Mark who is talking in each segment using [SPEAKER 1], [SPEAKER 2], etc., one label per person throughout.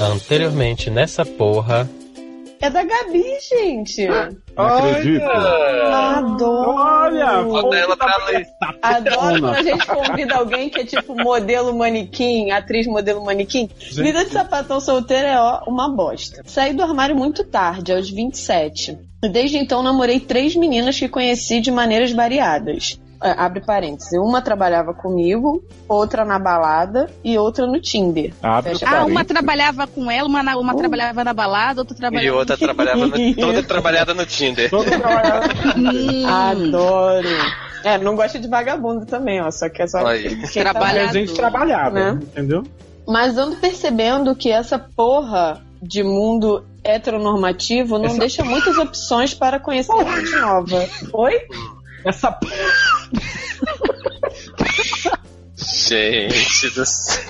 [SPEAKER 1] anteriormente nessa porra.
[SPEAKER 2] É da Gabi, gente.
[SPEAKER 3] Não acredito. Ah,
[SPEAKER 2] Adoro.
[SPEAKER 3] Olha,
[SPEAKER 4] Bota ela pra ler.
[SPEAKER 2] Adoro quando
[SPEAKER 3] Ana.
[SPEAKER 2] a gente convida alguém que é tipo modelo manequim, atriz modelo manequim. Vida de sapatão solteiro é ó, uma bosta. Saí do armário muito tarde, aos 27. Desde então namorei três meninas que conheci de maneiras variadas. Ah, Abre parênteses. Uma trabalhava comigo, outra na balada e outra no Tinder.
[SPEAKER 3] Abre
[SPEAKER 2] Fecha
[SPEAKER 3] o
[SPEAKER 2] parênteses.
[SPEAKER 5] Ah, uma
[SPEAKER 3] parênteses.
[SPEAKER 5] trabalhava com ela, uma, na- uma trabalhava na balada, outra trabalhava.
[SPEAKER 4] E outra trabalhava no, toda trabalhada no Tinder.
[SPEAKER 3] Todo trabalhado.
[SPEAKER 5] Hum,
[SPEAKER 2] Ah, Adoro. É, não gosta de vagabundo também, ó. Só que é só
[SPEAKER 4] Aí.
[SPEAKER 2] quem tá
[SPEAKER 5] Trabalhado.
[SPEAKER 3] É gente trabalhada,
[SPEAKER 2] Né?
[SPEAKER 3] entendeu?
[SPEAKER 2] Mas ando percebendo que essa porra de mundo heteronormativo não
[SPEAKER 3] Essa-
[SPEAKER 2] deixa muitas opções para conhecer gente nova. Oi?
[SPEAKER 3] Essa p...
[SPEAKER 4] Gente do céu.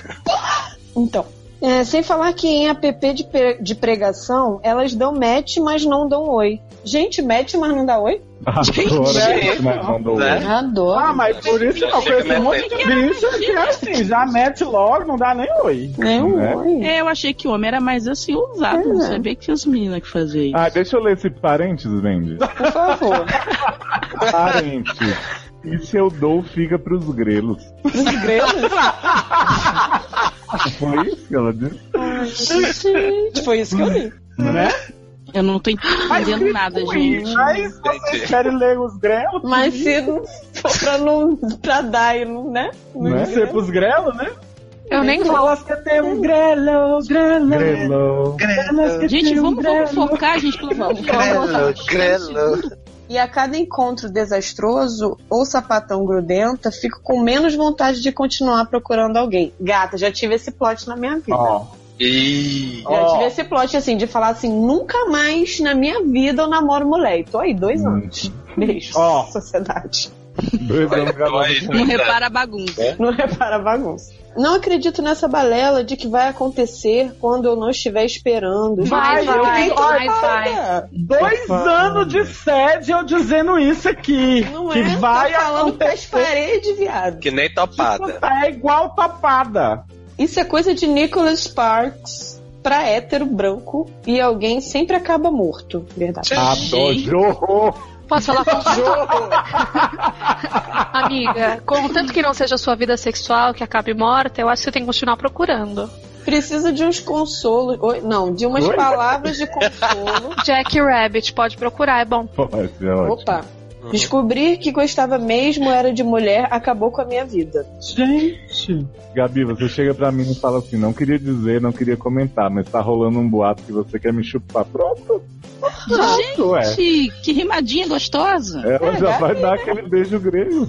[SPEAKER 2] Então. é, sem falar que em app de, pre- de pregação, elas dão match, mas não dão oi. Gente, match, mas não dá oi?
[SPEAKER 3] Adoro. Mas mandou.
[SPEAKER 4] Né?
[SPEAKER 2] Adoro.
[SPEAKER 3] Ah, mas por isso
[SPEAKER 4] Já
[SPEAKER 3] que eu
[SPEAKER 4] chega
[SPEAKER 3] conheço um monte de bicho que é assim, já mete logo, não dá nem oi.
[SPEAKER 2] Nenhum
[SPEAKER 3] né?
[SPEAKER 2] um oi.
[SPEAKER 6] É, eu achei que o homem era mais assim ousado. Não sabia que tinha as meninas que faziam isso.
[SPEAKER 7] Ah, deixa eu ler esse parênteses, Mandy.
[SPEAKER 2] Por favor.
[SPEAKER 7] Parênteses. E se eu dou, fica pros grelos.
[SPEAKER 2] Os gregos?
[SPEAKER 7] Foi isso que ela disse?
[SPEAKER 2] Ai, gente, Foi isso que eu li.
[SPEAKER 3] Né?
[SPEAKER 6] Eu não tô entendendo nada, gente.
[SPEAKER 3] Mas vocês querem ler os grelos?
[SPEAKER 2] Mas se não for pra, não, pra dar e não, né? Não
[SPEAKER 3] Não ser pros grelos, né?
[SPEAKER 5] eu nem gosto.
[SPEAKER 3] Falas que tem um grelo, grelo. né?
[SPEAKER 7] Grelo.
[SPEAKER 3] Falas que
[SPEAKER 6] Gente,
[SPEAKER 3] tem um
[SPEAKER 6] vamos, vamos
[SPEAKER 3] grelo.
[SPEAKER 6] focar, gente, pelo amor de Deus.
[SPEAKER 2] E a cada encontro desastroso ou sapatão grudenta, fico com menos vontade de continuar procurando alguém. Gata, já tive esse plot na minha vida.
[SPEAKER 3] Ó,
[SPEAKER 4] E
[SPEAKER 2] Já
[SPEAKER 3] ó.
[SPEAKER 2] tive esse plot, assim, de falar assim, nunca mais na minha vida eu namoro mulher. E tô aí dois
[SPEAKER 7] Hum.
[SPEAKER 2] anos. Beijo,
[SPEAKER 3] Ó.
[SPEAKER 2] sociedade.
[SPEAKER 7] Dois anos casados.
[SPEAKER 4] dois,
[SPEAKER 5] Não repara a bagunça.
[SPEAKER 2] Não repara a bagunça. Não acredito nessa balela de que vai acontecer quando eu não estiver esperando.
[SPEAKER 5] Vai,
[SPEAKER 2] Gente, eu
[SPEAKER 5] vai,
[SPEAKER 2] fiquei
[SPEAKER 5] vai,
[SPEAKER 2] tocada.
[SPEAKER 5] vai.
[SPEAKER 3] Dois anos de sede eu dizendo isso aqui.
[SPEAKER 2] Não
[SPEAKER 3] que
[SPEAKER 2] é?
[SPEAKER 3] vai
[SPEAKER 2] tô falando pras
[SPEAKER 3] acontecer.
[SPEAKER 2] paredes, viado.
[SPEAKER 4] que nem topada.
[SPEAKER 3] É igual papada.
[SPEAKER 2] Isso é coisa de Nicholas Sparks pra hétero branco e alguém sempre acaba morto. Verdade.
[SPEAKER 7] Adoro.
[SPEAKER 8] Posso falar com Amiga, contanto que não seja sua vida sexual que acabe morta, eu acho que você tem que continuar procurando.
[SPEAKER 2] Precisa de uns consolos. oi, Não, de umas
[SPEAKER 3] Oi?
[SPEAKER 2] palavras de consolo.
[SPEAKER 8] Jack Rabbit, pode procurar, é bom.
[SPEAKER 7] Pode, é ótimo.
[SPEAKER 2] Opa. Descobrir que gostava mesmo era de mulher acabou com a minha vida.
[SPEAKER 3] Gente.
[SPEAKER 7] Gabi, você chega pra mim e fala assim: não queria dizer, não queria comentar, mas tá rolando um boato que você quer me chupar. Pronto, pronto, é.
[SPEAKER 6] Gente, que rimadinha gostosa.
[SPEAKER 7] Ela
[SPEAKER 2] É,
[SPEAKER 7] já
[SPEAKER 2] Gabi,
[SPEAKER 7] vai dar aquele beijo grego.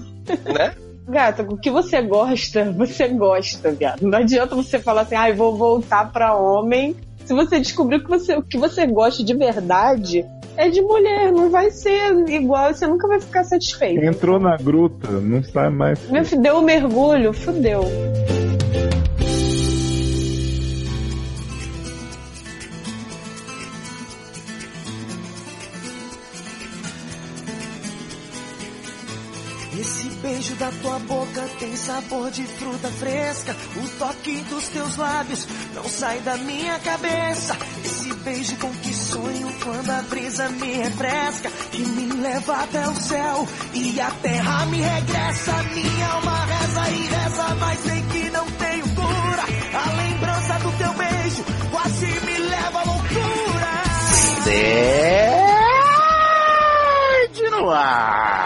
[SPEAKER 4] Né?
[SPEAKER 2] Gata, o que você gosta, você gosta, gata. Não adianta você falar assim, ai, vou voltar pra homem. Se você descobrir que você, o que você gosta de verdade é de mulher, não vai ser igual, você nunca vai ficar satisfeito.
[SPEAKER 7] Entrou na gruta, não sai mais.
[SPEAKER 2] Meu filho, deu um mergulho, fudeu.
[SPEAKER 9] Esse beijo da tua boca tem sabor de fruta fresca. O toque dos teus lábios não sai da minha cabeça. Esse beijo com que sonho quando a brisa me refresca. Que me leva até o céu e a terra me regressa. Minha alma reza e reza, mas sei que não tenho cura. A lembrança do teu beijo quase me leva à loucura.
[SPEAKER 10] É.
[SPEAKER 4] Sede no ar.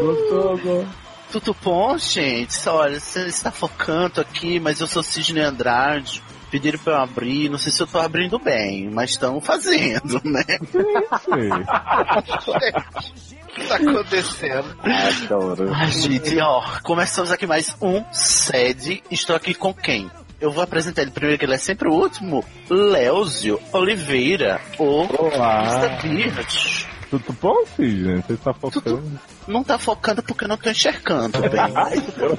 [SPEAKER 7] Gostoso.
[SPEAKER 10] Tudo bom, gente? Olha, você está focando aqui, mas eu sou Sidney Andrade. Pediram pra eu abrir, não sei se eu tô abrindo bem, mas estão fazendo, né?
[SPEAKER 7] Sim,
[SPEAKER 10] O que tá acontecendo?
[SPEAKER 7] Adoro.
[SPEAKER 10] Ai, gente, ó, começamos aqui mais um sede. Estou aqui com quem? Eu vou apresentar ele primeiro, que ele é sempre o último. Leozio Oliveira, o
[SPEAKER 7] Olá.
[SPEAKER 10] Mr. Beard.
[SPEAKER 7] Tudo bom, Cid? Você tá focando?
[SPEAKER 10] Não tá focando porque eu não tô enxergando bem. Mas tudo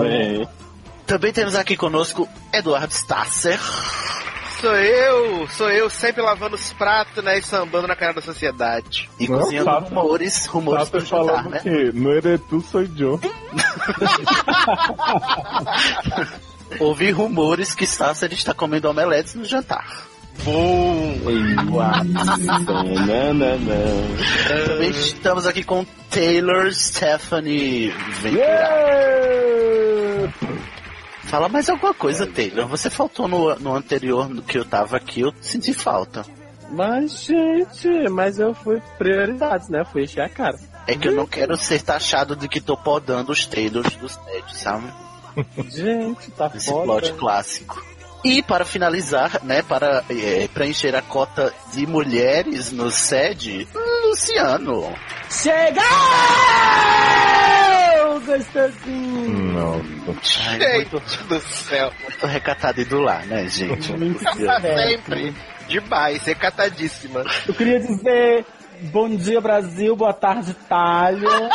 [SPEAKER 10] bem.
[SPEAKER 7] Não,
[SPEAKER 10] Também temos aqui conosco Eduardo Stasser. Sou eu, sou eu sempre lavando os pratos, né? E sambando na cara da sociedade. E
[SPEAKER 7] Não,
[SPEAKER 10] cozinhando
[SPEAKER 7] Fábio.
[SPEAKER 10] rumores, rumores
[SPEAKER 7] Tá
[SPEAKER 10] pro jantar,
[SPEAKER 7] falando
[SPEAKER 10] né?
[SPEAKER 7] que no Eretu sou eu.
[SPEAKER 10] Ouvi rumores que Sácer está comendo omeletes no jantar. Boa! Também estamos aqui com Taylor Stephanie Ventura. Fala mais alguma coisa, Taylor. Você faltou no, no anterior no que eu tava aqui, eu senti falta.
[SPEAKER 11] Mas, gente, mas eu fui prioridades, né? Fui encher a cara.
[SPEAKER 10] É que eu não quero ser taxado de que tô podando os Taylors do set, sabe?
[SPEAKER 11] Gente, tá
[SPEAKER 10] Esse
[SPEAKER 11] foda.
[SPEAKER 10] plot clássico. E para finalizar, né, para eh, preencher a cota de mulheres no SED, Luciano.
[SPEAKER 11] Chega! Gostosinho!
[SPEAKER 7] Nossa.
[SPEAKER 10] Ai, muito, do céu. Muito recatado e do lar, né, gente?
[SPEAKER 11] Sempre.
[SPEAKER 10] Demais, recatadíssima.
[SPEAKER 11] Eu queria dizer bom dia, Brasil, boa tarde, Itália.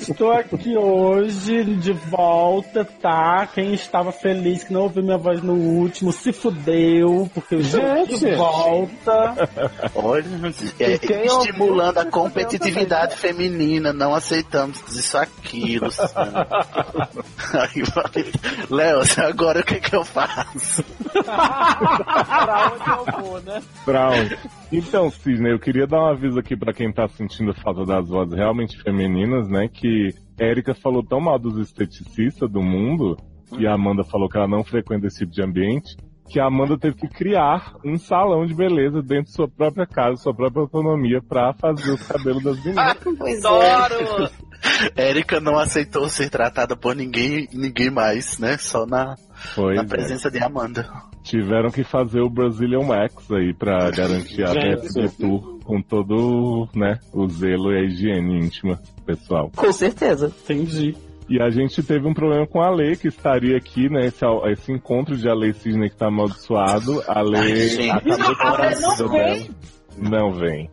[SPEAKER 11] Estou aqui hoje de volta, tá? Quem estava feliz que não ouviu minha voz no último se fudeu, porque eu estou de
[SPEAKER 10] Gente.
[SPEAKER 11] volta.
[SPEAKER 10] Olha, é,
[SPEAKER 11] quem é o-
[SPEAKER 10] estimulando a competitividade feminina, não aceitamos isso aqui, Luciano. Aí vai, Léo, agora o que, é que eu faço?
[SPEAKER 11] pra onde eu vou, né?
[SPEAKER 7] Brown. Então, Sidney, eu queria dar um aviso aqui pra quem tá sentindo falta das vozes realmente femininas, né? Que Érica falou tão mal dos esteticistas do mundo, e a Amanda falou que ela não frequenta esse tipo de ambiente, que a Amanda teve que criar um salão de beleza dentro de sua própria casa, sua própria autonomia, pra fazer os cabelos das meninas.
[SPEAKER 2] é.
[SPEAKER 10] Adoro! Érica não aceitou ser tratada por ninguém, ninguém mais, né? Só na,
[SPEAKER 7] Pois
[SPEAKER 10] na
[SPEAKER 7] é.
[SPEAKER 10] presença de Amanda.
[SPEAKER 7] Tiveram que fazer o Brazilian Wax aí pra garantir a
[SPEAKER 11] Gente.
[SPEAKER 7] BFB Tour com todo né, o zelo e a higiene íntima, pessoal.
[SPEAKER 11] Com certeza. Entendi.
[SPEAKER 7] E a gente teve um problema com a Lei, que estaria aqui, né? Esse, esse encontro de a Lei Cisne que tá amaldiçoado. A
[SPEAKER 10] Ai,
[SPEAKER 7] Lei
[SPEAKER 10] gente.
[SPEAKER 7] acabou com a
[SPEAKER 10] Ela não
[SPEAKER 7] vida
[SPEAKER 10] vem.
[SPEAKER 7] dela. Não vem.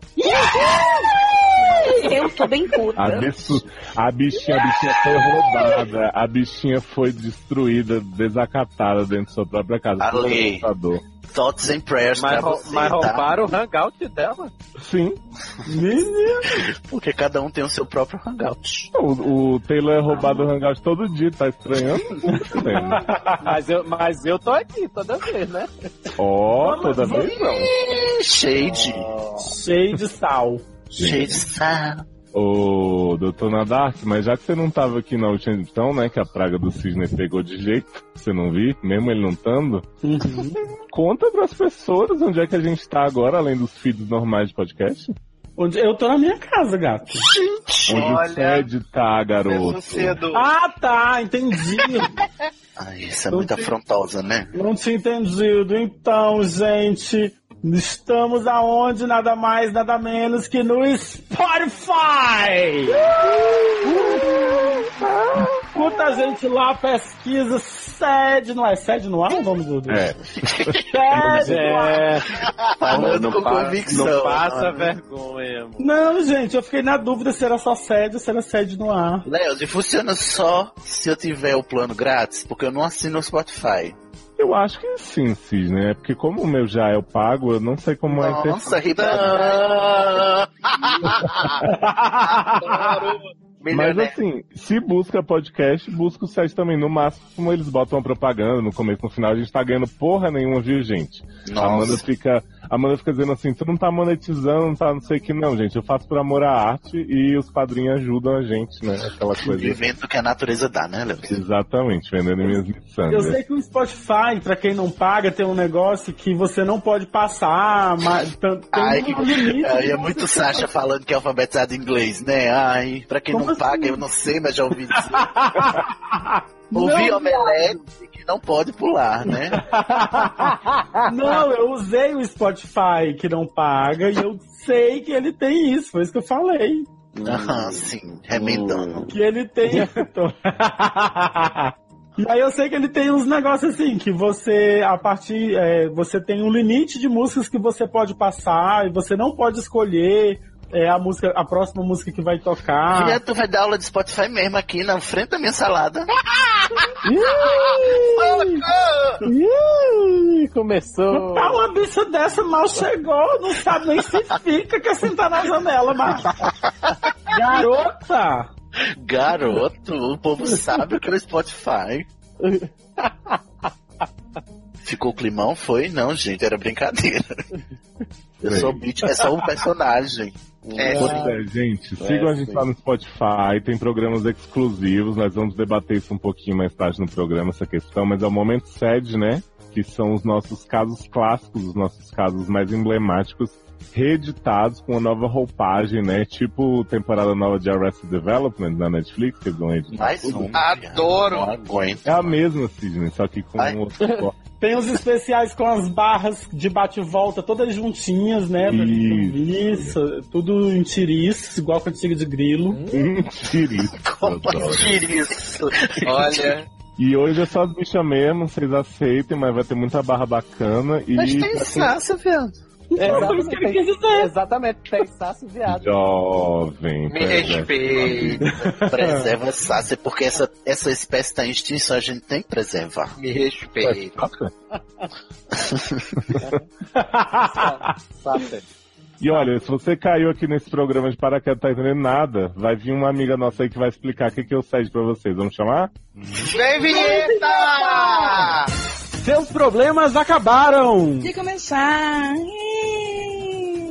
[SPEAKER 2] Eu tô bem puta.
[SPEAKER 7] A, bicho- a bichinha, a bichinha foi roubada. A bichinha foi destruída, desacatada dentro de sua própria casa.
[SPEAKER 10] A
[SPEAKER 7] pelo
[SPEAKER 10] Lei.
[SPEAKER 7] computador.
[SPEAKER 10] Thoughts and prayers
[SPEAKER 11] Mas
[SPEAKER 10] pra
[SPEAKER 11] rou-
[SPEAKER 10] você,
[SPEAKER 11] mas
[SPEAKER 10] tá?
[SPEAKER 11] roubaram
[SPEAKER 10] o hangout dela?
[SPEAKER 7] Sim.
[SPEAKER 10] Porque cada um tem o seu próprio hangout.
[SPEAKER 7] O, o Taylor é roubado do Hangout todo dia, tá estranhando?
[SPEAKER 11] mas, eu, mas eu tô aqui toda vez, né?
[SPEAKER 7] Ó, toda vez não.
[SPEAKER 10] Shade.
[SPEAKER 7] Ah,
[SPEAKER 11] Cheio de sal.
[SPEAKER 10] Cheio de sal.
[SPEAKER 7] Ô, doutor Nadark, mas já que você não tava aqui na última edição, né, que a praga do cisne pegou de jeito, você não viu, mesmo ele não estando,
[SPEAKER 11] Uhum.
[SPEAKER 7] conta pras pessoas onde é que a gente tá agora, além dos feeds normais de podcast.
[SPEAKER 11] Onde eu tô na minha casa, gato.
[SPEAKER 7] Onde o Ted tá, garoto.
[SPEAKER 11] Ah, tá, entendi.
[SPEAKER 10] Ai, isso é muito afrontosa, né?
[SPEAKER 11] Não tinha entendido. Então, gente, estamos aonde? Nada mais, nada menos que no Spotify! Escuta a gente lá, pesquisa, sede, não é sede no ar? Vamos, Dudu?
[SPEAKER 7] É.
[SPEAKER 11] Sede no ar.
[SPEAKER 10] Falando
[SPEAKER 11] Ah, Não
[SPEAKER 10] Tá com
[SPEAKER 11] pa-
[SPEAKER 10] convicção. Ah,
[SPEAKER 11] não passa
[SPEAKER 10] vergonha, amor.
[SPEAKER 11] Não, gente, eu fiquei na dúvida se era só sede ou se era sede no ar.
[SPEAKER 10] Léo, se funciona só se eu tiver o plano grátis, porque eu não assino o Spotify.
[SPEAKER 7] Eu acho que é sim, Cisne, né? Porque como o meu já é o pago, eu não sei como é a
[SPEAKER 10] Nossa,
[SPEAKER 7] interface.
[SPEAKER 10] Rita.
[SPEAKER 11] Ah!
[SPEAKER 7] Mas
[SPEAKER 10] né?
[SPEAKER 7] assim, se busca podcast, busca o site também. No máximo, eles botam uma propaganda no começo, no final. A gente tá ganhando porra nenhuma, viu, gente?
[SPEAKER 10] Nossa.
[SPEAKER 7] A Amanda fica, a Amanda fica dizendo assim, tu não tá monetizando, não tá não sei o que. Não, gente, eu faço por amor à arte e os padrinhos ajudam a gente, né? Aquela coisa.
[SPEAKER 10] Vivendo o que a natureza dá, né, Léo?
[SPEAKER 7] Exatamente, vendendo minhas miçangas.
[SPEAKER 11] Eu sei que o Spotify, pra quem não paga, tem um negócio que você não pode passar, mas tam- tem
[SPEAKER 10] Ai,
[SPEAKER 11] um
[SPEAKER 10] que-
[SPEAKER 11] limite.
[SPEAKER 10] Ai, é muito Sasha falando que é alfabetizado em inglês, né? Ai, pra quem não paga, eu não sei, mas já ouvi dizer. ouvi
[SPEAKER 11] Não,
[SPEAKER 10] omelete que não pode pular, né?
[SPEAKER 11] Não, eu usei o Spotify que não paga e eu sei que ele tem isso, foi isso que eu falei.
[SPEAKER 10] Ah, sim, remendando.
[SPEAKER 11] Que ele tem. e aí eu sei que ele tem uns negócios assim, que você, a partir. é, você tem um limite de músicas que você pode passar e você não pode escolher. é, a música, a próxima música que vai tocar.
[SPEAKER 10] Filha, tu vai dar aula de Spotify mesmo aqui na frente da minha salada.
[SPEAKER 11] Ih! Ih! começou. Tá uma bicha dessa mal chegou, não sabe nem se fica, quer sentar na janela, mas. Garota!
[SPEAKER 10] Garoto, o povo sabe o que é o Spotify. Ficou climão? Foi? Não, gente, era brincadeira. Eu sou o Beat, é só um personagem. É,
[SPEAKER 7] Pois é, gente, sigam a gente lá no Spotify, tem programas exclusivos, nós vamos debater isso um pouquinho mais tarde no programa, essa questão, mas é o momento sede, né? Que são os nossos casos clássicos, os nossos casos mais emblemáticos, reeditados com uma nova roupagem, né? Tipo temporada nova de Arrested Development na Netflix, que eles vão editar.
[SPEAKER 10] Mais
[SPEAKER 7] tudo.
[SPEAKER 10] um. Adoro. Não aguento.
[SPEAKER 7] É a mesma, Sidney, só que com um
[SPEAKER 10] Ai.
[SPEAKER 7] outro corte.
[SPEAKER 11] Tem os especiais com as barras de bate-volta todas juntinhas, né? pra gente ouvir, Isso. Tudo em tiris, igual a cantiga de grilo.
[SPEAKER 7] tiris.
[SPEAKER 10] Tire isso. Olha.
[SPEAKER 7] E hoje é só as bichas mesmo, vocês aceitem, mas vai ter muita barra bacana. E
[SPEAKER 10] viado.
[SPEAKER 12] Exatamente, tem, exatamente, tem saço viado.
[SPEAKER 7] Jovem.
[SPEAKER 10] Me
[SPEAKER 7] preserva-
[SPEAKER 10] respeita. Preserva o Sassi, porque essa, essa espécie está em extinção, a gente tem que preservar. Me respeita.
[SPEAKER 12] Sabe?
[SPEAKER 7] E olha, se você caiu aqui nesse programa de paraquedas e tá entendendo nada, vai vir uma amiga nossa aí que vai explicar o que, que eu sede pra vocês. Vamos chamar?
[SPEAKER 10] Vem, vinheta!
[SPEAKER 11] Seus problemas acabaram!
[SPEAKER 13] De começar.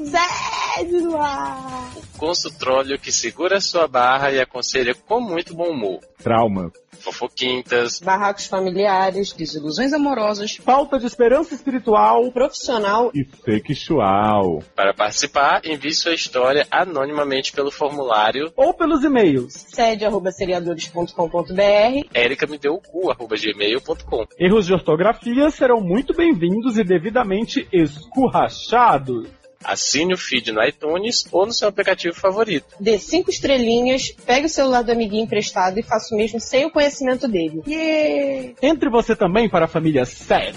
[SPEAKER 2] Sede no ar.
[SPEAKER 4] Consultróleo que segura sua barra e aconselha com muito bom humor.
[SPEAKER 7] Trauma.
[SPEAKER 4] Fofoquintas.
[SPEAKER 2] Barracos familiares, desilusões amorosas,
[SPEAKER 11] falta de esperança espiritual,
[SPEAKER 2] profissional.
[SPEAKER 7] E sexual.
[SPEAKER 4] Para participar, envie sua história anonimamente pelo formulário
[SPEAKER 11] Ou pelos e-mails.
[SPEAKER 2] Sede arroba seriadores.com.br.
[SPEAKER 4] erica me deu o cu, arroba gmail.com.
[SPEAKER 11] Erros de ortografia serão muito bem-vindos e devidamente escurrachados.
[SPEAKER 4] Assine o feed no iTunes ou no seu aplicativo favorito.
[SPEAKER 2] Dê cinco estrelinhas, pegue o celular do amiguinho emprestado e faça o mesmo sem o conhecimento dele. Yeah.
[SPEAKER 11] Entre você também para a família 7.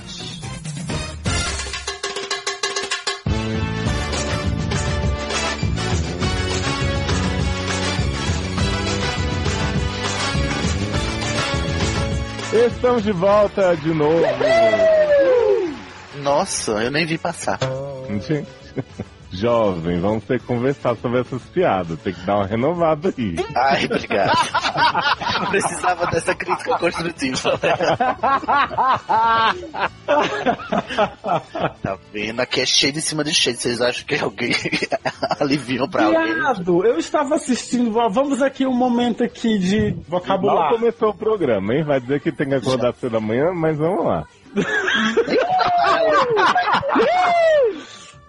[SPEAKER 7] Estamos de volta de novo.
[SPEAKER 10] Nossa, eu nem vi passar.
[SPEAKER 7] Gente, Jovem, vamos ter que conversar sobre essas piadas. Tem que dar uma renovada aí.
[SPEAKER 10] Ai, obrigado. Precisava dessa crítica construtiva. Tá vendo? Aqui é cheio de cima de cheio. Vocês acham que alguém aliviam pra alguém?
[SPEAKER 11] Viado, eu estava assistindo. Vamos aqui um momento aqui de
[SPEAKER 7] Mal
[SPEAKER 11] vocabulário.
[SPEAKER 7] começou o programa, hein? Vai dizer que tem que acordar cedo amanhã, mas vamos lá.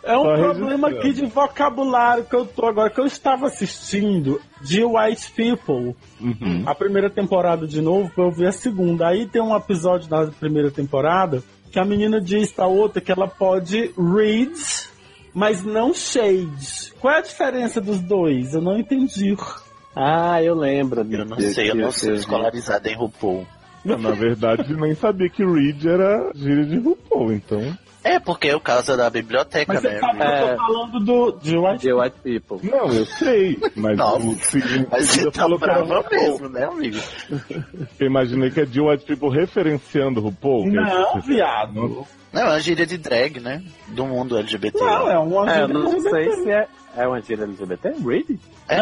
[SPEAKER 11] É um
[SPEAKER 7] Só
[SPEAKER 11] problema
[SPEAKER 7] registrando.
[SPEAKER 11] aqui de vocabulário que eu tô agora, que eu estava assistindo de White People.
[SPEAKER 7] Uhum.
[SPEAKER 11] A primeira temporada de novo, pra eu ver a segunda. Aí tem um episódio da primeira temporada que a menina diz pra outra que ela pode read, mas não shade. Qual é a diferença dos dois? Eu não entendi.
[SPEAKER 12] Ah, eu lembro.
[SPEAKER 10] Eu não sei, eu não sou escolarizado em RuPaul.
[SPEAKER 7] Na verdade, nem sabia que Reed era gíria de RuPaul, então.
[SPEAKER 10] É, porque é o caso da biblioteca,
[SPEAKER 11] Mas você tá
[SPEAKER 10] né?
[SPEAKER 11] sabe que eu tô falando do, de
[SPEAKER 10] é.
[SPEAKER 11] White
[SPEAKER 12] The White People.
[SPEAKER 7] Não, eu sei, mas
[SPEAKER 10] Nossa,
[SPEAKER 7] o seguinte
[SPEAKER 10] Mas você
[SPEAKER 7] eu
[SPEAKER 10] tá
[SPEAKER 7] falo que era
[SPEAKER 10] brava
[SPEAKER 7] RuPaul.
[SPEAKER 10] mesmo, né, amigo?
[SPEAKER 7] Eu imaginei que é de White People referenciando o RuPaul. que é
[SPEAKER 11] Não,
[SPEAKER 7] esse-
[SPEAKER 11] viado.
[SPEAKER 10] Não, é uma gíria de drag, né? Do mundo LGBT.
[SPEAKER 11] Não, é um
[SPEAKER 12] É, eu
[SPEAKER 11] ajuda
[SPEAKER 12] não sei se é. É uma gíria LGBT? Really?
[SPEAKER 10] É,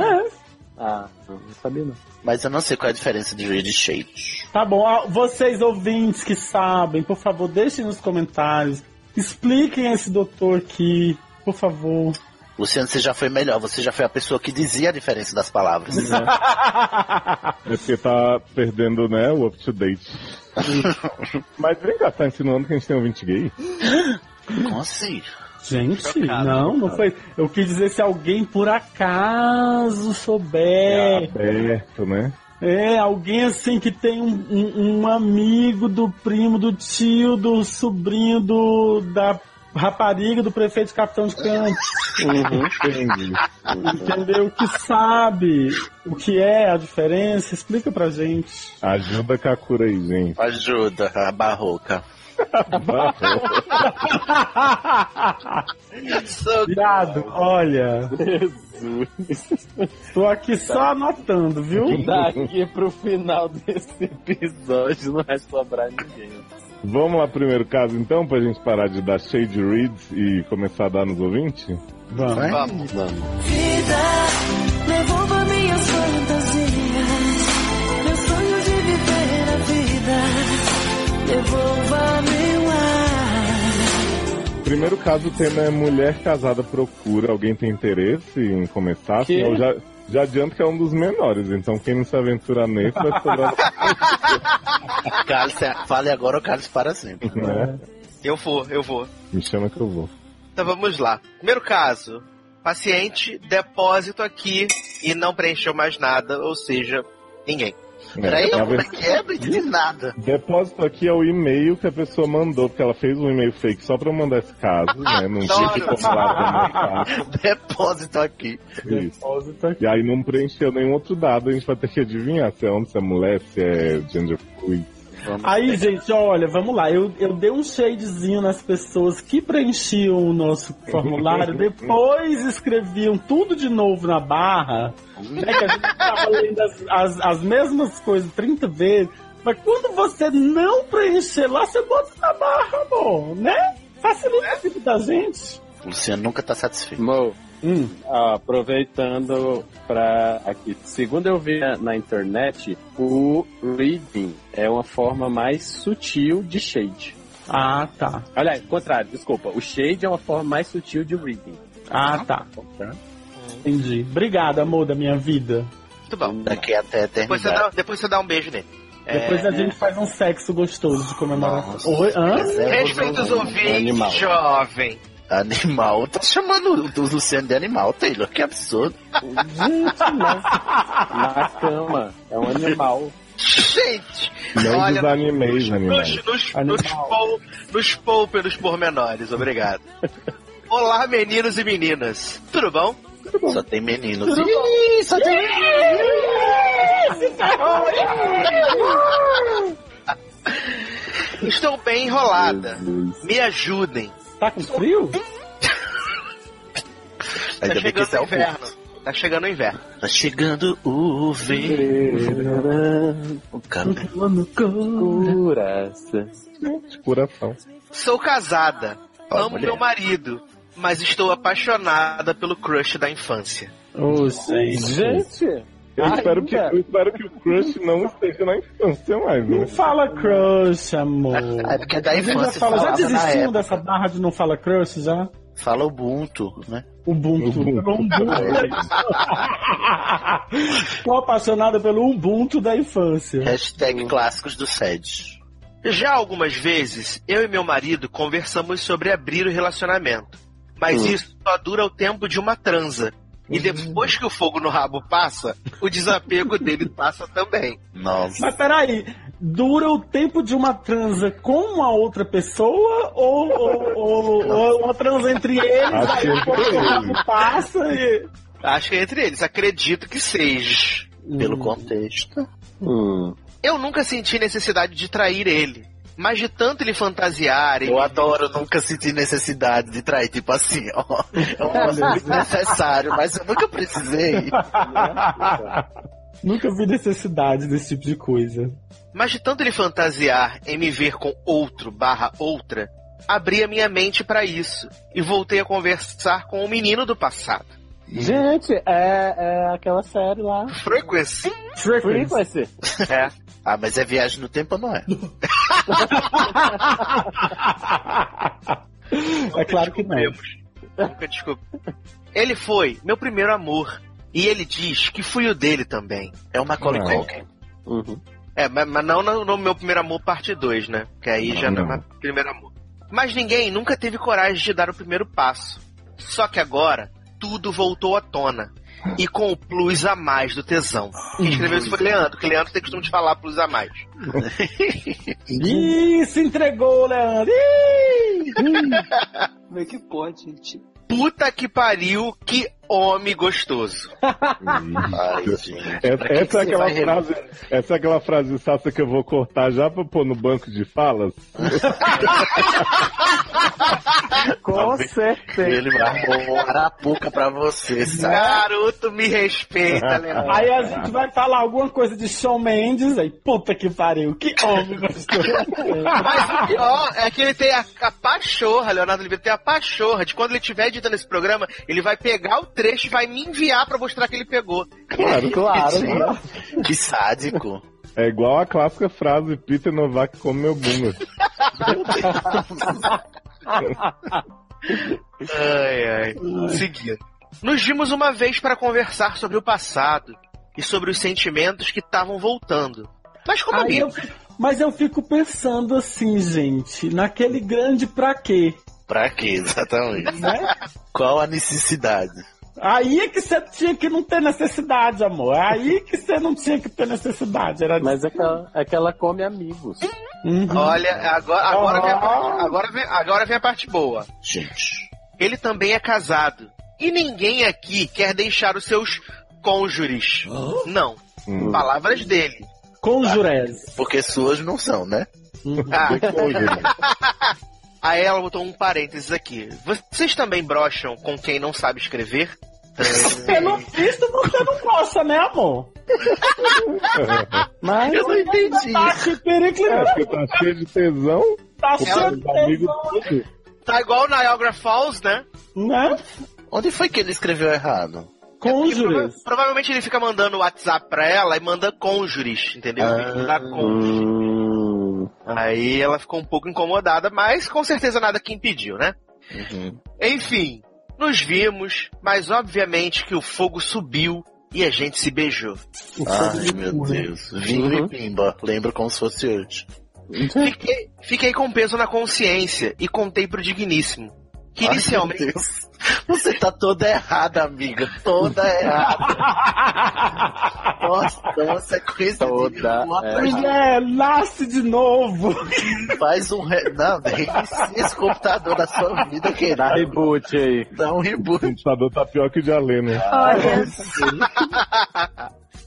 [SPEAKER 12] Ah, não sabia não.
[SPEAKER 10] mas eu não sei qual é a diferença de read e shade.
[SPEAKER 11] Tá bom, ah, vocês ouvintes que sabem, por favor, deixem nos comentários. Expliquem esse doutor aqui, por favor.
[SPEAKER 10] Luciano, você já foi melhor, você já foi a pessoa que dizia a diferença das palavras.
[SPEAKER 7] É porque tá perdendo, né, o up-to-date. mas vem cá, tá insinuando que a gente tem um 20 gay?
[SPEAKER 10] Como assim?
[SPEAKER 11] Gente, não, não foi. Eu quis dizer se alguém por acaso souber.
[SPEAKER 7] Aberto, né?
[SPEAKER 11] É, alguém assim que tem um, um- um amigo do primo, do tio, do sobrinho, do, da rapariga, do prefeito de capitão de campo.
[SPEAKER 10] Uhum.
[SPEAKER 7] Entendi.
[SPEAKER 11] Entendeu? Que sabe o que é a diferença, explica pra gente.
[SPEAKER 7] Ajuda a Kakura aí, gente.
[SPEAKER 10] Ajuda, a barroca.
[SPEAKER 11] Viado, olha. Jesus. Tô aqui só anotando, viu?
[SPEAKER 4] Daqui pro final desse episódio não vai sobrar ninguém.
[SPEAKER 7] Vamos lá, primeiro caso, então, pra gente parar de dar shade reads e começar a dar nos ouvintes?
[SPEAKER 11] Vamos.
[SPEAKER 10] é?
[SPEAKER 7] Vamos.
[SPEAKER 2] Vida, devolva minhas fantasias, meu sonho de viver a vida, devolva meu ar.
[SPEAKER 7] Primeiro caso, o tema é mulher casada procura. Alguém tem interesse em começar? Assim,
[SPEAKER 11] Que?
[SPEAKER 7] eu já, já adianto que é um dos menores, então quem não se aventurar nesse vai sobrar
[SPEAKER 10] Carlos, é- fale agora ou Carlos para sempre.
[SPEAKER 7] né?
[SPEAKER 10] Eu vou, eu vou.
[SPEAKER 7] Me chama que eu vou.
[SPEAKER 10] Então vamos lá. Primeiro caso: paciente, depósito aqui e não preencheu mais nada, ou seja, ninguém. Peraí,
[SPEAKER 7] tá
[SPEAKER 10] não, como é
[SPEAKER 7] vendo?
[SPEAKER 10] que é? Não entendi nada.
[SPEAKER 7] Depósito aqui é o e-mail que a pessoa mandou, porque ela fez um e-mail fake só pra eu mandar esse caso, né? Não tinha que
[SPEAKER 10] Adoro.
[SPEAKER 7] formular
[SPEAKER 10] Depósito aqui.
[SPEAKER 7] também. Isso. E aí não preencheu nenhum outro dado, a gente vai ter que adivinhar se é homem, se é mulher, se é gender fluid.
[SPEAKER 11] Aí, gente, olha, vamos lá. Eu, eu dei um shadezinho nas pessoas que preenchiam o nosso formulário, depois escreviam tudo de novo na barra. Né, que a gente tava lendo as, as, as mesmas coisas 30 vezes. Mas quando você não preencher lá, você bota na barra, amor, né? Facilita a vida da gente.
[SPEAKER 10] Luciano nunca tá satisfeito.
[SPEAKER 4] Mo, ó, aproveitando pra aqui. Segundo eu vi na- na internet, o reading é uma forma mais sutil de shade.
[SPEAKER 11] Ah, tá.
[SPEAKER 4] Aliás, contrário, desculpa. O shade é uma forma mais sutil de reading.
[SPEAKER 11] Ah, tá. Entendi. Obrigado, amor da minha vida.
[SPEAKER 10] Muito bom.
[SPEAKER 11] Daqui até
[SPEAKER 10] Depois você, dá, depois você dá um beijo nele.
[SPEAKER 11] Depois
[SPEAKER 10] É,
[SPEAKER 11] a gente faz um sexo gostoso de comemoração. Oi,
[SPEAKER 10] um
[SPEAKER 11] hã?
[SPEAKER 10] Respeita os
[SPEAKER 4] É um
[SPEAKER 10] ouvintes, jovem. Animal. Tá chamando o Luciano de animal, Taylor. Que absurdo.
[SPEAKER 4] Gente, Na cama. É um animal.
[SPEAKER 10] Gente,
[SPEAKER 7] Não
[SPEAKER 10] olha,
[SPEAKER 7] desanimeis, animais.
[SPEAKER 10] nos, nos, nos, pou, nos poupe nos pormenores, obrigado. Olá, meninos e meninas. Tudo bom? Só tem meninos.
[SPEAKER 2] Tudo bom?
[SPEAKER 10] Ih, só tem
[SPEAKER 2] Ih, se ferrou, ih.
[SPEAKER 10] Estou bem enrolada. Me ajudem.
[SPEAKER 11] Tá com frio?
[SPEAKER 10] Tá
[SPEAKER 2] Ainda bem que
[SPEAKER 10] chegando
[SPEAKER 2] esse é
[SPEAKER 10] o
[SPEAKER 2] o
[SPEAKER 10] inverno. Tá chegando o inverno. Tá chegando o
[SPEAKER 4] verão.
[SPEAKER 10] O cara
[SPEAKER 4] Curaça.
[SPEAKER 7] Coração.
[SPEAKER 10] Sou casada,
[SPEAKER 4] Ó,
[SPEAKER 10] amo
[SPEAKER 4] mulher.
[SPEAKER 10] meu marido, mas estou apaixonada pelo crush da infância.
[SPEAKER 11] Ô,
[SPEAKER 4] Gente!
[SPEAKER 7] Eu espero, que,
[SPEAKER 4] Ainda?
[SPEAKER 7] eu espero que o crush não esteja na infância mais, né?
[SPEAKER 11] Não fala crush, amor.
[SPEAKER 10] É porque da
[SPEAKER 11] Você já,
[SPEAKER 10] infância
[SPEAKER 11] fala, já
[SPEAKER 10] falava na
[SPEAKER 11] desistiu
[SPEAKER 10] época.
[SPEAKER 11] dessa barra de não fala crush já?
[SPEAKER 10] Fala Ubuntu, né?
[SPEAKER 11] Ubuntu. Pelo Ubuntu. Tô apaixonada pelo Ubuntu da infância.
[SPEAKER 10] Hashtag clássicos do SED. Já algumas vezes, eu e meu marido conversamos sobre abrir o relacionamento. Mas
[SPEAKER 4] Hum.
[SPEAKER 10] isso só dura o tempo de uma transa. E depois que o fogo no rabo passa, o desapego dele passa também. Nossa.
[SPEAKER 11] Mas peraí, dura o tempo de uma transa com uma outra pessoa ou, ou- ou- ou uma transa entre eles?
[SPEAKER 10] Acho
[SPEAKER 11] aí
[SPEAKER 10] que
[SPEAKER 11] o
[SPEAKER 10] entre
[SPEAKER 11] corpo
[SPEAKER 10] eles.
[SPEAKER 11] passa e.
[SPEAKER 10] Acho que é entre eles, acredito que seja. Pelo contexto. Eu nunca senti necessidade de trair ele. Mas de tanto ele fantasiar. Eu adoro, nunca senti necessidade de trair. Tipo assim, ó. É um negócio necessário, mas eu nunca precisei. né?
[SPEAKER 11] Nunca vi necessidade desse tipo de coisa.
[SPEAKER 10] Mas de tanto ele fantasiar em me ver com outro barra outra, abri a minha mente pra isso e voltei a conversar com o menino do passado.
[SPEAKER 4] Gente, é, é aquela série lá.
[SPEAKER 10] Frequency.
[SPEAKER 4] Frequency.
[SPEAKER 10] É. Ah, mas é viagem no tempo ou não é?
[SPEAKER 11] É claro que não.
[SPEAKER 10] Nunca desculpa. Ele foi meu primeiro amor. E ele diz que fui o dele também. É o Macaulay
[SPEAKER 4] Não.
[SPEAKER 10] Culkin. É, mas, mas não no, no meu primeiro amor parte 2, né? Que aí já
[SPEAKER 14] tá
[SPEAKER 10] não é
[SPEAKER 4] Não.
[SPEAKER 10] mais primeiro amor. Mas ninguém nunca teve coragem de dar o primeiro passo. Só que agora, tudo voltou à tona. E com o plus a mais do tesão. Quem escreveu isso foi Leandro, que Leandro tem costume de falar plus a mais.
[SPEAKER 11] Ih, se entregou, Leandro! Ih!
[SPEAKER 4] Como é que pode, gente?
[SPEAKER 14] Puta que pariu, que homem gostoso. Ai, gente.
[SPEAKER 7] Essa,
[SPEAKER 14] pra que
[SPEAKER 7] essa
[SPEAKER 14] que
[SPEAKER 7] é aquela
[SPEAKER 14] você vai
[SPEAKER 7] frase, essa é aquela frase sassa que eu vou cortar já pra pôr no banco de falas.
[SPEAKER 11] Com certeza.
[SPEAKER 10] Ele marcou uma arapuca pra você, sabe?
[SPEAKER 14] Garoto, me respeita, Leandro.
[SPEAKER 11] Aí a gente vai falar alguma coisa de Shawn Mendes, aí puta que pariu, que homem
[SPEAKER 14] Mas o
[SPEAKER 11] gostoso.
[SPEAKER 14] pior é que ele tem a, a pachorra, Leonardo Oliveira tem a pachorra de quando ele estiver editando esse programa, ele vai pegar o trecho e vai me enviar pra mostrar que ele pegou.
[SPEAKER 7] Claro, claro, né?
[SPEAKER 14] Que sádico.
[SPEAKER 7] É igual a clássica frase, Peter Novak come meu boomer.
[SPEAKER 14] Ai, ai. Seguindo. Nos vimos uma vez para conversar sobre o passado e sobre os sentimentos que estavam voltando. Mas como
[SPEAKER 11] Aí eu,
[SPEAKER 14] amigos.
[SPEAKER 11] fico- mas eu fico pensando assim, gente, naquele grande pra quê?
[SPEAKER 10] Pra quê, exatamente?
[SPEAKER 11] Né?
[SPEAKER 10] Qual a necessidade?
[SPEAKER 11] Aí é que você tinha que não ter necessidade, amor. Aí que você não tinha que ter necessidade. Era... Hum,
[SPEAKER 4] Mas é que, ela, é que ela come amigos.
[SPEAKER 14] Olha, agora, agora, vem a,
[SPEAKER 4] Ó.
[SPEAKER 14] parte- agora, vem, agora vem a parte boa.
[SPEAKER 10] Gente.
[SPEAKER 14] Ele também é casado. E ninguém aqui quer deixar os seus cônjures. Não. Hum. Palavras dele.
[SPEAKER 11] Conjurés.
[SPEAKER 10] Porque suas não são, né?
[SPEAKER 14] Ah.
[SPEAKER 7] né?
[SPEAKER 10] Cônjures.
[SPEAKER 14] Aí ela botou um parênteses aqui. Vocês também brocham com quem não sabe escrever?
[SPEAKER 11] Pelo visto, você não gosta, né, amor? Mas
[SPEAKER 14] Eu não entendi.
[SPEAKER 11] Tá se periclitando.
[SPEAKER 7] É, porque tá cheio de tesão.
[SPEAKER 11] Tá
[SPEAKER 7] Porque
[SPEAKER 14] cheio
[SPEAKER 7] os amigos tudo.
[SPEAKER 14] Tá igual Niagara Falls, né?
[SPEAKER 11] Né?
[SPEAKER 10] Onde foi que ele escreveu errado?
[SPEAKER 11] Cônjures.
[SPEAKER 14] é Provavelmente ele fica mandando WhatsApp pra ela e manda cônjures, entendeu? Tem que
[SPEAKER 10] Ah.
[SPEAKER 14] mandar cônjures. Hum. Aí ela ficou um pouco incomodada, mas com certeza nada que impediu, né?
[SPEAKER 10] Uhum.
[SPEAKER 14] Enfim, nos vimos, mas obviamente que o fogo subiu e a gente se beijou.
[SPEAKER 10] Ai, meu Deus. Vinho e pimba. Lembro como se fosse hoje.
[SPEAKER 14] Fiquei, fiquei com peso na consciência e contei pro digníssimo. Que
[SPEAKER 10] Ai,
[SPEAKER 14] inicialmente.
[SPEAKER 10] meu Deus. Você tá toda errada, amiga. Toda errada. Nossa, nossa, é coisa toda
[SPEAKER 11] Mulher, nasce de novo.
[SPEAKER 10] Faz um. Re... Não, reinicia esse computador da sua vida,
[SPEAKER 14] Tá
[SPEAKER 4] Dá
[SPEAKER 10] querido.
[SPEAKER 4] reboot aí.
[SPEAKER 10] Dá um
[SPEAKER 7] O
[SPEAKER 10] reboot.
[SPEAKER 7] computador tá pior que o de Alê, né?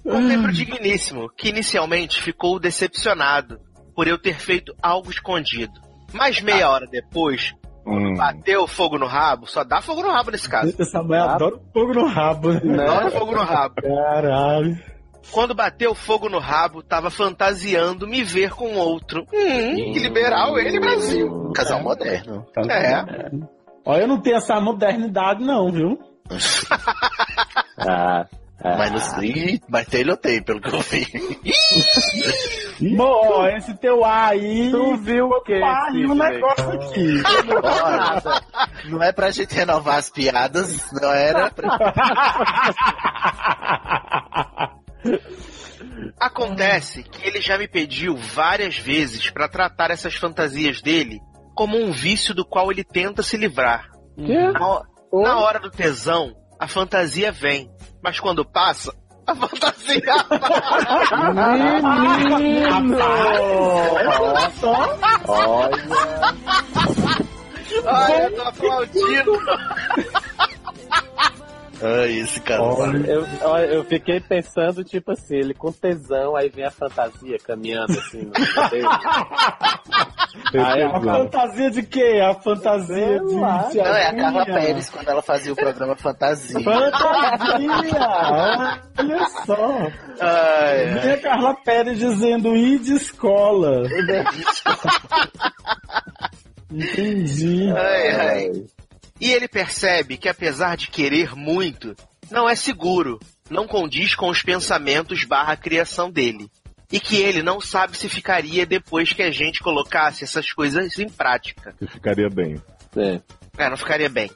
[SPEAKER 14] Contei pro digníssimo, que inicialmente ficou decepcionado por eu ter feito algo escondido. Mas
[SPEAKER 10] Tá.
[SPEAKER 14] meia hora depois,
[SPEAKER 7] Hum.
[SPEAKER 14] bateu fogo no rabo, só dá fogo no rabo nesse caso.
[SPEAKER 11] Essa mulher adora o fogo no rabo, né?
[SPEAKER 14] Dá fogo no rabo.
[SPEAKER 11] Caralho.
[SPEAKER 14] Quando bateu fogo no rabo, tava fantasiando me ver com outro. Hum, que liberal ele, Brasil.
[SPEAKER 10] Casal moderno.
[SPEAKER 7] Tá
[SPEAKER 14] É.
[SPEAKER 11] Olha, eu não tenho essa modernidade, não, viu?
[SPEAKER 4] Ah,
[SPEAKER 10] Mas, não... Ih, mas Taylor tem, pelo que eu vi.
[SPEAKER 11] Mô, esse teu ar aí.
[SPEAKER 4] tu viu o quê?
[SPEAKER 11] Pariu um
[SPEAKER 4] Sidney?
[SPEAKER 11] negócio aqui.
[SPEAKER 10] Olha, não é pra gente renovar as piadas, não era pra.
[SPEAKER 14] Acontece que ele já me pediu várias vezes pra tratar essas fantasias dele como um vício do qual ele tenta se livrar. Na, ho- na hora do tesão, a fantasia vem, mas quando passa, a fantasia.
[SPEAKER 4] Olha,
[SPEAKER 14] Ai, eu tô aplaudindo.
[SPEAKER 10] Ai, esse cara.
[SPEAKER 4] eu, olha, eu fiquei pensando, tipo assim, ele com tesão, aí vem a fantasia caminhando assim no cabelo.
[SPEAKER 7] Ah, é
[SPEAKER 4] Aí
[SPEAKER 11] A
[SPEAKER 4] eu-
[SPEAKER 11] fantasia de quê? A fantasia de.
[SPEAKER 10] Não, é a Carla Pérez quando ela fazia o programa Fantasia.
[SPEAKER 11] Fantasia! Olha só!
[SPEAKER 10] É.
[SPEAKER 11] Vem a Carla Pérez dizendo ir de escola. Entendi.
[SPEAKER 14] Ai, ai. E ele percebe que apesar de querer muito, não é seguro, não condiz com os pensamentos barra criação dele. E que ele não sabe se ficaria depois que a gente colocasse essas coisas em prática.
[SPEAKER 7] Que ficaria bem.
[SPEAKER 4] É.
[SPEAKER 14] É, não ficaria bem.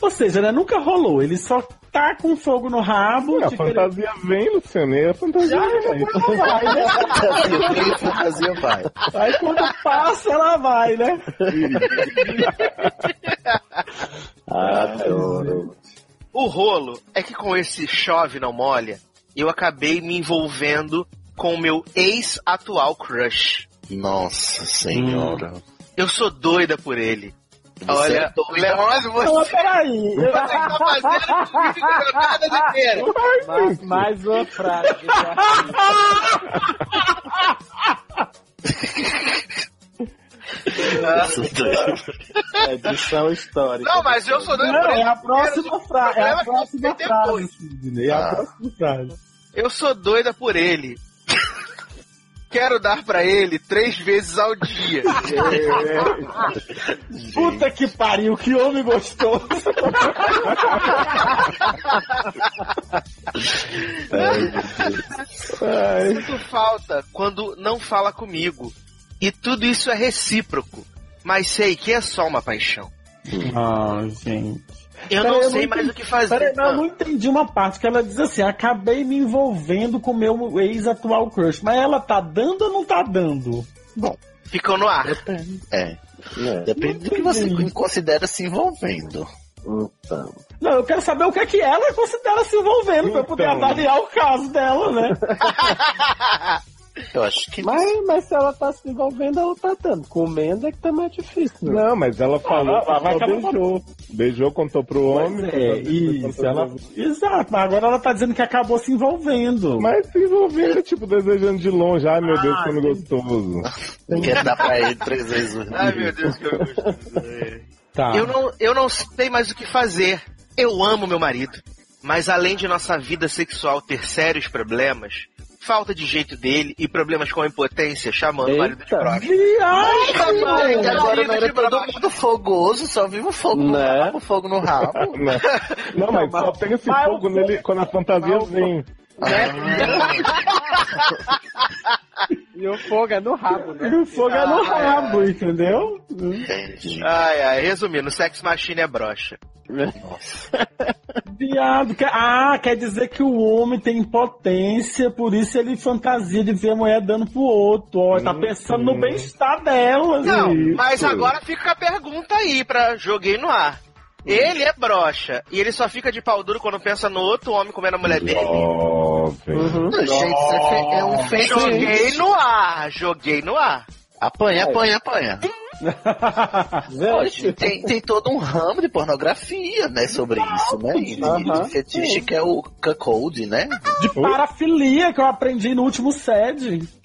[SPEAKER 11] Ou seja, né, nunca rolou. Ele só tá com fogo no rabo.
[SPEAKER 7] a
[SPEAKER 11] de
[SPEAKER 7] é fantasia vem, Luciano, e a fantasia vem.
[SPEAKER 11] querer- Vai, né?
[SPEAKER 10] Fantasia vem, fantasia vai.
[SPEAKER 11] Aí quando passa, ela vai, né?
[SPEAKER 4] Adoro.
[SPEAKER 14] O rolo é que com esse chove não molha, eu acabei me envolvendo com o meu ex-atual crush.
[SPEAKER 10] Nossa senhora.
[SPEAKER 14] Eu sou é doida por ele. Olha, o Leôncio, você...
[SPEAKER 11] Não, mas peraí.
[SPEAKER 14] Você tá fazendo jogada de pera.
[SPEAKER 11] mais, mais uma frase.
[SPEAKER 4] Edição histórica.
[SPEAKER 14] Não, mas eu sou doido
[SPEAKER 11] Não,
[SPEAKER 14] por
[SPEAKER 11] é
[SPEAKER 14] ele.
[SPEAKER 11] a próxima frase. É
[SPEAKER 14] problema
[SPEAKER 11] a
[SPEAKER 14] é que
[SPEAKER 11] próxima
[SPEAKER 14] você
[SPEAKER 11] frase,
[SPEAKER 14] depois.
[SPEAKER 11] Sidney. É a
[SPEAKER 14] Ah.
[SPEAKER 11] próxima frase.
[SPEAKER 14] Eu sou doida por ele. Quero dar pra ele três vezes ao dia.
[SPEAKER 11] Puta que pariu, que homem gostoso.
[SPEAKER 14] Sinto falta quando não fala comigo. E tudo isso é recíproco. Mas sei que é só uma paixão.
[SPEAKER 11] Ah, gente.
[SPEAKER 14] Eu
[SPEAKER 11] Peraí,
[SPEAKER 14] não sei
[SPEAKER 11] entendi-
[SPEAKER 14] mais o que fazer.
[SPEAKER 11] Peraí, não,
[SPEAKER 14] Ah.
[SPEAKER 11] eu não entendi uma parte que ela diz assim: acabei me envolvendo com meu ex-atual crush. Mas ela tá dando ou não tá dando?
[SPEAKER 10] Bom.
[SPEAKER 14] Ficou no ar.
[SPEAKER 10] É. Depende do que você considera se envolvendo. Então.
[SPEAKER 11] Não, eu quero saber o que é que ela considera se envolvendo pra eu poder
[SPEAKER 10] Então.
[SPEAKER 11] avaliar o caso dela, né?
[SPEAKER 10] Eu acho que.
[SPEAKER 15] Mas, mas se ela tá se envolvendo, ela tá dando. Comendo é que tá mais difícil. né?
[SPEAKER 7] Não, mas ela falou
[SPEAKER 15] Ah,
[SPEAKER 7] que
[SPEAKER 15] lá vai
[SPEAKER 7] só
[SPEAKER 15] acabar-
[SPEAKER 7] beijou. Beijou, contou pro homem.
[SPEAKER 11] É, isso. Ela... Exato, mas agora ela tá dizendo que acabou se envolvendo.
[SPEAKER 7] Mas se envolvendo, tipo, desejando de longe. Ai, meu
[SPEAKER 15] Ah,
[SPEAKER 7] Deus, como gostoso.
[SPEAKER 10] Quer dar pra ele três vezes o
[SPEAKER 14] Ai, meu Deus, que eu
[SPEAKER 11] Tá.
[SPEAKER 14] Eu não, eu não sei mais o que fazer. Eu amo meu marido. Mas além de nossa vida sexual ter sérios problemas, falta de jeito dele e problemas com a impotência, chamando o marido de
[SPEAKER 4] né?
[SPEAKER 14] próximo.
[SPEAKER 11] Viagem,
[SPEAKER 10] Ai,
[SPEAKER 14] mano.
[SPEAKER 10] agora não
[SPEAKER 14] De
[SPEAKER 10] era
[SPEAKER 14] braço.
[SPEAKER 10] todo mundo fogoso, só vive o fogo no rabo, fogo no rabo.
[SPEAKER 7] Né? Não, mas só tem esse fogo nele
[SPEAKER 15] é
[SPEAKER 7] quando a fantasia vem.
[SPEAKER 15] E o fogo é no rabo, né?
[SPEAKER 11] O fogo é no rabo, entendeu?
[SPEAKER 14] Ai, ai, resumindo, sex machine é brocha.
[SPEAKER 11] Viado, que- ah, quer dizer que o homem tem impotência, por isso ele fantasia de ver a mulher dando pro outro. Ó, tá pensando no bem-estar dela.
[SPEAKER 14] Não,
[SPEAKER 11] gente.
[SPEAKER 14] mas agora fica a pergunta aí pra joguei no ar. Ele é brocha e ele só fica de pau duro quando pensa no outro homem comendo a
[SPEAKER 15] é
[SPEAKER 14] mulher dele.
[SPEAKER 15] Uhum.
[SPEAKER 10] Não, Gente, isso é, fe- é um feio.
[SPEAKER 14] Joguei no ar, joguei no ar.
[SPEAKER 10] Apanha, apanha, apanha.
[SPEAKER 14] Gente.
[SPEAKER 10] Poxa, tem, tem todo um ramo de pornografia, né, sobre isso, né? E
[SPEAKER 11] Aham.
[SPEAKER 10] De fetiche que é o cuckold, né?
[SPEAKER 11] De parafilia que eu aprendi no último sede.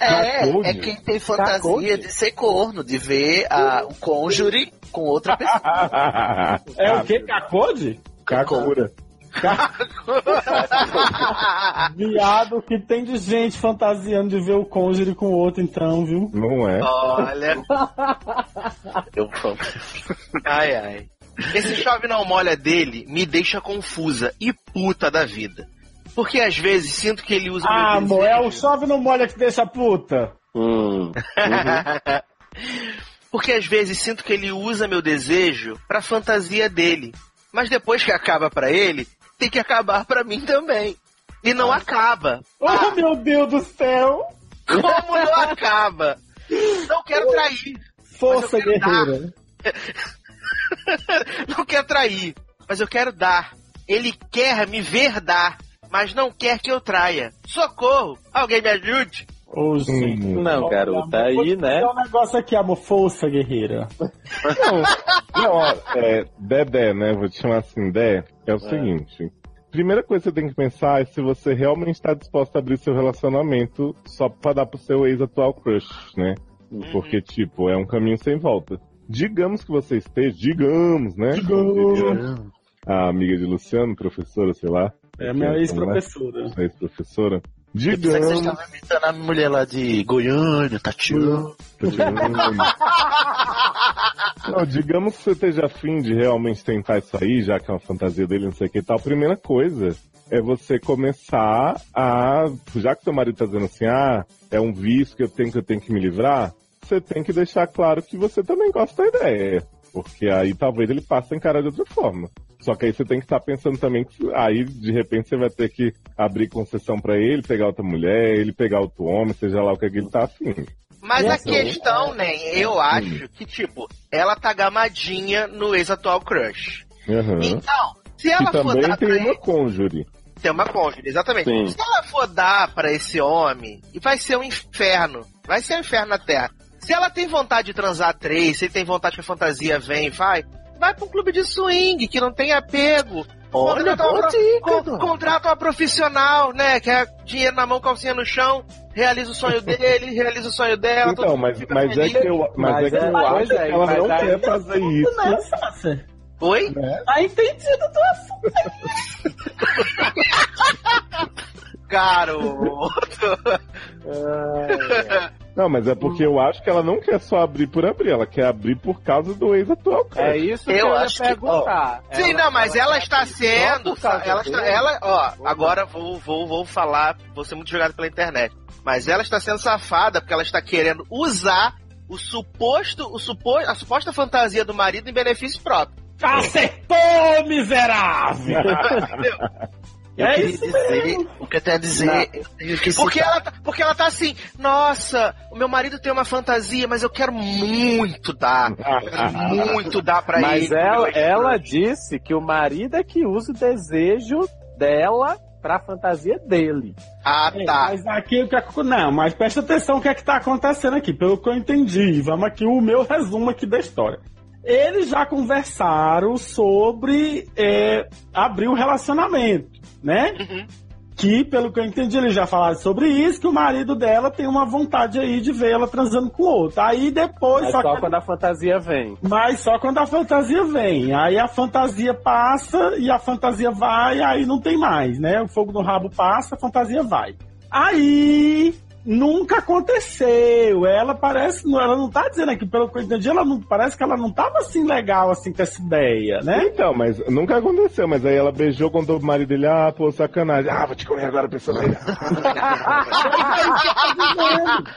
[SPEAKER 10] É,
[SPEAKER 11] Cuckold?
[SPEAKER 10] é quem tem fantasia de ser corno, de ver a, o cônjure com outra pessoa.
[SPEAKER 11] É o que? Cacode?
[SPEAKER 7] Kakura.
[SPEAKER 14] Ah,
[SPEAKER 11] Viado, o que tem de gente fantasiando de ver o cônjuge com o outro, então, viu?
[SPEAKER 7] Não é.
[SPEAKER 14] Olha.
[SPEAKER 10] Eu falo.
[SPEAKER 14] Ai, ai. Esse chove não molha dele me deixa confusa e puta da vida. Porque às vezes sinto que ele usa o meu
[SPEAKER 11] Ah,
[SPEAKER 14] desejo-
[SPEAKER 11] amor, é o chove não molha que deixa puta.
[SPEAKER 14] Porque às vezes sinto que ele usa meu desejo pra fantasia dele. Mas depois que acaba pra ele, tem que acabar pra mim também. E não acaba.
[SPEAKER 11] Oh,
[SPEAKER 14] Ah.
[SPEAKER 11] meu Deus do céu!
[SPEAKER 14] Como não acaba? Não quero trair.
[SPEAKER 11] Força,
[SPEAKER 14] mas eu quero
[SPEAKER 11] guerreira.
[SPEAKER 14] dar. não quero trair, mas eu quero dar. Ele quer me ver dar, mas não quer que eu traia. Socorro! Alguém me ajude!
[SPEAKER 11] Ô, gente.
[SPEAKER 4] Não, garota, aí, né?
[SPEAKER 11] É um negócio aqui, amor, força, guerreira.
[SPEAKER 7] Não, ó, é, Dedé, né? Vou te chamar assim, Dé. É o seguinte. Primeira coisa que você tem que pensar é se você realmente está disposta a abrir seu relacionamento só pra dar pro seu ex-atual crush, né? Porque, tipo, é um caminho sem volta. Digamos que você esteja, digamos, né? Como diria A amiga de Luciano, professora, sei lá.
[SPEAKER 11] É minha
[SPEAKER 7] Como
[SPEAKER 11] ex-professora.
[SPEAKER 7] Sua ex-professora.
[SPEAKER 10] Eu pensei é que vocês
[SPEAKER 7] Digamos.
[SPEAKER 10] estavam imitando a mulher lá de Goiânia, Tatiana.
[SPEAKER 7] Não, digamos que você esteja afim de realmente tentar isso aí, já que é uma fantasia dele, não sei o que e tal. Primeira coisa é você começar a. Já que seu marido tá dizendo assim, ah, é um vício que eu tenho que eu tenho que me livrar, você tem que deixar claro que você também gosta da ideia. Porque aí talvez ele passe a encarar de outra forma. Só que aí você tem que estar pensando também que aí de repente você vai ter que abrir concessão pra ele, pegar outra mulher, ele pegar outro homem, seja lá o que, é que ele tá afim.
[SPEAKER 14] Mas
[SPEAKER 7] Nossa, Hum.
[SPEAKER 14] a questão, né, eu acho que, tipo, ela tá gamadinha no ex-atual crush.
[SPEAKER 7] Aham.
[SPEAKER 14] Então, se ela
[SPEAKER 7] Hum. e
[SPEAKER 14] for
[SPEAKER 7] também
[SPEAKER 14] dar pra
[SPEAKER 7] tem uma cônjure.
[SPEAKER 14] Tem uma cônjuge, exatamente.
[SPEAKER 7] Sim.
[SPEAKER 14] Se ela for dar pra esse homem, e vai ser um inferno. Vai ser um inferno na Terra. Se ela tem vontade de transar três, se ele tem vontade que a fantasia vem, vai, vai pra um clube de swing, que não tem apego.
[SPEAKER 9] Olha,
[SPEAKER 11] tá
[SPEAKER 14] Contrata uma
[SPEAKER 9] boa
[SPEAKER 14] pro-
[SPEAKER 9] dica,
[SPEAKER 14] con-
[SPEAKER 9] Eduardo.
[SPEAKER 14] contrata uma profissional, né? Que é dinheiro na mão, calcinha no chão, realiza o sonho dele, realiza o sonho dela.
[SPEAKER 7] Então,
[SPEAKER 14] todo
[SPEAKER 7] mas,
[SPEAKER 14] mundo fica
[SPEAKER 7] mas é
[SPEAKER 14] feliz.
[SPEAKER 7] que eu, mas é que eu acho que ela não
[SPEAKER 14] é.
[SPEAKER 11] é
[SPEAKER 7] quer fazer
[SPEAKER 11] né?
[SPEAKER 7] isso.
[SPEAKER 14] Oi?
[SPEAKER 7] É.
[SPEAKER 3] Tá entendido assim. o teu assunto.
[SPEAKER 14] Garoto!
[SPEAKER 7] Não, mas é porque eu acho que ela não quer só abrir por abrir, ela quer abrir por causa do ex-atual cara. um
[SPEAKER 14] É isso que Eu eu ia acho que- perguntar.
[SPEAKER 11] É,
[SPEAKER 14] Sim, não, mas ela, está sendo.
[SPEAKER 11] tá,
[SPEAKER 14] Ela, está, ela, ó, agora vou, vou, vou falar, vou ser muito jogado pela internet. Mas ela está sendo safada porque ela está querendo usar o suposto, o supo, a suposta fantasia do marido em benefício próprio.
[SPEAKER 11] Acertou, miserável!
[SPEAKER 14] Eu
[SPEAKER 11] É
[SPEAKER 14] queria
[SPEAKER 11] isso
[SPEAKER 14] dizer-
[SPEAKER 11] mesmo.
[SPEAKER 14] o que eu tenho a dizer.
[SPEAKER 11] Não.
[SPEAKER 14] eu que porque, ela, tá- porque ela tá assim, nossa, o meu marido tem uma fantasia, mas eu quero muito dar. Eu quero
[SPEAKER 7] Ah,
[SPEAKER 14] muito dar pra
[SPEAKER 4] Mas
[SPEAKER 14] ele.
[SPEAKER 4] ela, ela disse que o marido é que usa o desejo dela pra fantasia dele.
[SPEAKER 14] Ah,
[SPEAKER 11] tá. Mas aqui o que é- Não, mas presta atenção o que é que tá acontecendo aqui, pelo que eu entendi. Vamos aqui o meu resumo aqui da história. Eles já conversaram sobre é, abrir um relacionamento, né? Que, pelo que eu entendi, eles já falaram sobre isso, que o marido dela tem uma vontade aí de ver ela transando com outro. Aí depois.
[SPEAKER 4] Mas só
[SPEAKER 11] que-
[SPEAKER 4] quando a fantasia vem.
[SPEAKER 11] mas só quando a fantasia vem. Aí a fantasia passa e a fantasia vai, aí não tem mais, né? O fogo no rabo passa, a fantasia vai. Aí nunca aconteceu. Ela parece, não- ela não tá dizendo aqui, pelo que eu entendi, ela não parece que ela não tava assim legal assim com essa ideia, né?
[SPEAKER 7] Então, mas nunca aconteceu, mas aí ela beijou, contou pro marido dele, ah, pô, sacanagem. Ah, vou te comer agora, pessoa.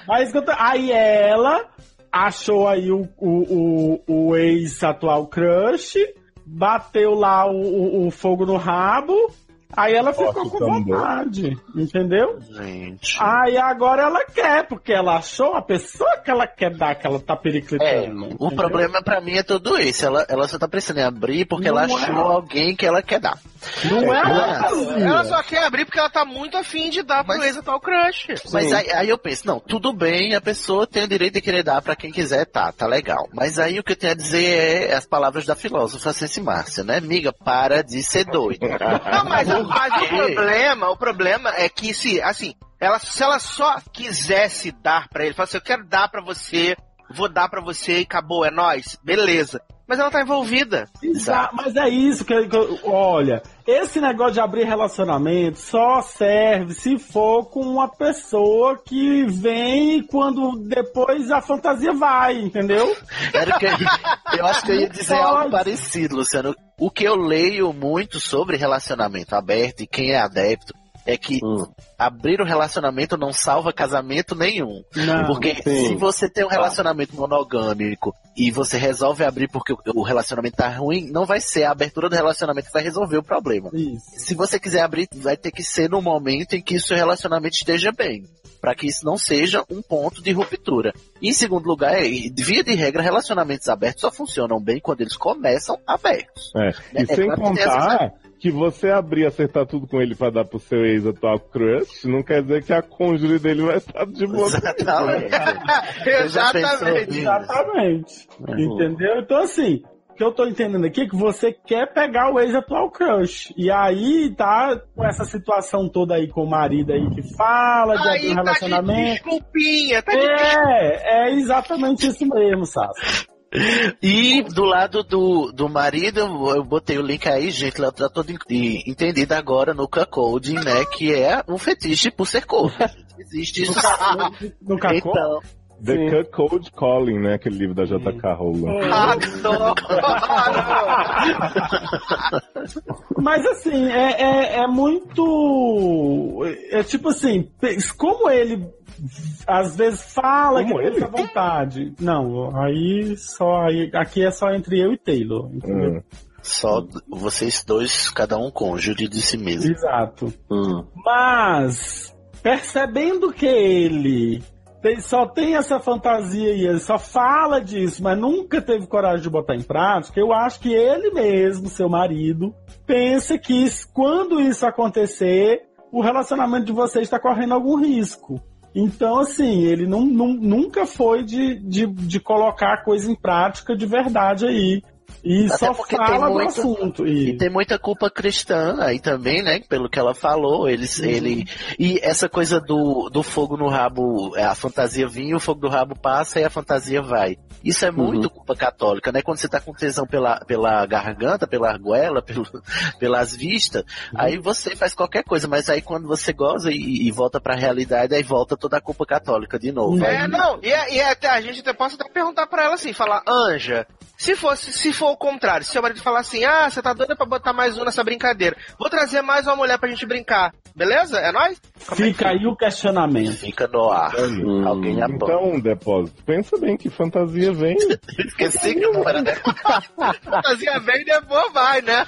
[SPEAKER 11] Mas escuta, aí ela achou aí o, o, o, o ex-atual crush, bateu lá o, o, o fogo no rabo, aí ela ficou com vontade, entendeu?
[SPEAKER 14] Gente.
[SPEAKER 11] Aí agora ela quer, porque ela achou a pessoa que ela quer dar aquela tapiriclitana.
[SPEAKER 10] O problema pra mim é tudo isso. Ela, ela só tá pensando em abrir porque ela
[SPEAKER 11] Não é.
[SPEAKER 10] achou alguém que ela quer dar.
[SPEAKER 11] Não é
[SPEAKER 10] fantasia.
[SPEAKER 14] Ela só quer abrir porque ela tá muito afim de dar pro ex-atual crush.
[SPEAKER 10] Mas aí, aí eu penso, não, tudo bem, a pessoa tem o direito de querer dar pra quem quiser, tá, tá legal. Mas aí o que eu tenho a dizer é as palavras da filósofa Ceci Márcia, né? Amiga, para de ser doida.
[SPEAKER 14] Não, mas, mas o problema, o problema é que se, assim, ela, se ela só quisesse dar pra ele, falar assim, eu quero dar pra você, vou dar pra você e acabou, é nóis, beleza. Mas ela tá envolvida.
[SPEAKER 11] Exa- Mas é isso que eu, que eu- olha, esse negócio de abrir relacionamento só serve se for com uma pessoa que vem quando depois a fantasia vai, entendeu?
[SPEAKER 10] Era o que eu, eu acho que eu ia dizer
[SPEAKER 11] Não
[SPEAKER 10] algo
[SPEAKER 11] pode.
[SPEAKER 10] parecido, Luciano. O que eu leio muito sobre relacionamento aberto e quem é adepto é que abrir um relacionamento não salva casamento nenhum.
[SPEAKER 7] Ah,
[SPEAKER 11] Não,
[SPEAKER 10] porque
[SPEAKER 11] sim.
[SPEAKER 10] se você tem um
[SPEAKER 7] Tá.
[SPEAKER 10] relacionamento monogâmico e você resolve abrir porque o- o relacionamento tá ruim, não vai ser a abertura do relacionamento que vai resolver o problema. Se você quiser abrir, vai ter que ser no momento em que seu relacionamento esteja bem. Pra que isso não seja um ponto de ruptura. Em segundo lugar, é, e via de regra, relacionamentos abertos só funcionam bem quando eles começam abertos.
[SPEAKER 7] É. E
[SPEAKER 10] É,
[SPEAKER 7] sem
[SPEAKER 10] claro que tem essa-
[SPEAKER 7] contar que você abrir e acertar tudo com ele pra dar pro seu ex-atual crush, não quer dizer que a cônjuge dele vai estar de boa.
[SPEAKER 14] Exatamente.
[SPEAKER 11] Exatamente. Entendeu? Então, assim, o que eu tô entendendo aqui é que você quer pegar o ex-atual crush. E aí tá com essa situação toda aí com o marido aí que fala de abrir um
[SPEAKER 14] Aí tá de
[SPEAKER 11] relacionamento.
[SPEAKER 14] desculpinha, tá de
[SPEAKER 11] É, é exatamente isso mesmo, Sassi.
[SPEAKER 10] E do lado do, do marido, eu eu botei o link aí, gente, ela tá toda en- e- entendida agora no cuckolding, né? Que é um fetiche por ser corno. Existe isso.
[SPEAKER 14] Ah,
[SPEAKER 11] No
[SPEAKER 10] então,
[SPEAKER 7] The Cut Cold Calling, né? Aquele livro da J.K. Rowling.
[SPEAKER 11] Mas assim, é, é, é muito. É tipo assim, pe- como ele às vezes fala
[SPEAKER 7] Como
[SPEAKER 11] que tem
[SPEAKER 7] ele?
[SPEAKER 11] essa vontade. Não, aí só. Aí, aqui é só entre eu e Taylor. Entendeu?
[SPEAKER 7] Ah.
[SPEAKER 10] Só d- vocês dois, cada um cônjuge de si mesmo.
[SPEAKER 11] Exato. Mas, percebendo que ele tem- só tem essa fantasia e ele só fala disso, mas nunca teve coragem de botar em prática, eu acho que ele mesmo, seu marido, pensa que isso- quando isso acontecer, o relacionamento de vocês está correndo tá algum risco. Então, assim, ele não, não- nunca foi de, de, de colocar a coisa em prática de verdade aí. E
[SPEAKER 10] Até
[SPEAKER 11] só
[SPEAKER 10] porque
[SPEAKER 11] fala
[SPEAKER 10] tem
[SPEAKER 11] do
[SPEAKER 10] muito-
[SPEAKER 11] assunto. E...
[SPEAKER 10] E tem muita culpa cristã aí também, né? Pelo que ela falou, eles, ele e essa coisa do, do fogo no rabo, é, a fantasia vinha, o fogo do rabo passa e a fantasia vai. Isso é muito culpa católica, né? Quando você tá com tesão pela, pela garganta, pela argoela, pelo, pelas vistas, aí você faz qualquer coisa, mas aí quando você goza e, e volta pra realidade, aí volta toda a culpa católica de novo.
[SPEAKER 14] É,
[SPEAKER 10] Aí-
[SPEAKER 14] não, e, a- e até a gente até posso até perguntar pra ela assim, falar, Anja, se fosse, se for o contrário, se seu marido falar assim, ah, você tá doida pra botar mais um nessa brincadeira, vou trazer mais uma mulher pra gente brincar, beleza? É nóis?
[SPEAKER 11] Fica aí o questionamento.
[SPEAKER 10] Fica no ar. Alguém apoia.
[SPEAKER 7] Então, um depósito. Pensa bem que fantasia vem.
[SPEAKER 10] Esqueci que eu não era
[SPEAKER 14] Fantasia vem e depois vai, né?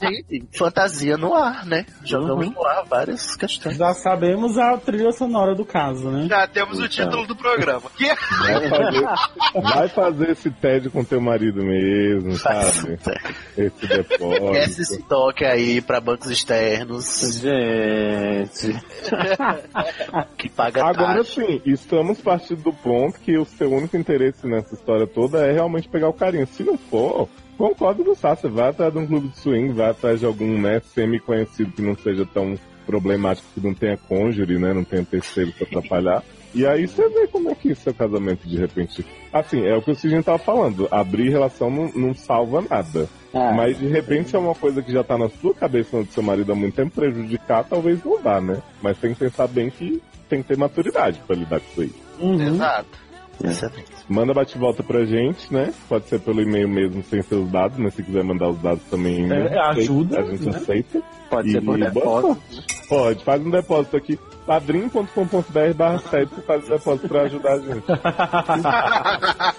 [SPEAKER 10] Gente, fantasia no ar, né? Jogamos no ar várias questões.
[SPEAKER 11] Já sabemos a trilha sonora do caso, né?
[SPEAKER 14] Já temos o título do programa. Que-
[SPEAKER 7] Vai fazer, vai fazer esse TED com teu marido mesmo, sabe? Esse
[SPEAKER 10] Esquece
[SPEAKER 7] depósito.
[SPEAKER 10] esse toque aí pra bancos externos.
[SPEAKER 4] Gente.
[SPEAKER 10] que paga
[SPEAKER 7] Agora
[SPEAKER 10] taxa.
[SPEAKER 7] sim, estamos partindo do ponto que o seu único interesse nessa história toda é realmente pegar o carinho. Se não for, concordo com o Sá, você vai atrás de um clube de swing, vai atrás de algum né, semi-conhecido que não seja tão problemático, que não tenha cônjure, né, não tenha terceiro pra atrapalhar. E aí você vê como é que é seu casamento de repente. Assim, é o que o Sidney tava falando, abrir relação não, não salva nada. Mas de repente se é uma coisa que já tá na sua cabeça do seu marido há muito tempo, prejudicar talvez não vá, né? Mas tem que pensar bem que tem que ter maturidade pra lidar com isso aí.
[SPEAKER 11] Uhum. Um,
[SPEAKER 10] Exato. né?
[SPEAKER 7] Manda bate-volta pra gente, né? Pode ser pelo e-mail mesmo, sem seus dados, mas se quiser mandar os dados também.
[SPEAKER 11] É,
[SPEAKER 7] né?
[SPEAKER 11] ajuda,
[SPEAKER 7] A gente
[SPEAKER 11] né?
[SPEAKER 7] aceita.
[SPEAKER 4] Pode ser por
[SPEAKER 7] boa
[SPEAKER 4] depósito.
[SPEAKER 7] sorte. Pode, faz um depósito aqui. padrim.com.br barra site, você faz o depósito pra ajudar a gente.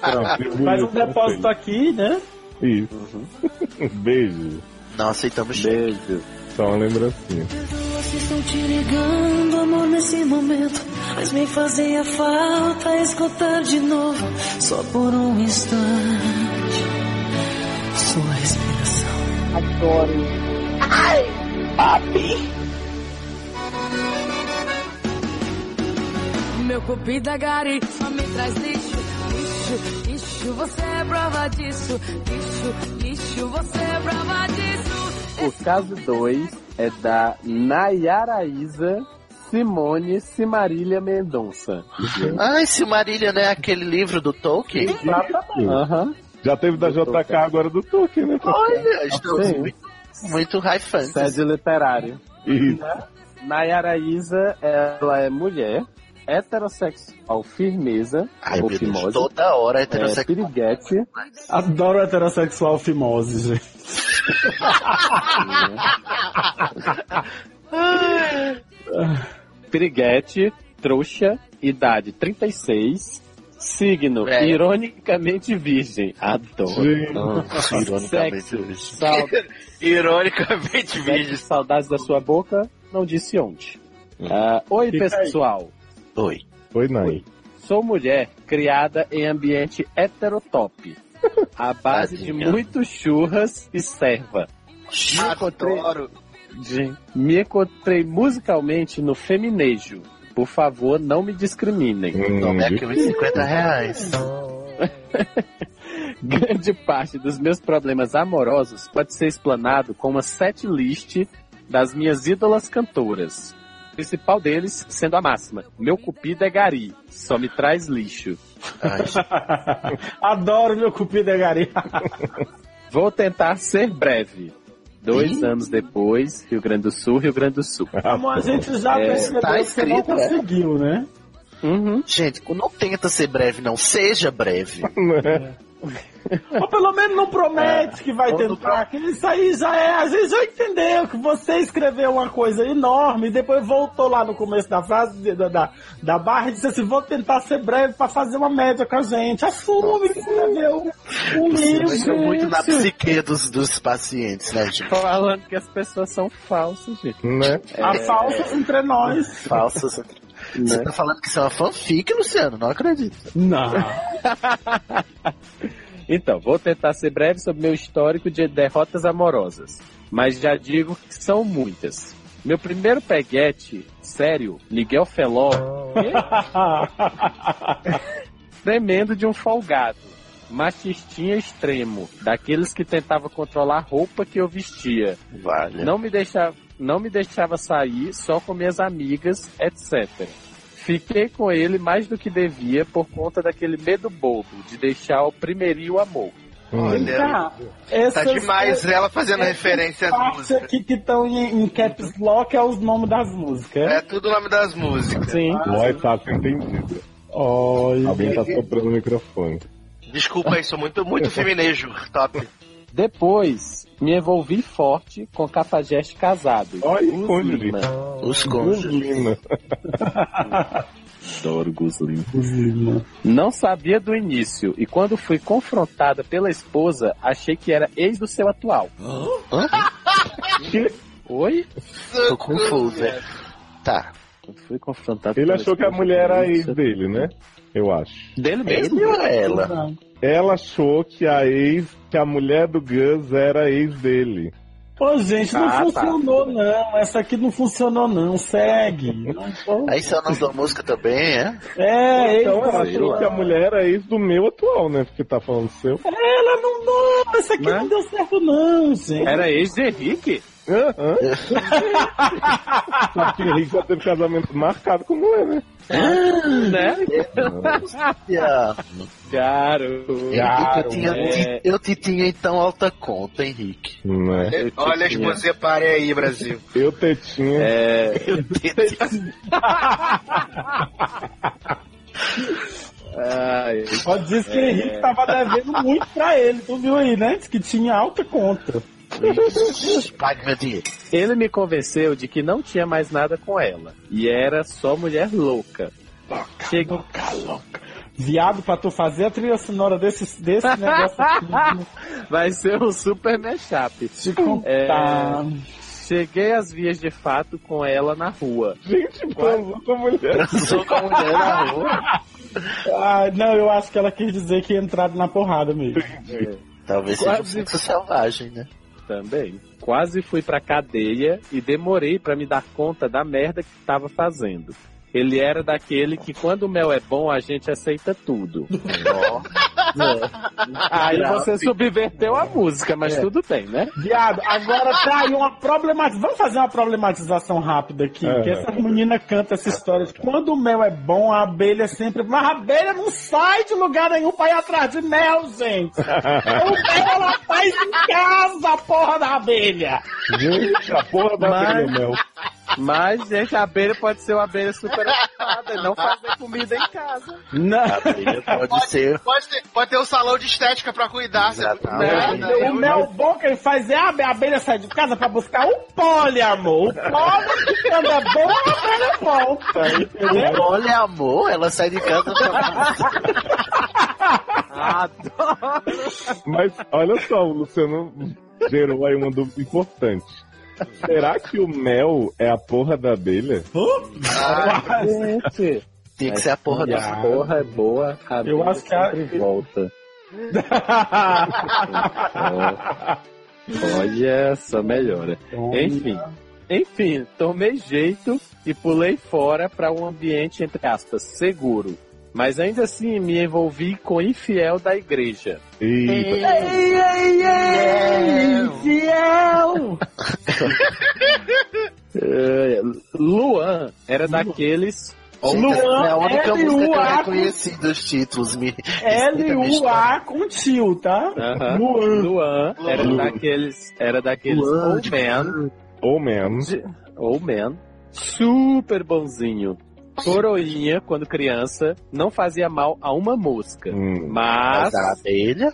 [SPEAKER 7] Pronto,
[SPEAKER 11] Faz um
[SPEAKER 7] bonito,
[SPEAKER 11] depósito aqui, né?
[SPEAKER 7] Isso. Um Beijo.
[SPEAKER 10] Não aceitamos
[SPEAKER 7] Beijo. Só uma lembrancinha.
[SPEAKER 16] Doce estão te ligando, amor, nesse momento. Mas me fazia falta escutar de novo, só por um instante. Sua respiração. Adoro. Ai, papi!
[SPEAKER 17] Meu cupida gari só me traz lixo, lixo, lixo, você é prova disso. Lixo, lixo, você é prova disso.
[SPEAKER 4] O caso 2 é da Nayara Isa Simone Simarília Mendonça.
[SPEAKER 10] Ai, Silmarillion, né? Aquele livro do Tolkien.
[SPEAKER 11] tá
[SPEAKER 4] Aham.
[SPEAKER 7] Já teve da JK, agora do Tolkien, né?
[SPEAKER 10] Olha, estamos
[SPEAKER 4] é, Sim.
[SPEAKER 10] muito, muito high fantasy.
[SPEAKER 4] Sede literário.
[SPEAKER 7] Isso.
[SPEAKER 4] Nayara Isa, ela é mulher, heterossexual, firmeza, ou fimose.
[SPEAKER 10] Toda hora
[SPEAKER 4] É,
[SPEAKER 10] heterossexual.
[SPEAKER 4] piriguete.
[SPEAKER 11] Adoro heterossexual fimose, gente.
[SPEAKER 4] Piriguete, trouxa, idade 36, signo
[SPEAKER 10] É.
[SPEAKER 14] Velho.
[SPEAKER 4] ironicamente virgem. Adoro.
[SPEAKER 10] Gente. Ironicamente virgem.
[SPEAKER 14] Ironicamente
[SPEAKER 4] virgem. Saudades da sua boca, não disse onde. Ah, oi,
[SPEAKER 7] Fica aí.
[SPEAKER 4] pessoal.
[SPEAKER 10] Oi.
[SPEAKER 7] Oi, Nai.
[SPEAKER 4] Sou mulher criada em ambiente heterotop, à base de
[SPEAKER 7] Tadinha.
[SPEAKER 4] muitos churras e serva.
[SPEAKER 14] Adoro.
[SPEAKER 4] De- Me encontrei musicalmente no feminejo. Por favor, não me discriminem.
[SPEAKER 7] Hum,
[SPEAKER 4] é
[SPEAKER 10] Tome é aqui uns 50 reais.
[SPEAKER 4] Grande parte dos meus problemas amorosos pode ser explanado com uma set list das minhas ídolas cantoras. O principal deles sendo a máxima: Meu cupido é gari, só me traz lixo.
[SPEAKER 11] Adoro meu cupido é gari.
[SPEAKER 4] Vou tentar ser breve. Dois
[SPEAKER 11] Ih.
[SPEAKER 4] anos depois, Rio Grande do Sul, Rio Grande do Sul.
[SPEAKER 11] Como a gente já percebeu
[SPEAKER 10] tá
[SPEAKER 11] que você não
[SPEAKER 10] escrito, é.
[SPEAKER 11] conseguiu, né?
[SPEAKER 10] Gente, não tenta ser breve, não. Seja breve.
[SPEAKER 11] Ou pelo menos não promete que
[SPEAKER 10] É.
[SPEAKER 11] vai
[SPEAKER 10] tá-
[SPEAKER 11] tentar, que isso aí já é. A gente já entendeu que você escreveu uma coisa enorme e depois voltou lá no começo da frase, de- da, da, da barra, e disse assim: vou tentar ser breve pra fazer uma média com a gente. Assume que escreveu um
[SPEAKER 10] Você
[SPEAKER 11] livro.
[SPEAKER 10] mexeu muito na
[SPEAKER 11] gente.
[SPEAKER 10] psique dos, dos pacientes, né, gente?
[SPEAKER 4] Falando que as pessoas são falsas, gente.
[SPEAKER 7] Né?
[SPEAKER 11] A falsa entre nós.
[SPEAKER 10] Falsas. Você tá falando que isso é uma fanfic, Luciano? Não acredito.
[SPEAKER 11] Não.
[SPEAKER 4] Então, vou tentar ser breve sobre meu histórico de derrotas amorosas, mas já digo que são muitas. Meu primeiro peguete, sério, Miguel Feló, Tremendo de um folgado. Machistinha extremo. Daqueles que tentava controlar a roupa que eu vestia.
[SPEAKER 10] Vale.
[SPEAKER 4] Não me deixava, não me deixava sair só com minhas amigas, etc. Fiquei com ele mais do que devia por conta daquele medo bobo de deixar o primeiro amor.
[SPEAKER 14] Olha, tá
[SPEAKER 11] essas-
[SPEAKER 14] demais ela fazendo
[SPEAKER 11] essas
[SPEAKER 14] referência às
[SPEAKER 11] partes
[SPEAKER 14] músicas.
[SPEAKER 11] aqui que estão em, em caps lock é os nomes das músicas.
[SPEAKER 14] É tudo o nome das músicas.
[SPEAKER 11] É, Sim.
[SPEAKER 7] Voz tá sem entendido. Alguém tá soprando o microfone.
[SPEAKER 14] Desculpa aí, sou muito, muito feminejo, top.
[SPEAKER 4] Depois, me envolvi forte com Cafajeste casado.
[SPEAKER 7] Olha,
[SPEAKER 4] Os
[SPEAKER 7] cônjuge.
[SPEAKER 4] Lima.
[SPEAKER 10] Os cônjuges.
[SPEAKER 4] Adoro Guslin. Não sabia do início e quando fui confrontada pela esposa, achei que era ex do seu atual. Oi?
[SPEAKER 10] Tô confusa. Tá.
[SPEAKER 4] Fui confrontado
[SPEAKER 7] Ele
[SPEAKER 4] pela
[SPEAKER 7] achou que a
[SPEAKER 4] esposa
[SPEAKER 7] mulher era
[SPEAKER 4] pela
[SPEAKER 7] ex
[SPEAKER 4] esposa.
[SPEAKER 7] dele, né? Eu acho.
[SPEAKER 4] Dele
[SPEAKER 10] mesmo? Ele ou ela?
[SPEAKER 7] Ela achou que a ex, que a mulher do Gus era a ex dele.
[SPEAKER 11] Pô, gente, não
[SPEAKER 7] Ah, tá.
[SPEAKER 11] funcionou, não. Essa aqui não funcionou, não. Segue.
[SPEAKER 10] Aí só não dou música também, é?
[SPEAKER 11] É,
[SPEAKER 7] então
[SPEAKER 11] ex
[SPEAKER 7] ela
[SPEAKER 11] do
[SPEAKER 7] achou
[SPEAKER 11] atual.
[SPEAKER 7] que a mulher era ex do meu atual, né? Porque tá falando seu.
[SPEAKER 11] Ela não, não, essa aqui
[SPEAKER 7] Né?
[SPEAKER 11] não deu certo, não, gente.
[SPEAKER 4] Era ex de Henrique?
[SPEAKER 7] Hã? Só que Henrique já teve casamento marcado com mulher, né?
[SPEAKER 10] Né?
[SPEAKER 4] Caro.
[SPEAKER 10] eu, tinha, eu te tinha então alta conta, Henrique.
[SPEAKER 7] Né?
[SPEAKER 14] Olha a esposa, pare aí, Brasil.
[SPEAKER 7] Eu tetinha.
[SPEAKER 4] É.
[SPEAKER 10] Eu tetinha.
[SPEAKER 4] Ai,
[SPEAKER 11] Ó, diz que o Henrique tava devendo muito pra ele, tu viu aí, né? Diz que tinha alta conta.
[SPEAKER 10] Pague meu dinheiro.
[SPEAKER 4] Ele me convenceu de que não tinha mais nada com ela. E era só mulher louca. Chegou
[SPEAKER 11] Viado, pra tu fazer a trilha sonora desse, desse negócio aqui.
[SPEAKER 4] Vai ser um super mashup.
[SPEAKER 11] Te contar.
[SPEAKER 4] cheguei às vias de fato com ela na rua.
[SPEAKER 7] Gente,
[SPEAKER 11] tipo,
[SPEAKER 7] transou com a mulher.
[SPEAKER 10] Transou com a mulher na rua.
[SPEAKER 11] Ah, não, eu acho que ela quis dizer que entrado na porrada mesmo.
[SPEAKER 10] Talvez seja um sexo selvagem, né?
[SPEAKER 4] Também. Quase fui pra cadeia e demorei pra me dar conta da merda que tava fazendo. Ele era daquele que quando o mel é bom, a gente aceita tudo. Aí você subverteu a música, mas
[SPEAKER 11] É.
[SPEAKER 4] tudo bem, né?
[SPEAKER 11] Viado, agora tá aí uma problematização. Vamos fazer uma problematização rápida aqui.
[SPEAKER 4] É.
[SPEAKER 11] Que essa menina canta essa história de quando o mel é bom, a abelha sempre. Mas a abelha não sai de lugar nenhum pra ir atrás de mel, gente. o mel ela faz em casa, a porra da abelha.
[SPEAKER 7] Gente, a porra da
[SPEAKER 4] Mas-
[SPEAKER 7] abelha mel.
[SPEAKER 4] Mas, gente, a abelha pode ser uma abelha super ocupada, não fazer comida em casa.
[SPEAKER 11] Não.
[SPEAKER 10] Pode ser. tá.
[SPEAKER 14] Pode ter, pode ter um salão de estética pra cuidar. você-
[SPEAKER 11] Né? o mel bom que ele faz é a abe- a abelha sair de casa pra buscar o pole, amor. O pole que anda bom, a abelha volta. entendeu?
[SPEAKER 10] Olha, amor, ela sai de casa pra...
[SPEAKER 7] Mas olha só, o Luciano gerou aí uma dúvida importante. Será que o mel é a porra da abelha?
[SPEAKER 10] Tem que ser a porra da
[SPEAKER 4] A porra é boa, a abelha
[SPEAKER 11] acho que a-
[SPEAKER 4] sempre volta. Olha, só melhora. Enfim, enfim, tomei jeito e pulei fora para um ambiente, entre aspas, seguro. Mas ainda assim me envolvi com infiel da igreja.
[SPEAKER 7] Eita.
[SPEAKER 11] Ei, ei, ei, fiel!
[SPEAKER 4] Eh, Luan era daqueles.
[SPEAKER 11] Luan,
[SPEAKER 10] é a única música que
[SPEAKER 11] L,
[SPEAKER 10] eu
[SPEAKER 11] U, A,
[SPEAKER 10] reconheci dos títulos. Me...
[SPEAKER 11] L-U-A com tio, tá?
[SPEAKER 4] Aham. Luan
[SPEAKER 11] Luan.
[SPEAKER 4] era
[SPEAKER 7] Luan.
[SPEAKER 4] daqueles. Era daqueles
[SPEAKER 10] Luan,
[SPEAKER 4] old man.
[SPEAKER 7] Ou man.
[SPEAKER 4] Old man. Super bonzinho. Coroinha, quando criança, não fazia mal a uma mosca.
[SPEAKER 7] Hum.
[SPEAKER 4] Mas,
[SPEAKER 10] Mas a abelha?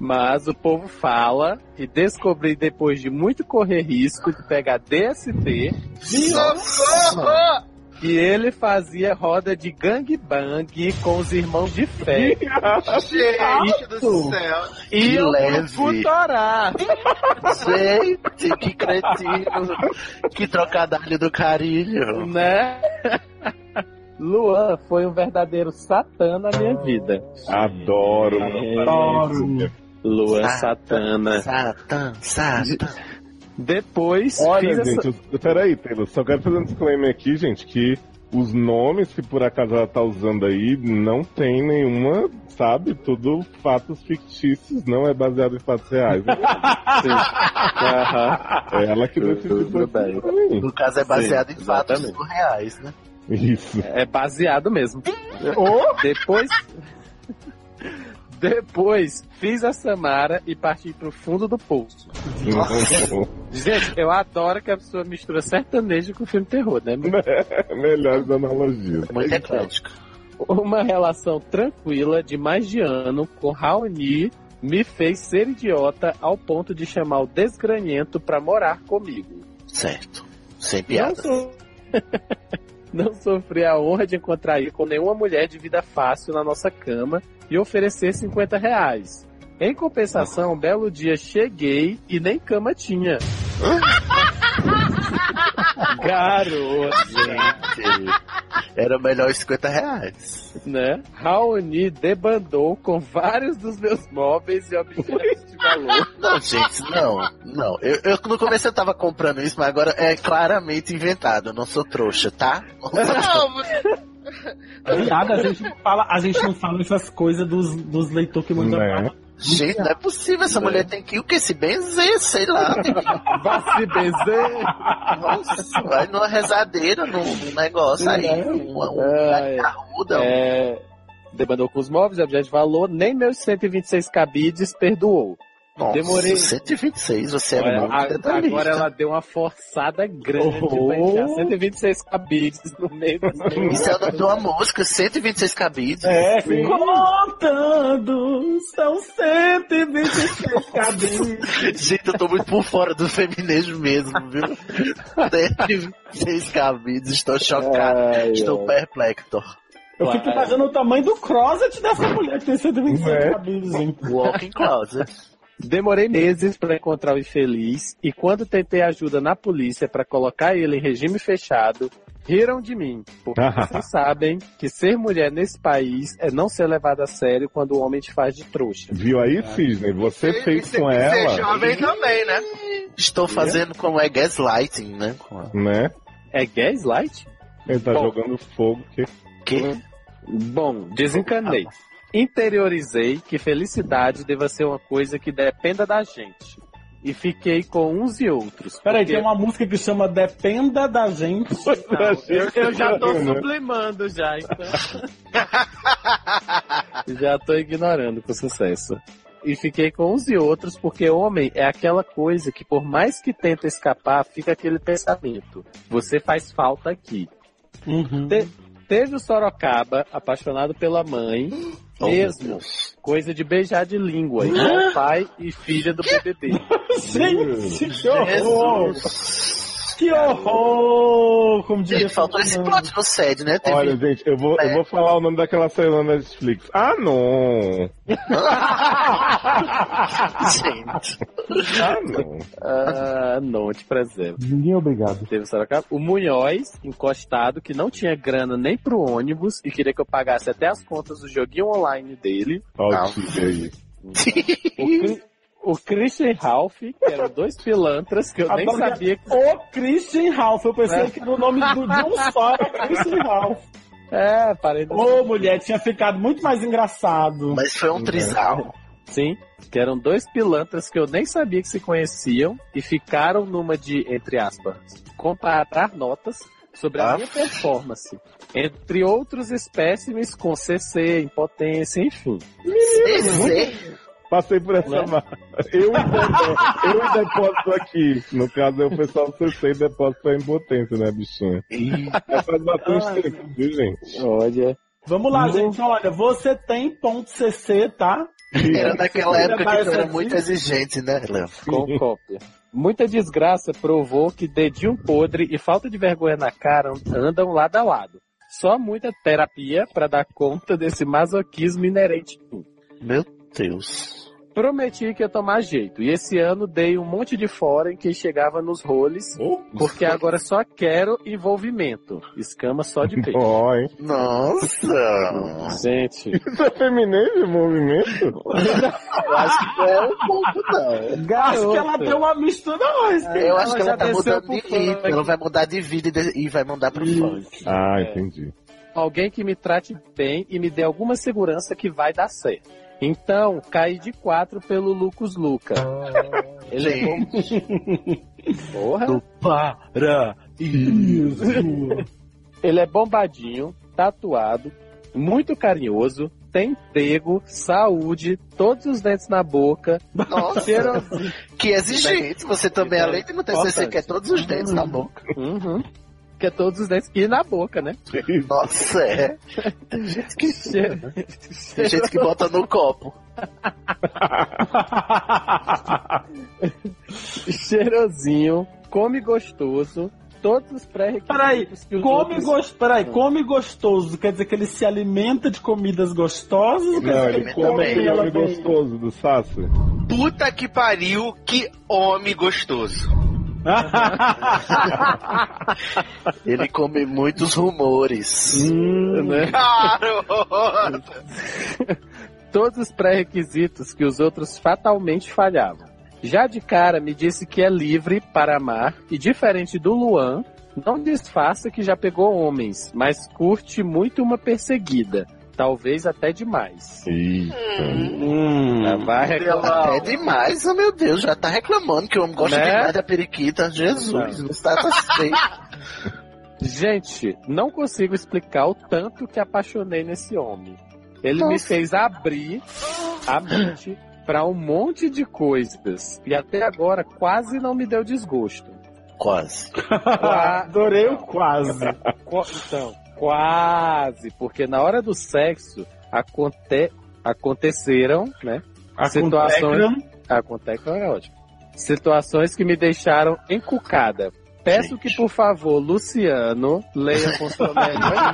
[SPEAKER 4] mas o povo fala e descobri depois de muito correr risco de pegar DST
[SPEAKER 14] Socorro!
[SPEAKER 4] que ele fazia roda de gangbang com os irmãos de fé.
[SPEAKER 14] Gente do céu.
[SPEAKER 4] E eu
[SPEAKER 10] leve.
[SPEAKER 4] futorar.
[SPEAKER 10] Gente, que cretino. que trocadalho do carilho.
[SPEAKER 4] né? Luan foi um verdadeiro satã na minha vida.
[SPEAKER 7] Adoro, mano.
[SPEAKER 11] Adoro.
[SPEAKER 4] Luan
[SPEAKER 10] Satã.
[SPEAKER 4] Satana.
[SPEAKER 10] Satã, Satã.
[SPEAKER 4] Depois
[SPEAKER 7] Olha,
[SPEAKER 4] fiz
[SPEAKER 7] gente,
[SPEAKER 4] essa...
[SPEAKER 7] eu- peraí, Taylor, só quero fazer um disclaimer aqui, gente, que os nomes que por acaso ela tá usando aí não tem nenhuma, sabe? Tudo fatos fictícios, não é baseado em fatos reais. É ela que decidiu isso aí pra mim.
[SPEAKER 10] No caso, é baseado
[SPEAKER 4] Sim,
[SPEAKER 10] em fatos
[SPEAKER 4] exatamente.
[SPEAKER 10] surreais, né?
[SPEAKER 7] Isso.
[SPEAKER 4] É baseado mesmo. Depois. Depois fiz a Samara e parti pro fundo do poço. Gente, eu adoro que a pessoa mistura sertanejo com filme terror, né?
[SPEAKER 7] é Melhores analogias.
[SPEAKER 4] Muito
[SPEAKER 10] é,
[SPEAKER 4] eclético. Uma relação tranquila de mais de ano com Raoni me fez ser idiota ao ponto de chamar o desgranhento pra morar comigo.
[SPEAKER 10] Certo. Sem piada.
[SPEAKER 4] Não, so- Não sofri a honra de encontrar ele com nenhuma mulher de vida fácil na nossa cama e oferecer 50 reais. Em compensação, um belo dia cheguei e nem cama tinha. Garoto!
[SPEAKER 10] Era melhor os 50 reais.
[SPEAKER 4] Né? Raoni debandou com vários dos meus móveis e objetos de valor.
[SPEAKER 10] Não, gente, não. Não. Eu, eu no começo eu tava comprando isso, mas agora é claramente inventado. Eu não sou trouxa, tá?
[SPEAKER 8] Não, você-
[SPEAKER 11] Nada, a gente não fala, a gente não fala essas coisas dos, dos leitores que mandam pra
[SPEAKER 7] Né?
[SPEAKER 11] lá.
[SPEAKER 10] Gente, não é possível. Essa
[SPEAKER 11] É.
[SPEAKER 10] mulher tem que o que? Se benzer, sei lá. tem que-
[SPEAKER 4] Vai se benzer.
[SPEAKER 10] Nossa, vai numa rezadeira, num, num negócio aí. Uma, uma
[SPEAKER 4] Ai,
[SPEAKER 10] carruda.
[SPEAKER 4] é, Debandou com os móveis, objeto de valor, nem meus 126 cabides perdoou.
[SPEAKER 10] Nossa,
[SPEAKER 4] Demorei.
[SPEAKER 10] 126, você
[SPEAKER 4] Olha,
[SPEAKER 10] é muito
[SPEAKER 4] a-
[SPEAKER 10] detalhista.
[SPEAKER 4] agora ela deu uma forçada grande
[SPEAKER 10] Oh.
[SPEAKER 4] pra enfiar 126 cabides no meio do
[SPEAKER 10] Isso é o nome de uma música, 126 cabides.
[SPEAKER 11] É, contando, são 126 cabelos.
[SPEAKER 10] Gente, eu tô muito por fora do feminismo mesmo, viu? 126 cabides, estou chocado,
[SPEAKER 11] Ai,
[SPEAKER 10] estou
[SPEAKER 11] ai.
[SPEAKER 10] perplexo.
[SPEAKER 11] Eu fico imaginando o tamanho do closet dessa mulher que tem 126 cabelos, hein?
[SPEAKER 10] Walking closet.
[SPEAKER 4] Demorei meses pra encontrar o infeliz e quando tentei ajuda na polícia pra colocar ele em regime fechado, riram de mim. Porque vocês sabem que ser mulher nesse país é não ser levada a sério quando o homem te faz de trouxa.
[SPEAKER 7] Viu aí, Cisne? Você fez com
[SPEAKER 14] Ser
[SPEAKER 7] ela,
[SPEAKER 14] jovem também, né?
[SPEAKER 10] Estou fazendo como é gaslighting, né? com a-
[SPEAKER 7] né?
[SPEAKER 4] É gaslight?
[SPEAKER 7] Ele tá
[SPEAKER 4] Bom.
[SPEAKER 7] jogando fogo. Que...
[SPEAKER 10] Que?
[SPEAKER 4] Bom, desencanei. Interiorizei que felicidade deva ser uma coisa que dependa da gente. E fiquei com uns e outros.
[SPEAKER 11] Peraí,
[SPEAKER 4] porque-
[SPEAKER 11] tem uma música que chama Dependa da Gente.
[SPEAKER 4] Não, eu, eu
[SPEAKER 11] assim.
[SPEAKER 4] já tô
[SPEAKER 7] né?
[SPEAKER 4] sublimando já, então. já tô ignorando com sucesso. E fiquei com uns e outros, porque homem é aquela coisa que por mais que tenta escapar, fica aquele pensamento. Você faz falta aqui. Te- teve o Sorocaba, apaixonado pela mãe,
[SPEAKER 10] Oh,
[SPEAKER 4] mesmo. Coisa de beijar de língua, igual pai e filha do BBB.
[SPEAKER 11] Gente, que horror! Que horror! Como diria
[SPEAKER 10] Faltou esse plot no sede, né? Teve-
[SPEAKER 7] Olha, gente, eu vou, eu
[SPEAKER 4] É.
[SPEAKER 7] vou falar o nome daquela série na Netflix. Ah, não!
[SPEAKER 10] gente.
[SPEAKER 7] Ah, não.
[SPEAKER 4] Ah, não, te preservo.
[SPEAKER 11] Ninguém é obrigado.
[SPEAKER 4] Teve Sorocaba. O Munhoz, encostado, que não tinha grana nem pro ônibus e queria que eu pagasse até as contas do joguinho online dele.
[SPEAKER 7] Olha o tigre aí.
[SPEAKER 4] O, Cri- o Christian Ralph, que eram dois pilantras que eu nem
[SPEAKER 11] Adoro que-
[SPEAKER 4] sabia que.
[SPEAKER 11] O Christian Ralph, eu pensei
[SPEAKER 4] É.
[SPEAKER 11] que era o nome do de um só era Christian Ralph.
[SPEAKER 4] É, parei de-
[SPEAKER 11] Ô, mulher, tinha ficado muito mais engraçado.
[SPEAKER 10] Mas foi um trisal.
[SPEAKER 4] Sim, que eram dois pilantras que eu nem sabia que se conheciam e ficaram numa de, entre aspas, comparar notas sobre a
[SPEAKER 10] Ah.
[SPEAKER 4] minha performance. Entre outros espécimes com CC, impotência, enfim.
[SPEAKER 10] CC?
[SPEAKER 7] Passei por essa
[SPEAKER 4] Né?
[SPEAKER 7] marca. Eu, e depo- eu e depósito aqui. No caso, é o pessoal do CC e depósito é impotência, né, bichinha? É pra bater uns
[SPEAKER 11] Ai.
[SPEAKER 7] tempos, viu, gente?
[SPEAKER 4] Olha.
[SPEAKER 11] Vamos lá, gente. Olha, você tem ponto .cc, tá?
[SPEAKER 10] Era naquela época que eu era
[SPEAKER 11] Era
[SPEAKER 10] muito exigente, né, Léo?
[SPEAKER 4] Com cópia. Muita desgraça provou que dedinho podre e falta de vergonha na cara andam lado a lado. Só muita terapia pra dar conta desse masoquismo inerente.
[SPEAKER 10] Meu Deus.
[SPEAKER 4] Prometi que ia tomar jeito. E esse ano dei um monte de fora em quem chegava nos roles, porque agora só quero envolvimento. Escama só de peixe.
[SPEAKER 10] Nossa!
[SPEAKER 4] Gente.
[SPEAKER 7] Isso é feminismo, movimento?
[SPEAKER 10] Eu acho que não é um pouco, não.
[SPEAKER 11] Acho que ela deu uma mistura hoje.
[SPEAKER 10] Eu acho que
[SPEAKER 11] já
[SPEAKER 10] ela tá
[SPEAKER 11] desceu
[SPEAKER 10] mudando
[SPEAKER 11] pro
[SPEAKER 10] de
[SPEAKER 11] funk.
[SPEAKER 10] ritmo, ela vai mudar de vida e de- e vai mudar pro
[SPEAKER 4] É.
[SPEAKER 10] funk.
[SPEAKER 7] Ah, entendi.
[SPEAKER 4] alguém que me trate bem e me dê alguma segurança que vai dar certo. Então, caí de quatro pelo Lucas Luca. Ele é bom- Porra.
[SPEAKER 11] paraíso.
[SPEAKER 4] Ele é bombadinho, tatuado, muito carinhoso, tem emprego, saúde, todos os dentes na boca,
[SPEAKER 10] Nossa.
[SPEAKER 4] cheirosinho.
[SPEAKER 10] Que exigente, você também, além de não ter CC,
[SPEAKER 4] é
[SPEAKER 10] quer é todos os dentes na boca.
[SPEAKER 4] Uhum. Quer todos os dentes e na boca, né?
[SPEAKER 10] Nossa, é. Tem gente que, tem gente que bota no copo.
[SPEAKER 4] Cheirosinho, come gostoso, todos os pré-requisitos.
[SPEAKER 11] Peraí,
[SPEAKER 4] que os
[SPEAKER 11] come,
[SPEAKER 4] outros-
[SPEAKER 11] gos- peraí, come gostoso. Quer dizer que ele se alimenta de comidas gostosas? ou quer
[SPEAKER 7] Não,
[SPEAKER 11] dizer que
[SPEAKER 7] ele come
[SPEAKER 11] bem?
[SPEAKER 7] aquele homem gostoso do Sassi.
[SPEAKER 14] Puta que pariu, que homem gostoso.
[SPEAKER 10] Ele come muitos rumores.
[SPEAKER 4] né?
[SPEAKER 14] Garota!
[SPEAKER 4] todos os pré-requisitos que os outros fatalmente falhavam. Já de cara me disse que é livre para amar e diferente do Luan, não disfarça que já pegou homens, mas curte muito uma perseguida, talvez até demais.
[SPEAKER 11] Hum.
[SPEAKER 4] Já vai reclamar.
[SPEAKER 10] É demais, oh meu Deus, já tá reclamando que o homem gosta
[SPEAKER 4] Né?
[SPEAKER 10] demais da periquita. Jesus, não está satisfeito.
[SPEAKER 4] Gente, não consigo explicar o tanto que apaixonei nesse homem. Ele me
[SPEAKER 10] Nossa.
[SPEAKER 4] fez abrir a mente para um monte de coisas e até agora quase não me deu desgosto.
[SPEAKER 10] Quase.
[SPEAKER 4] Qua-
[SPEAKER 11] Adorei o quase.
[SPEAKER 4] Qua- Então, quase, porque na hora do sexo aconte- aconteceram, né? Situações. Acontecram é ótimo. Situações que me deixaram encucada. Peço que, por favor, Luciano leia com sua melhor.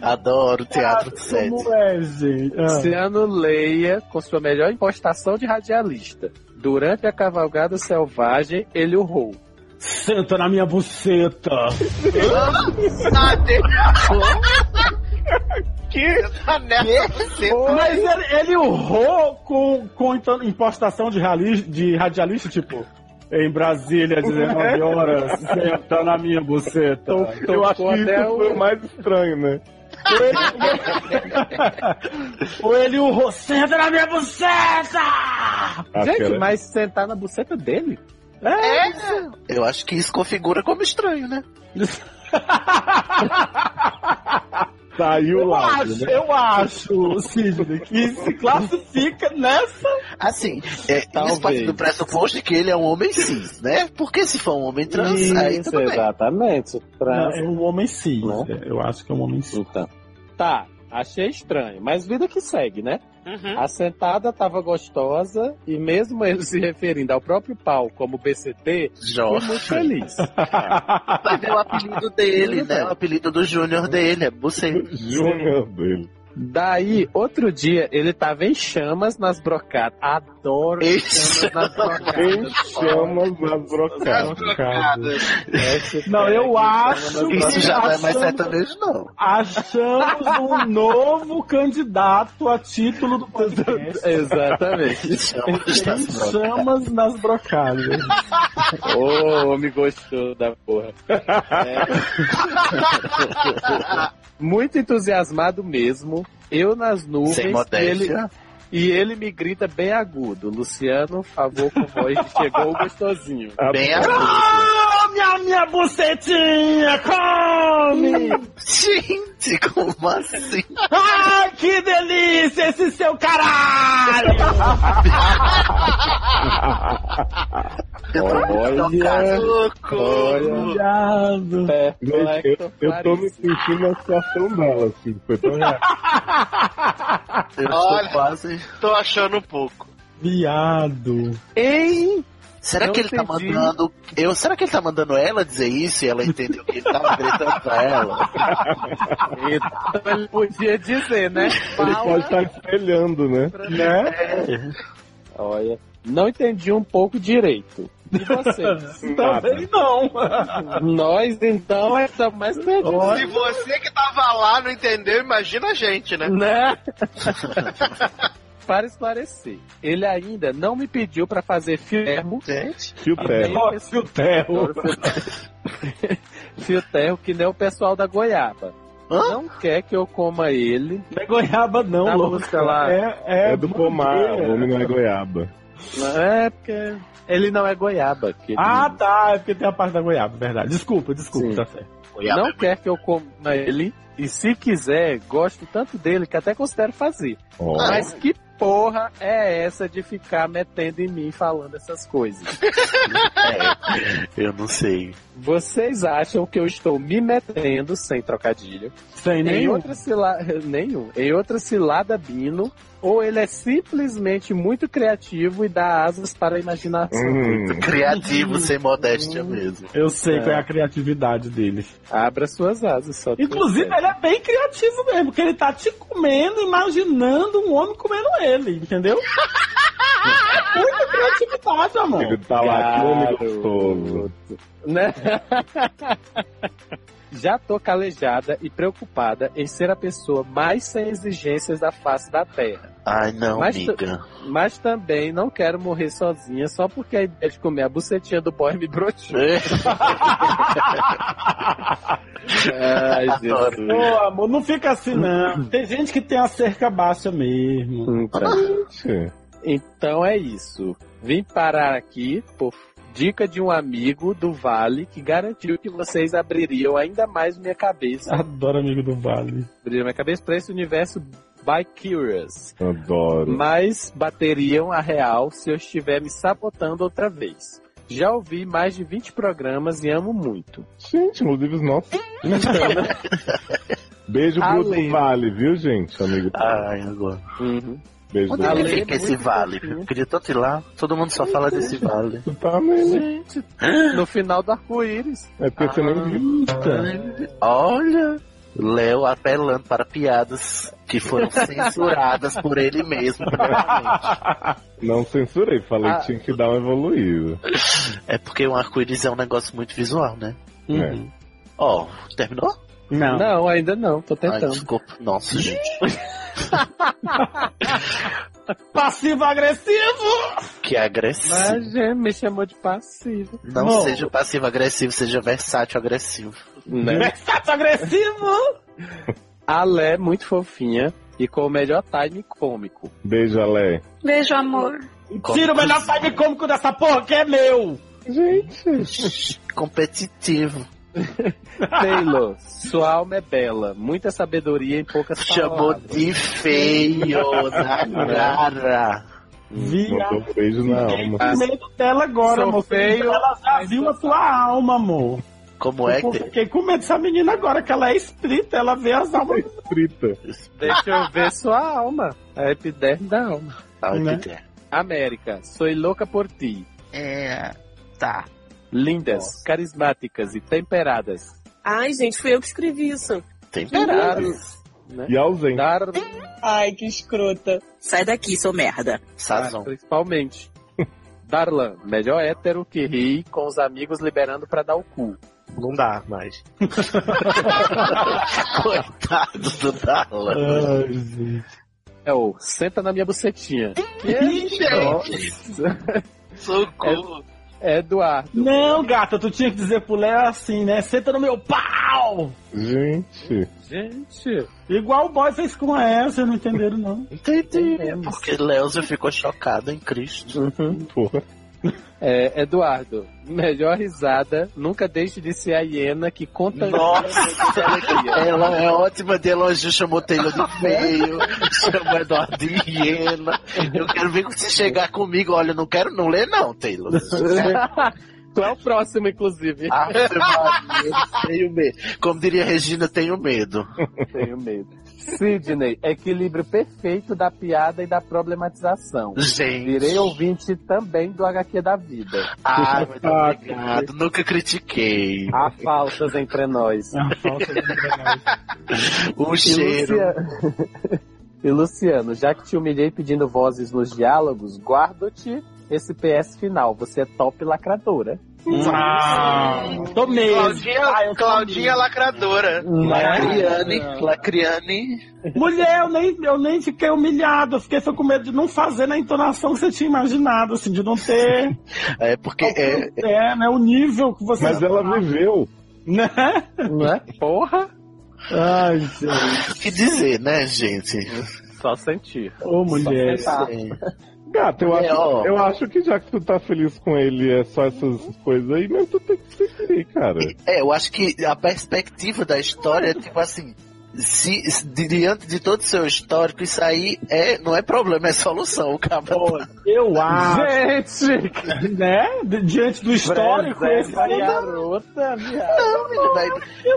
[SPEAKER 10] Adoro teatro de sede.
[SPEAKER 11] Como é, gente? Ah.
[SPEAKER 4] Luciano leia com sua melhor impostação de radialista. Durante a cavalgada selvagem, ele urrou.
[SPEAKER 11] Senta na minha buceta.
[SPEAKER 14] que? Tá nessa você.
[SPEAKER 11] Mas ele, ele urrou com, com então, impostação de, reali- de radialista, tipo. Em Brasília, 19 horas, senta na minha buceta.
[SPEAKER 7] Eu acho que isso foi É um- o mais estranho, né?
[SPEAKER 11] Ou ele urrou, senta na minha buceta!
[SPEAKER 4] Gente,
[SPEAKER 10] Aquela-
[SPEAKER 4] mas sentar na buceta dele?
[SPEAKER 11] É,
[SPEAKER 10] Eu acho que isso configura como estranho, né?
[SPEAKER 7] Saiu
[SPEAKER 11] eu
[SPEAKER 7] lá.
[SPEAKER 11] acho, eu acho, Sidney, que se classifica nessa.
[SPEAKER 10] Assim, é,
[SPEAKER 4] Talvez.
[SPEAKER 10] isso parte do pressuposto de que ele é um homem cis, né? Porque se for um homem trans, aí
[SPEAKER 4] Isso,
[SPEAKER 10] tudo bem.
[SPEAKER 4] exatamente. Trans,
[SPEAKER 11] é um homem cis.
[SPEAKER 4] Não.
[SPEAKER 11] Eu acho que é um homem cis.
[SPEAKER 4] Então. Tá, achei estranho, mas vida que segue, né?
[SPEAKER 14] Uhum.
[SPEAKER 4] A sentada tava gostosa e mesmo ele se referindo ao próprio pau como BCT, fui
[SPEAKER 10] Jovem.
[SPEAKER 4] muito feliz.
[SPEAKER 11] Ah.
[SPEAKER 10] Mas é o apelido dele, né? O apelido do Júnior dele, é você.
[SPEAKER 7] Júnior dele.
[SPEAKER 4] Daí, outro dia, ele tava em chamas nas brocadas. Adoro
[SPEAKER 10] Em
[SPEAKER 4] chamas nas
[SPEAKER 7] Em
[SPEAKER 4] brocadas.
[SPEAKER 7] chamas nas
[SPEAKER 14] As
[SPEAKER 7] brocadas.
[SPEAKER 14] trocadas.
[SPEAKER 4] Esse
[SPEAKER 11] Não,
[SPEAKER 4] cara
[SPEAKER 11] eu
[SPEAKER 4] aqui,
[SPEAKER 11] acho
[SPEAKER 4] chamas nas
[SPEAKER 10] Isso já não é mais
[SPEAKER 11] Achando-
[SPEAKER 10] sertanejo, não.
[SPEAKER 11] Achamos um novo candidato a título do
[SPEAKER 4] brocadas.
[SPEAKER 11] podcast.
[SPEAKER 4] Exatamente.
[SPEAKER 10] Chama dos
[SPEAKER 11] Tem
[SPEAKER 10] das
[SPEAKER 11] chamas nas brocadas.
[SPEAKER 4] Ô, homem gostoso da porra. É. Muito entusiasmado mesmo. Eu nas nuvens.
[SPEAKER 10] Sem
[SPEAKER 4] e ele,
[SPEAKER 10] modéstia.
[SPEAKER 4] e ele me grita bem agudo. Luciano, favor com voz de chegou o gostosinho.
[SPEAKER 10] Bem
[SPEAKER 7] Ah,
[SPEAKER 10] agudo.
[SPEAKER 11] Come a minha bucetinha, come!
[SPEAKER 10] Gente, como assim?
[SPEAKER 11] Ai, que delícia esse seu caralho!
[SPEAKER 14] Socorro.
[SPEAKER 4] É,
[SPEAKER 7] Gente, eu, eu tô me sentindo na situação dela, assim. Foi tão real.
[SPEAKER 10] Eu
[SPEAKER 14] Olha.
[SPEAKER 10] estou quase.
[SPEAKER 14] Tô achando um pouco.
[SPEAKER 11] Viado.
[SPEAKER 4] Enfim,
[SPEAKER 10] Será
[SPEAKER 14] Não
[SPEAKER 10] que ele tá
[SPEAKER 14] entendi.
[SPEAKER 10] mandando. Eu, será que ele tá mandando ela dizer isso e ela entendeu que ele tava gritando pra ela?
[SPEAKER 4] Então ele podia dizer, né?
[SPEAKER 7] Ele pode estar espelhando, né?
[SPEAKER 4] Né? Olha, não entendi um pouco direito. E vocês?
[SPEAKER 7] Tá,
[SPEAKER 11] Também não.
[SPEAKER 4] Nós, então, estamos mais perdidos.
[SPEAKER 14] Se você que tava lá não entendeu, imagina a gente, né?
[SPEAKER 4] Né? Para esclarecer, ele ainda não me pediu pra fazer fio termo.
[SPEAKER 7] Fio terro. Fio terro.
[SPEAKER 4] Fio terro, que nem o pessoal da goiaba. Não quer que eu coma ele.
[SPEAKER 11] Não é goiaba, não,
[SPEAKER 4] da
[SPEAKER 11] louco.
[SPEAKER 4] música Tá lá.
[SPEAKER 11] É, é,
[SPEAKER 7] É do pomar, o homem não é goiaba.
[SPEAKER 4] É, porque ele não é goiaba. querido.
[SPEAKER 11] Ah, tá. É porque tem a parte da goiaba, verdade. Desculpa, desculpa, tá certo.
[SPEAKER 4] não quer que eu coma ele. E se quiser, gosto tanto dele que até considero fazer.
[SPEAKER 7] Ó.
[SPEAKER 11] Ah.
[SPEAKER 4] Mas que porra é essa de ficar metendo em mim falando essas coisas?
[SPEAKER 10] Eu não sei.
[SPEAKER 4] Vocês acham que eu estou me metendo sem trocadilho?
[SPEAKER 11] Sem
[SPEAKER 4] Em
[SPEAKER 11] nenhum.
[SPEAKER 4] outra cilada, nenhum. Em outra cilada bino, ou ele é simplesmente muito criativo e dá asas para a imaginação.
[SPEAKER 7] Hum.
[SPEAKER 4] Uhum.
[SPEAKER 10] Criativo, sem modéstia mesmo.
[SPEAKER 11] Eu sei
[SPEAKER 4] É.
[SPEAKER 11] qual é a criatividade dele.
[SPEAKER 4] Abra suas asas só.
[SPEAKER 11] Inclusive, ele é bem criativo mesmo, porque ele tá te comendo, imaginando um homem comendo ele, entendeu? é muita criatividade, amor.
[SPEAKER 7] Ele tá lá, que homem
[SPEAKER 4] Garoto.
[SPEAKER 7] gostoso.
[SPEAKER 4] Né? Já tô calejada e preocupada em ser a pessoa mais sem exigências da face da Terra.
[SPEAKER 10] Ai, não,
[SPEAKER 4] Mas tu-
[SPEAKER 10] amiga.
[SPEAKER 4] Mas também não quero morrer sozinha só porque a ideia de comer a bucetinha do boy me brotou. Ai, Jesus.
[SPEAKER 11] Ô, amor, não fica assim, não. Tem gente que tem a cerca baixa mesmo.
[SPEAKER 7] Gente,
[SPEAKER 4] Então é isso. Vim parar aqui por dica de um amigo do Vale que garantiu que vocês abririam ainda mais minha cabeça.
[SPEAKER 11] Adoro amigo do Vale.
[SPEAKER 4] Abriram minha cabeça pra esse universo by Curious.
[SPEAKER 7] adoro.
[SPEAKER 4] Mas bateriam a real se eu estiver me sabotando outra vez. Já ouvi mais de 20 programas e amo muito.
[SPEAKER 7] Gente, inclusive os nossos. Beijo pro outro
[SPEAKER 4] Ale.
[SPEAKER 7] vale, viu, gente? Amigo.
[SPEAKER 10] Ai, agora.
[SPEAKER 4] Uhum.
[SPEAKER 7] Beijo
[SPEAKER 10] Onde
[SPEAKER 7] do
[SPEAKER 10] é
[SPEAKER 7] vale.
[SPEAKER 10] que
[SPEAKER 4] Ale é
[SPEAKER 10] fica esse
[SPEAKER 4] muito
[SPEAKER 10] vale?
[SPEAKER 4] fofinho.
[SPEAKER 10] Eu queria tanto ir lá. Todo mundo só fala desse vale.
[SPEAKER 7] Tá mesmo.
[SPEAKER 4] No final do arco-íris.
[SPEAKER 7] É porque você nem viu.
[SPEAKER 10] Olha, Léo apelando para piadas que foram censuradas por ele mesmo.
[SPEAKER 7] Não censurei, falei
[SPEAKER 4] Ah.
[SPEAKER 7] que tinha que dar uma evoluída.
[SPEAKER 10] É porque um arco-íris é um negócio muito visual, né?
[SPEAKER 7] Uhum.
[SPEAKER 10] Ó, terminou?
[SPEAKER 11] Não.
[SPEAKER 4] Não, ainda não, tô
[SPEAKER 10] Ai,
[SPEAKER 4] tentando.
[SPEAKER 10] desculpa. Nossa, gente.
[SPEAKER 11] Passivo-agressivo!
[SPEAKER 10] Que agressivo.
[SPEAKER 4] Mas é, me chamou de passivo.
[SPEAKER 10] Não
[SPEAKER 11] Bom.
[SPEAKER 10] seja passivo-agressivo, seja versátil-agressivo.
[SPEAKER 11] É
[SPEAKER 4] Né?
[SPEAKER 11] Versátil-agressivo!
[SPEAKER 4] Alé, é muito fofinha e com o melhor time cômico.
[SPEAKER 7] Beijo, Ale.
[SPEAKER 8] Beijo, amor.
[SPEAKER 11] Tira o melhor time cômico dessa porra que é meu!
[SPEAKER 10] Competitivo.
[SPEAKER 4] Taylor, sua alma é bela, muita sabedoria em poucas
[SPEAKER 10] Chamou
[SPEAKER 4] palavras.
[SPEAKER 10] de feio na cara.
[SPEAKER 11] Viado.
[SPEAKER 7] Mandou um beijo na alma.
[SPEAKER 11] Com medo dela agora,
[SPEAKER 4] Sou
[SPEAKER 11] amor.
[SPEAKER 4] feio,
[SPEAKER 11] ela já
[SPEAKER 4] mas
[SPEAKER 11] viu
[SPEAKER 4] sou
[SPEAKER 11] a tua alma, amor.
[SPEAKER 10] Como é
[SPEAKER 11] Pô,
[SPEAKER 10] que.
[SPEAKER 11] fiquei com medo dessa menina agora, que ela é espírita, ela vê as almas.
[SPEAKER 7] Frita.
[SPEAKER 4] Deixa eu ver sua alma. A epiderme da alma.
[SPEAKER 10] é? Ai,
[SPEAKER 11] né?
[SPEAKER 10] que der.
[SPEAKER 4] América, sou louca por ti.
[SPEAKER 10] É. Tá.
[SPEAKER 4] Lindas, carismáticas e temperadas.
[SPEAKER 18] Ai, gente, fui eu que escrevi isso.
[SPEAKER 10] Temperados.
[SPEAKER 7] E
[SPEAKER 10] Tá.
[SPEAKER 7] ausente.
[SPEAKER 4] Dar,
[SPEAKER 2] Ai, que escrota.
[SPEAKER 18] Sai daqui, seu merda.
[SPEAKER 10] Sazon.
[SPEAKER 4] Ah, principalmente. Darlan, melhor hétero que ri com os amigos liberando pra dar o cu.
[SPEAKER 10] Não dá mais. Coitado Tá do
[SPEAKER 4] Ah.
[SPEAKER 10] Darlan.
[SPEAKER 11] Ai, gente.
[SPEAKER 4] É o senta na minha bucetinha. é
[SPEAKER 10] Socorro.
[SPEAKER 4] Eduardo.
[SPEAKER 11] Não, gata, tu tinha que dizer pro Léo assim, né? Senta no meu pau!
[SPEAKER 7] Gente.
[SPEAKER 4] Gente,
[SPEAKER 11] Igual o boy fez com ela, vocês não entenderam, não.
[SPEAKER 10] Entendi. É porque Leoza ficou chocada em Cristo.
[SPEAKER 7] Porra.
[SPEAKER 4] é, Eduardo, melhor risada, nunca deixe de ser a hiena que conta
[SPEAKER 10] Ela é ótima de elogio, chamou Taylor de feio, chamou Eduardo de hiena. Eu quero ver se chegar comigo. Olha, eu não quero não ler, não, Taylor. Ah,
[SPEAKER 4] Tu é o próximo, inclusive.
[SPEAKER 10] Ave Maria, eu tenho medo. Como diria Regina, tenho medo.
[SPEAKER 4] Tenho medo. Sidney, equilíbrio perfeito da piada e da problematização.
[SPEAKER 14] Gente.
[SPEAKER 4] Virei ouvinte também do HQ da Vida.
[SPEAKER 14] Ah, muito obrigado. Nunca critiquei.
[SPEAKER 4] Há faltas entre nós. Há faltas entre nós.
[SPEAKER 14] O cheiro.
[SPEAKER 4] E Luciano, já que te humilhei pedindo vozes nos diálogos, guardo-te esse PS final. Você é top lacradora.
[SPEAKER 11] Tô
[SPEAKER 14] É,
[SPEAKER 11] mesmo.
[SPEAKER 14] Claudinha, Claudinha lacradora.
[SPEAKER 11] Lacriane,
[SPEAKER 14] Lacriane.
[SPEAKER 11] Mulher, eu nem, eu nem fiquei humilhado. Eu fiquei só com medo de não fazer na entonação que você tinha imaginado, assim, de não ter.
[SPEAKER 10] É porque é,
[SPEAKER 11] É, né? O nível que você.
[SPEAKER 7] Mas
[SPEAKER 10] Tá.
[SPEAKER 7] ela viveu.
[SPEAKER 11] Né?
[SPEAKER 4] Né? Porra!
[SPEAKER 11] Ai, gente.
[SPEAKER 10] que dizer, né, gente?
[SPEAKER 4] Só sentir.
[SPEAKER 11] Ô, mulher.
[SPEAKER 4] Só
[SPEAKER 10] sentar.
[SPEAKER 7] Gato, eu
[SPEAKER 10] É, ó.
[SPEAKER 7] acho, eu acho que já que tu tá feliz com ele, é só essas coisas aí, mas tu tem que se ferir, cara.
[SPEAKER 10] É, eu acho que a perspectiva da história é tipo assim. Se, se- di- diante de todo o seu histórico, isso aí é, não é problema, é solução. O cara
[SPEAKER 11] Eu acho.
[SPEAKER 4] Gente!
[SPEAKER 11] Né? Di- Diante do histórico, esse aí não dá-
[SPEAKER 4] garota, tá
[SPEAKER 10] Não, menino, vai.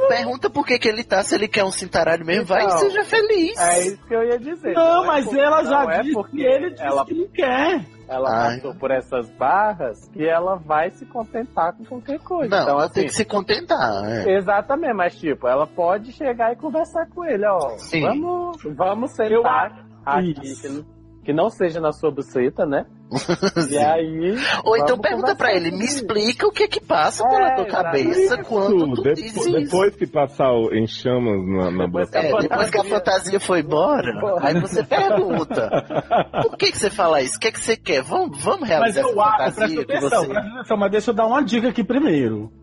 [SPEAKER 10] Pergunta por que, que ele tá, se ele quer um cintaralho mesmo, vai e
[SPEAKER 4] Então,
[SPEAKER 10] seja feliz.
[SPEAKER 4] É isso que eu ia dizer.
[SPEAKER 11] Não,
[SPEAKER 4] é
[SPEAKER 11] mas
[SPEAKER 4] por-
[SPEAKER 11] ela já
[SPEAKER 4] não é
[SPEAKER 11] disse
[SPEAKER 4] porque
[SPEAKER 11] que ele disse
[SPEAKER 4] ela,
[SPEAKER 11] que não quer.
[SPEAKER 4] ela
[SPEAKER 10] Ai.
[SPEAKER 4] passou por essas barras que ela vai se contentar com qualquer coisa.
[SPEAKER 10] Não,
[SPEAKER 4] então,
[SPEAKER 10] ela
[SPEAKER 4] assim,
[SPEAKER 10] tem que se contentar. é.
[SPEAKER 4] Exatamente, mas tipo, ela pode chegar e conversar com ele, ó.
[SPEAKER 10] Sim.
[SPEAKER 4] Vamos, vamos sentar aqui, que não, que não seja na sua buceta, né?
[SPEAKER 10] Sim.
[SPEAKER 4] E aí.
[SPEAKER 10] Ou então
[SPEAKER 4] vamos
[SPEAKER 10] pergunta
[SPEAKER 4] conversar
[SPEAKER 10] pra ele,
[SPEAKER 4] com
[SPEAKER 10] me explica o que é que passa pela
[SPEAKER 4] É,
[SPEAKER 10] tua
[SPEAKER 4] exatamente.
[SPEAKER 10] cabeça quando
[SPEAKER 7] Tu,
[SPEAKER 10] tu
[SPEAKER 7] depo-
[SPEAKER 10] diz
[SPEAKER 7] depois,
[SPEAKER 10] isso.
[SPEAKER 7] que passar o, em chamas na, na boca.
[SPEAKER 10] É, depois que a fantasia foi embora, aí você pergunta. Por que, que você fala isso? O que, é que você quer? Vamos, vamos
[SPEAKER 11] Mas
[SPEAKER 10] realizar essa
[SPEAKER 11] eu acho, presta
[SPEAKER 10] fantasia que
[SPEAKER 11] atenção,
[SPEAKER 10] você. Hum.
[SPEAKER 11] presta atenção, mas deixa eu dar uma dica aqui primeiro.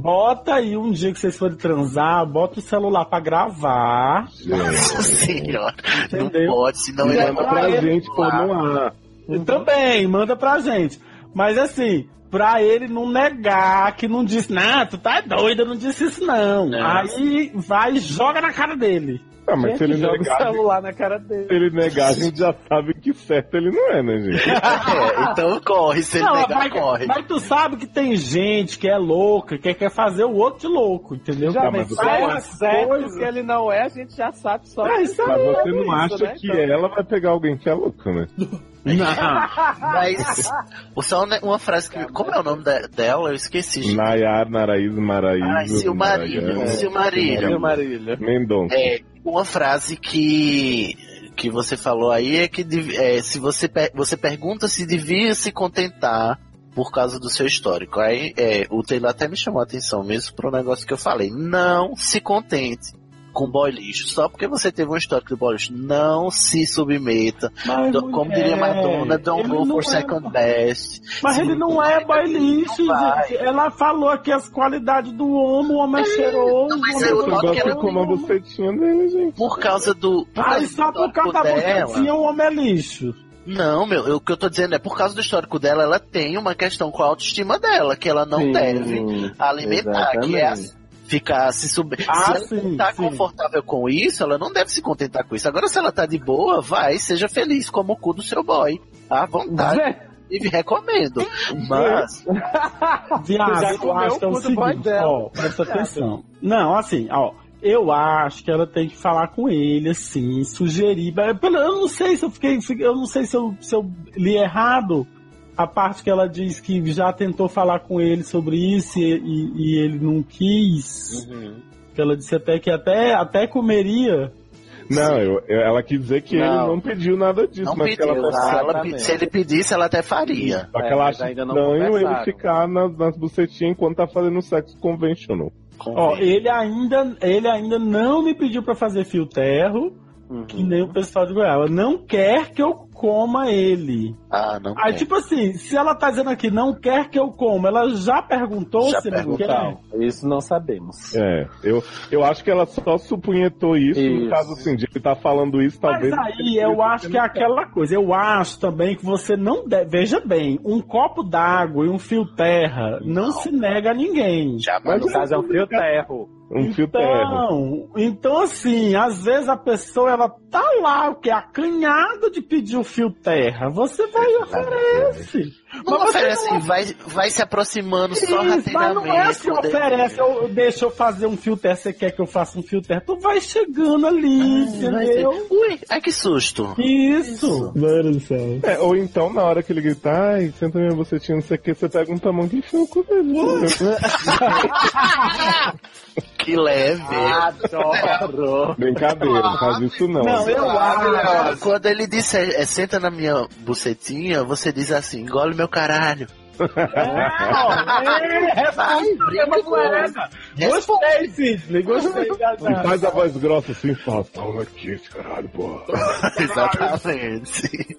[SPEAKER 11] Bota aí um dia que vocês forem transar, bota o celular pra gravar.
[SPEAKER 10] Nossa senhora, não
[SPEAKER 11] Entendeu?
[SPEAKER 10] pode, senão ele
[SPEAKER 11] Manda
[SPEAKER 10] vai
[SPEAKER 11] pra
[SPEAKER 10] pra
[SPEAKER 7] gente pôr no ar.
[SPEAKER 11] E também, manda pra gente. Mas assim, pra ele não negar que não disse, não, tu tá doida, não disse isso não.
[SPEAKER 10] É.
[SPEAKER 11] Aí vai e joga na cara dele.
[SPEAKER 7] Ah, mas se ele
[SPEAKER 4] joga
[SPEAKER 7] negar,
[SPEAKER 4] o celular na cara dele.
[SPEAKER 7] Se ele negar, a gente já sabe que certo ele não é, né, gente?
[SPEAKER 10] É, então corre, se ele
[SPEAKER 11] Não,
[SPEAKER 10] negar,
[SPEAKER 11] mas,
[SPEAKER 10] corre.
[SPEAKER 11] mas tu sabe que tem gente que é louca, que quer fazer o outro de louco, entendeu?
[SPEAKER 7] Já,
[SPEAKER 11] Tá,
[SPEAKER 7] mas
[SPEAKER 11] mas
[SPEAKER 7] você-
[SPEAKER 11] faz
[SPEAKER 4] Ela
[SPEAKER 11] umas
[SPEAKER 4] certo
[SPEAKER 11] coisas-
[SPEAKER 4] que ele não é, a gente já sabe só.
[SPEAKER 11] É, isso
[SPEAKER 7] Mas
[SPEAKER 11] aí.
[SPEAKER 7] você não
[SPEAKER 4] isso,
[SPEAKER 7] acha
[SPEAKER 4] né,
[SPEAKER 7] que
[SPEAKER 4] então?
[SPEAKER 7] ela vai pegar alguém que é louco, né?
[SPEAKER 11] Não.
[SPEAKER 10] Mas só um uma- uma frase que. Como é o nome da- dela? Eu esqueci. gente.
[SPEAKER 7] Nayar, Naraíso, Maraíso.
[SPEAKER 10] Ai, Silmarillion,
[SPEAKER 7] Maraiana,
[SPEAKER 10] Silmarillion.
[SPEAKER 4] Marília.
[SPEAKER 7] Mendonça.
[SPEAKER 10] É, uma frase que que você falou aí é que dev- é, se você per- você pergunta se devia se contentar por causa do seu histórico. Aí é, o Taylor até me chamou a atenção mesmo pro negócio que eu falei. Não se contente com boy lixo. Só porque você teve um histórico de boy lixo, não se submeta.
[SPEAKER 11] Mas,
[SPEAKER 10] Do- como
[SPEAKER 11] mulher,
[SPEAKER 10] diria Madonna, don't
[SPEAKER 11] É ele
[SPEAKER 10] go
[SPEAKER 11] não
[SPEAKER 10] for
[SPEAKER 11] é-
[SPEAKER 10] second best.
[SPEAKER 11] Mas ele não é boy lixo,
[SPEAKER 10] vai.
[SPEAKER 11] gente. Ela falou aqui as qualidades do homem, o homem é cheiroso.
[SPEAKER 10] mas
[SPEAKER 11] o homem
[SPEAKER 10] eu
[SPEAKER 11] é
[SPEAKER 10] não
[SPEAKER 7] Igual
[SPEAKER 10] quero-
[SPEAKER 7] que com uma bucetinha dele, gente.
[SPEAKER 10] Por causa do. Por
[SPEAKER 11] Aí
[SPEAKER 10] causa
[SPEAKER 11] só
[SPEAKER 10] do
[SPEAKER 11] por causa da
[SPEAKER 10] histórico é dela.
[SPEAKER 11] boquetinha o homem é lixo.
[SPEAKER 10] Não, meu, eu- o que eu tô dizendo é por causa do histórico dela, ela tem uma questão com a autoestima dela, que ela não
[SPEAKER 4] Sim,
[SPEAKER 10] deve alimentar, que é a-
[SPEAKER 4] exatamente.
[SPEAKER 10] ficar se sub...
[SPEAKER 11] Ah,
[SPEAKER 10] se ela
[SPEAKER 11] sim,
[SPEAKER 10] não tá
[SPEAKER 11] sim.
[SPEAKER 10] confortável com isso, ela não deve se contentar com isso. Agora, se ela tá de boa, vai, seja feliz, como o cu do seu boy. À vontade.
[SPEAKER 4] É,
[SPEAKER 10] E me recomendo. Mas,
[SPEAKER 11] Viado,
[SPEAKER 4] já
[SPEAKER 11] eu
[SPEAKER 4] comeu
[SPEAKER 11] acho que é
[SPEAKER 4] o
[SPEAKER 11] o
[SPEAKER 4] cu do boy
[SPEAKER 11] seguinte,
[SPEAKER 4] dela.
[SPEAKER 11] ó, presta atenção. Não, assim, ó, eu acho que ela tem que falar com ele, assim, sugerir. mas pelo- Eu não sei se eu fiquei, eu não sei se eu, se eu li errado a parte que ela diz que já tentou falar com ele sobre isso e, e- e ele não quis.
[SPEAKER 4] Uhum.
[SPEAKER 11] Que ela disse até que até, até comeria.
[SPEAKER 7] Não, eu- eu- ela quis dizer que
[SPEAKER 4] Não.
[SPEAKER 7] ele não pediu nada disso,
[SPEAKER 10] não
[SPEAKER 7] mas que ela
[SPEAKER 10] pediu.
[SPEAKER 7] tá
[SPEAKER 10] Se, ela pe-
[SPEAKER 4] Exatamente.
[SPEAKER 10] se ele pedisse, ela até faria.
[SPEAKER 7] Só que
[SPEAKER 4] É,
[SPEAKER 7] ela
[SPEAKER 4] mas
[SPEAKER 7] acha
[SPEAKER 4] ainda não
[SPEAKER 7] estranho ele
[SPEAKER 4] conversaram.
[SPEAKER 7] ficar nas, nas bucetinhas enquanto tá fazendo sexo conventional.
[SPEAKER 4] Uhum.
[SPEAKER 11] Ó, ele ainda, ele ainda não me pediu pra fazer fio terro,
[SPEAKER 4] Uhum.
[SPEAKER 11] que nem o pessoal de Goiás. Ela não quer que eu coma ele.
[SPEAKER 10] Ah, não.
[SPEAKER 11] Aí,
[SPEAKER 10] quer.
[SPEAKER 11] tipo assim, se ela tá dizendo aqui, não quer que eu coma, ela já perguntou
[SPEAKER 10] Já
[SPEAKER 11] se não
[SPEAKER 10] perguntaram.
[SPEAKER 11] quer.
[SPEAKER 4] Então, Isso não sabemos.
[SPEAKER 7] É, eu, eu acho que ela só supunhetou isso,
[SPEAKER 4] Isso.
[SPEAKER 7] no caso assim, de ele tá falando isso, talvez.
[SPEAKER 11] Mas aí eu acho que é aquela coisa. Eu acho também que você não deve. Veja bem, um copo d'água e um fio terra não, se nega a ninguém.
[SPEAKER 10] Já,
[SPEAKER 4] Mas
[SPEAKER 10] mas
[SPEAKER 4] no caso é um fio terro.
[SPEAKER 7] Um fio terra.
[SPEAKER 11] Então, então, assim, às vezes a pessoa ela tá lá, o que? Acanhada de pedir o fio um terra. Você vai Aí oferece.
[SPEAKER 10] Não
[SPEAKER 11] Mas você
[SPEAKER 10] oferece,
[SPEAKER 11] não-
[SPEAKER 10] vai, vai se aproximando né?
[SPEAKER 11] Isso,
[SPEAKER 10] só rapidamente.
[SPEAKER 11] mas não é assim,
[SPEAKER 10] poder-
[SPEAKER 11] oferece, eu, deixa eu fazer um filter, você quer que eu faça um filter? Tu vai chegando ali,
[SPEAKER 10] Ah, vai
[SPEAKER 11] entendeu?
[SPEAKER 10] Ui, ai que susto.
[SPEAKER 11] Isso.
[SPEAKER 7] Mano do céu. É, ou então, na hora que ele gritar, ai, senta minha bocetinha, não sei o que, você pega um tamanho que enfia no cu dele.
[SPEAKER 10] Que leve.
[SPEAKER 14] Ah,
[SPEAKER 10] Adoro.
[SPEAKER 7] Brincadeira, não faz isso não.
[SPEAKER 10] Não, eu
[SPEAKER 7] Claro.
[SPEAKER 10] acho. Quando ele disse, é, senta na minha bucetinha, você diz assim, engole meu caralho.
[SPEAKER 11] É, Gostei, Sidney, gostei.
[SPEAKER 7] E faz a voz grossa assim e fala, toma aqui esse caralho, porra.
[SPEAKER 10] Exatamente.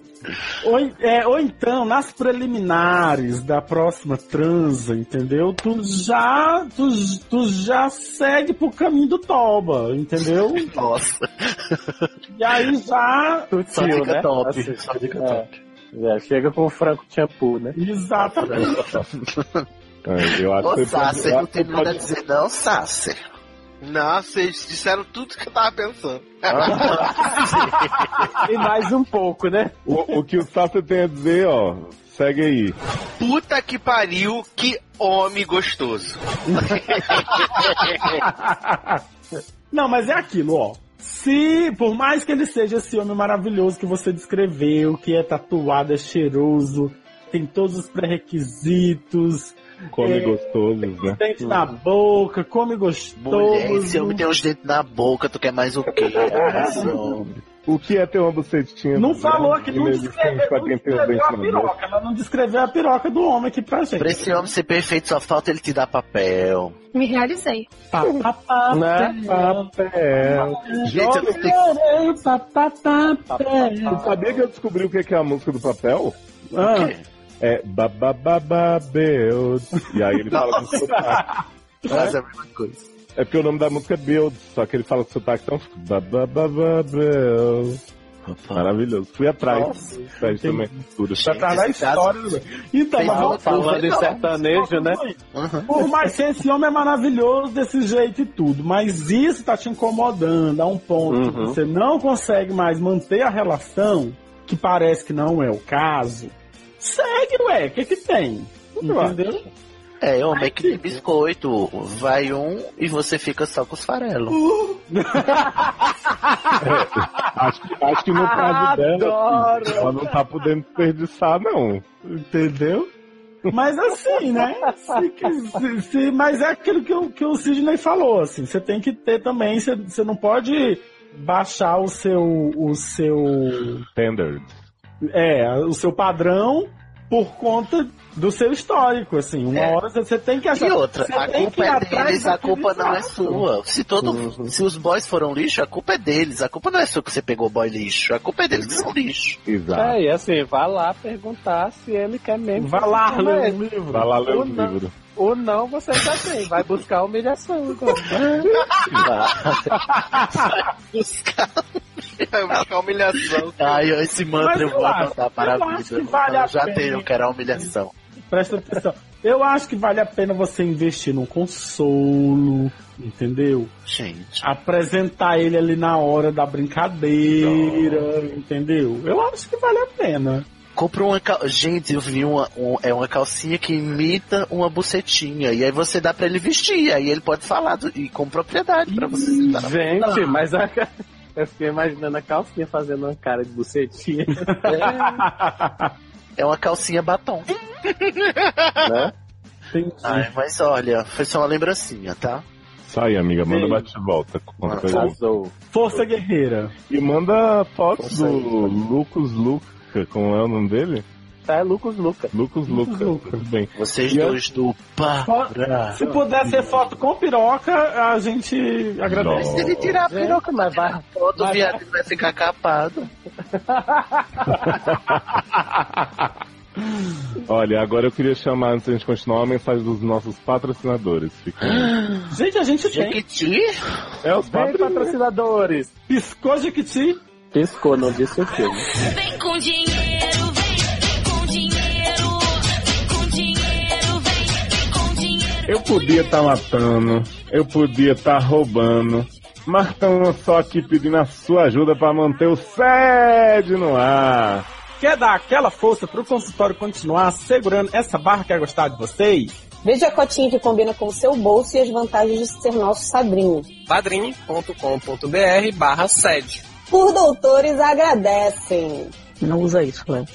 [SPEAKER 11] Ou, en- é, ou então, nas preliminares da próxima transa, entendeu? Tu já, tu, tu já segue pro caminho do Toba, entendeu?
[SPEAKER 10] Nossa.
[SPEAKER 11] E aí já.
[SPEAKER 10] Só dica
[SPEAKER 4] né?
[SPEAKER 10] top.
[SPEAKER 4] Assim.
[SPEAKER 10] Só dica
[SPEAKER 4] É.
[SPEAKER 10] top.
[SPEAKER 4] Já chega com o Franco Shampoo, né?
[SPEAKER 11] Exatamente.
[SPEAKER 7] É, eu acho
[SPEAKER 10] Ô,
[SPEAKER 7] que
[SPEAKER 10] Sasser,
[SPEAKER 7] eu
[SPEAKER 10] não
[SPEAKER 7] acho que
[SPEAKER 10] tem nada a
[SPEAKER 7] pode-
[SPEAKER 10] dizer não, Sasser.
[SPEAKER 14] Não, vocês disseram tudo que eu tava pensando.
[SPEAKER 4] E mais um pouco, né?
[SPEAKER 7] O, o que o Sasser tem a dizer, ó, segue aí.
[SPEAKER 14] Puta que pariu, que homem gostoso.
[SPEAKER 11] Não, mas é aquilo, ó. Se, por mais que ele seja esse homem maravilhoso que você descreveu, que é tatuado, é cheiroso, tem todos os pré-requisitos,
[SPEAKER 7] Come
[SPEAKER 11] É.
[SPEAKER 7] gostosos, né?
[SPEAKER 11] dente na boca, come
[SPEAKER 10] Mulher, esse
[SPEAKER 11] gostoso.
[SPEAKER 10] homem tem os dentes na boca, tu quer mais o quê? Coração.
[SPEAKER 7] O que é ter uma bucetinha?
[SPEAKER 11] Não falou aqui, não
[SPEAKER 7] Inexistente
[SPEAKER 11] descreveu,
[SPEAKER 7] pra
[SPEAKER 11] não
[SPEAKER 7] quem tem os
[SPEAKER 11] descreveu
[SPEAKER 7] dentes
[SPEAKER 11] a
[SPEAKER 7] na boca.
[SPEAKER 11] piroca, ela não descreveu a piroca do homem aqui pra gente.
[SPEAKER 10] Pra esse homem ser perfeito, só falta ele te dar papel.
[SPEAKER 8] Me realizei.
[SPEAKER 11] Pá, pá, pá,
[SPEAKER 7] Né? Papel.
[SPEAKER 10] Gente, eu não tenho
[SPEAKER 11] Papel, pá, pá, pá, papel.
[SPEAKER 7] Você sabia que eu descobri o que que é a música do papel?
[SPEAKER 11] Ah,
[SPEAKER 7] É bababababeu. E aí ele fala com sotaque.
[SPEAKER 10] Faz a mesma coisa.
[SPEAKER 7] É porque o nome da música é Build, só que ele fala com sotaque, então fica bababababeu. Maravilhoso. Fui atrás. Fede também. Tudo.
[SPEAKER 11] Tá tá na história. né? Então,
[SPEAKER 10] Tem
[SPEAKER 11] mas
[SPEAKER 10] uma
[SPEAKER 11] vamos
[SPEAKER 4] Falando de
[SPEAKER 11] Então,
[SPEAKER 4] sertanejo, né?
[SPEAKER 11] Uhum. Por mais que esse homem é maravilhoso desse jeito e tudo, mas isso tá te incomodando a um ponto que
[SPEAKER 4] Uhum.
[SPEAKER 11] você não consegue mais manter a relação, que parece que não é o caso. Segue, ué, o que que tem? Entendeu?
[SPEAKER 10] É, homem, é que tem biscoito. Vai um e você fica só com os farelos.
[SPEAKER 7] Acho, que- acho que no caso dela,
[SPEAKER 11] Adoro.
[SPEAKER 7] assim, ela não tá podendo desperdiçar, não.
[SPEAKER 11] Entendeu? Mas assim, né? Se que- se- se- mas é aquilo que, o- que o Sidney falou, assim, você tem que ter também, você, você não pode baixar o seu o seu
[SPEAKER 7] Standard.
[SPEAKER 11] É, o seu padrão por conta do seu histórico, assim. Uma hora você tem que achar.
[SPEAKER 10] É. E outra,
[SPEAKER 11] você
[SPEAKER 10] a
[SPEAKER 11] tem que
[SPEAKER 10] culpa
[SPEAKER 11] ir
[SPEAKER 10] é
[SPEAKER 11] atrás
[SPEAKER 10] deles, a
[SPEAKER 11] daquele
[SPEAKER 10] culpa não é
[SPEAKER 11] exato.
[SPEAKER 10] sua. Se,
[SPEAKER 4] Uhum.
[SPEAKER 10] todo, se os boys foram lixo, a culpa é deles. A culpa não é sua que você pegou boy lixo. A culpa é deles que são lixo.
[SPEAKER 7] Exato.
[SPEAKER 4] É, e assim, vai lá perguntar se ele quer mesmo.
[SPEAKER 11] Vai lá,
[SPEAKER 4] Não é.
[SPEAKER 11] lê o livro.
[SPEAKER 7] Vai lá ler o
[SPEAKER 4] Ou não.
[SPEAKER 7] livro.
[SPEAKER 4] Ou não, você já tem. Vai buscar a humilhação agora.
[SPEAKER 14] Vai buscar é humilhação.
[SPEAKER 10] Ai, esse
[SPEAKER 11] Mas
[SPEAKER 10] mantra é eu
[SPEAKER 11] eu
[SPEAKER 10] vou
[SPEAKER 11] acho,
[SPEAKER 10] adotar
[SPEAKER 11] eu
[SPEAKER 10] para a
[SPEAKER 11] acho
[SPEAKER 10] vida.
[SPEAKER 11] que vale a
[SPEAKER 10] Eu já
[SPEAKER 11] pena.
[SPEAKER 10] tenho, eu quero a humilhação.
[SPEAKER 11] Presta atenção. Eu acho que vale a pena você investir num consolo, entendeu?
[SPEAKER 10] Gente.
[SPEAKER 11] Apresentar ele ali na hora da brincadeira, entendeu? Eu acho que vale a pena.
[SPEAKER 10] Comprou uma cal... Gente, eu vi uma, um- é uma calcinha que imita uma bucetinha. E aí você dá pra ele vestir. Aí ele pode falar do- e com propriedade pra você sentar na
[SPEAKER 4] Gente, mas a... ca- eu fiquei imaginando a calcinha fazendo uma cara de bucetinha.
[SPEAKER 10] É uma calcinha batom.
[SPEAKER 4] né?
[SPEAKER 11] Entendi.
[SPEAKER 10] Ai, mas olha, foi só uma lembrancinha, tá?
[SPEAKER 7] Sai, amiga, manda
[SPEAKER 11] Sim.
[SPEAKER 7] bate e volta. Conta
[SPEAKER 4] é.
[SPEAKER 7] pra gente.
[SPEAKER 4] Arrasou.
[SPEAKER 11] Força guerreira.
[SPEAKER 7] E manda fotos
[SPEAKER 10] Força
[SPEAKER 7] do
[SPEAKER 10] aí,
[SPEAKER 7] Lucas Luca, como é o nome dele?
[SPEAKER 4] Tá, é Lucas Lucas.
[SPEAKER 7] Lucas
[SPEAKER 11] Lucas
[SPEAKER 7] Luca,
[SPEAKER 11] Luca.
[SPEAKER 7] tudo bem.
[SPEAKER 10] Vocês
[SPEAKER 7] E
[SPEAKER 10] dois do Pará.
[SPEAKER 11] Ah. Se puder ser foto com piroca, a gente agradece.
[SPEAKER 7] Não.
[SPEAKER 4] Se ele tirar a piroca, mas vai.
[SPEAKER 10] Todo viado vai ficar capado.
[SPEAKER 7] Olha, agora eu queria chamar, antes da gente continuar, uma mensagem dos nossos patrocinadores. Fica aí.
[SPEAKER 11] Gente, a gente tem.
[SPEAKER 10] Jequiti?
[SPEAKER 7] É os
[SPEAKER 4] Vem,
[SPEAKER 7] patrocinadores.
[SPEAKER 4] patrocinadores!
[SPEAKER 11] Piscou Jequiti.
[SPEAKER 4] Piscou, não disse o filme.
[SPEAKER 17] Vem com dinheiro, vem, vem com dinheiro, vem com dinheiro, vem, vem com dinheiro.
[SPEAKER 7] Eu podia estar matando, eu podia estar roubando, mas estamos só aqui pedindo a sua ajuda para manter o SED no ar.
[SPEAKER 11] quer dar aquela força pro consultório continuar segurando essa barra que é gostar de vocês?
[SPEAKER 19] Veja a cotinha que combina com o seu bolso e as vantagens de ser nosso sadrinho.
[SPEAKER 20] padrim.com.br barra sede.
[SPEAKER 19] Por doutores agradecem. assim.
[SPEAKER 21] Não usa isso, Léo.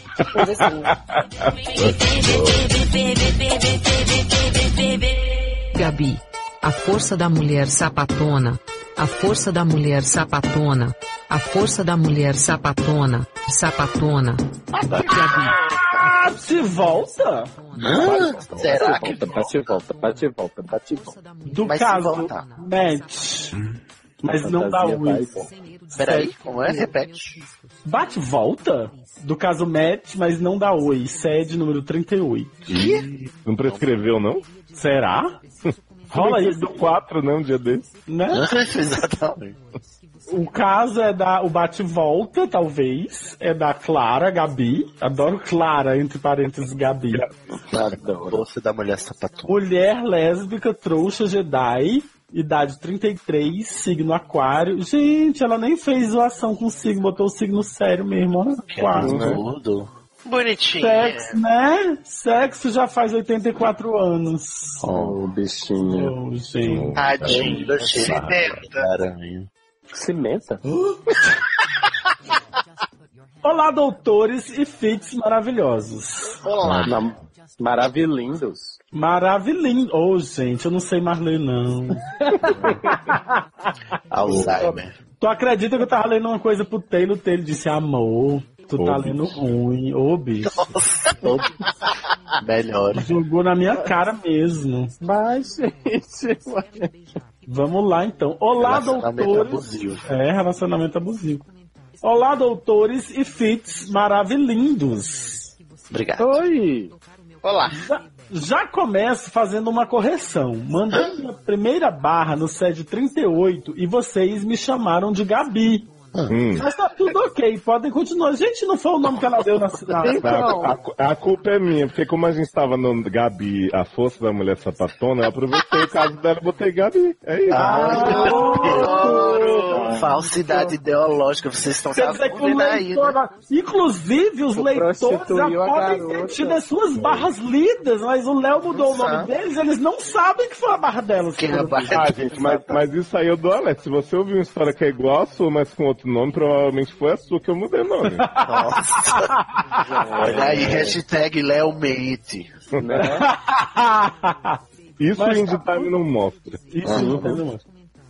[SPEAKER 6] Gabi, a força da mulher sapatona, a força da mulher sapatona, a força da mulher sapatona, sapatona.
[SPEAKER 11] Ah, te volta?
[SPEAKER 4] Ah,
[SPEAKER 11] será
[SPEAKER 4] bate e volta, bate e volta, bate e volta, bate e volta.
[SPEAKER 11] Do
[SPEAKER 4] Mas se
[SPEAKER 11] caso,
[SPEAKER 4] voltar.
[SPEAKER 11] match. Mas não dá
[SPEAKER 4] Fantasia vai e
[SPEAKER 11] uso.
[SPEAKER 4] volta. Peraí, como é?
[SPEAKER 11] Repete. Bate e volta? Do caso match, mas não dá oi. Sede número 38.
[SPEAKER 7] Não prescreveu, não?
[SPEAKER 11] Será? Rola isso.
[SPEAKER 7] do 4, né? Um dia desse.
[SPEAKER 11] Né? Exatamente. O caso é da. O bate-volta, talvez. É da Clara, Gabi. Adoro Clara, entre parênteses, Gabi.
[SPEAKER 10] Bolsa da mulher sapatona.
[SPEAKER 11] Mulher lésbica, trouxa, Jedi. Idade 33, signo aquário. Gente, ela nem fez zoação com o signo, botou o signo sério mesmo. Olha, aquário, né?
[SPEAKER 10] Tudo.
[SPEAKER 14] Bonitinho.
[SPEAKER 11] Sexo, né? Sexo já faz 84 anos.
[SPEAKER 4] Oh, bichinho.
[SPEAKER 11] gente.
[SPEAKER 14] Tadinho do
[SPEAKER 4] Cimenta. Cimenta?
[SPEAKER 11] Olá, doutores e fits maravilhosos.
[SPEAKER 4] Olá. Na- Maravilhindos.
[SPEAKER 11] Maravilhinho. Ô, gente, eu não sei mais ler, não.
[SPEAKER 10] Alzheimer.
[SPEAKER 11] Tu acredita que eu tava lendo uma coisa pro Taylor? O Taylor disse, amor, tu tá
[SPEAKER 10] Ô, bicho.
[SPEAKER 11] lendo ruim. Ô, bicho.
[SPEAKER 10] Melhor.
[SPEAKER 11] Jogou na minha cara mesmo.
[SPEAKER 4] Mas, gente,
[SPEAKER 11] Vamos lá, então. Olá,
[SPEAKER 10] Relacionamento
[SPEAKER 11] doutores.
[SPEAKER 10] abusivo.
[SPEAKER 11] É, relacionamento abusivo. Olá, doutores e fits maravilhindos.
[SPEAKER 10] Obrigado.
[SPEAKER 11] Oi.
[SPEAKER 14] É. Olá.
[SPEAKER 11] Já, já começo fazendo uma correção. Mandei minha primeira barra no sede 38 e vocês me chamaram de Gabi.
[SPEAKER 7] Hum.
[SPEAKER 11] Mas tá tudo ok, podem continuar. Gente, não foi o nome que ela deu na cidade.
[SPEAKER 7] Então, a, a culpa é minha, porque como a gente tava no Gabi, a força da mulher sapatona, eu aproveitei o caso dela e botei Gabi. É isso.
[SPEAKER 10] Ah. Falsidade ideológica, vocês estão
[SPEAKER 11] Quer dizer é que o
[SPEAKER 10] sabendo Tá aí. né?
[SPEAKER 11] leitor, inclusive os
[SPEAKER 10] O
[SPEAKER 11] leitores já
[SPEAKER 10] prostituiu a
[SPEAKER 11] podem ter
[SPEAKER 10] garota.
[SPEAKER 11] tido as suas barras lidas, mas o Léo mudou o nome
[SPEAKER 7] sabe.
[SPEAKER 11] deles, eles não sabem que foi a barra delas.
[SPEAKER 10] é
[SPEAKER 7] Ah, gente, mas, mas isso aí eu dou alerta. Se você ouvir uma história que é igual a sua, mas com outro nome, provavelmente foi a sua que eu mudei o nome.
[SPEAKER 10] Olha aí, hashtag Leomente.
[SPEAKER 7] Isso
[SPEAKER 11] Mas
[SPEAKER 7] o Indie
[SPEAKER 11] tá-
[SPEAKER 7] Time não mostra.
[SPEAKER 11] Isso
[SPEAKER 7] Uhum.
[SPEAKER 11] não tem nenhuma.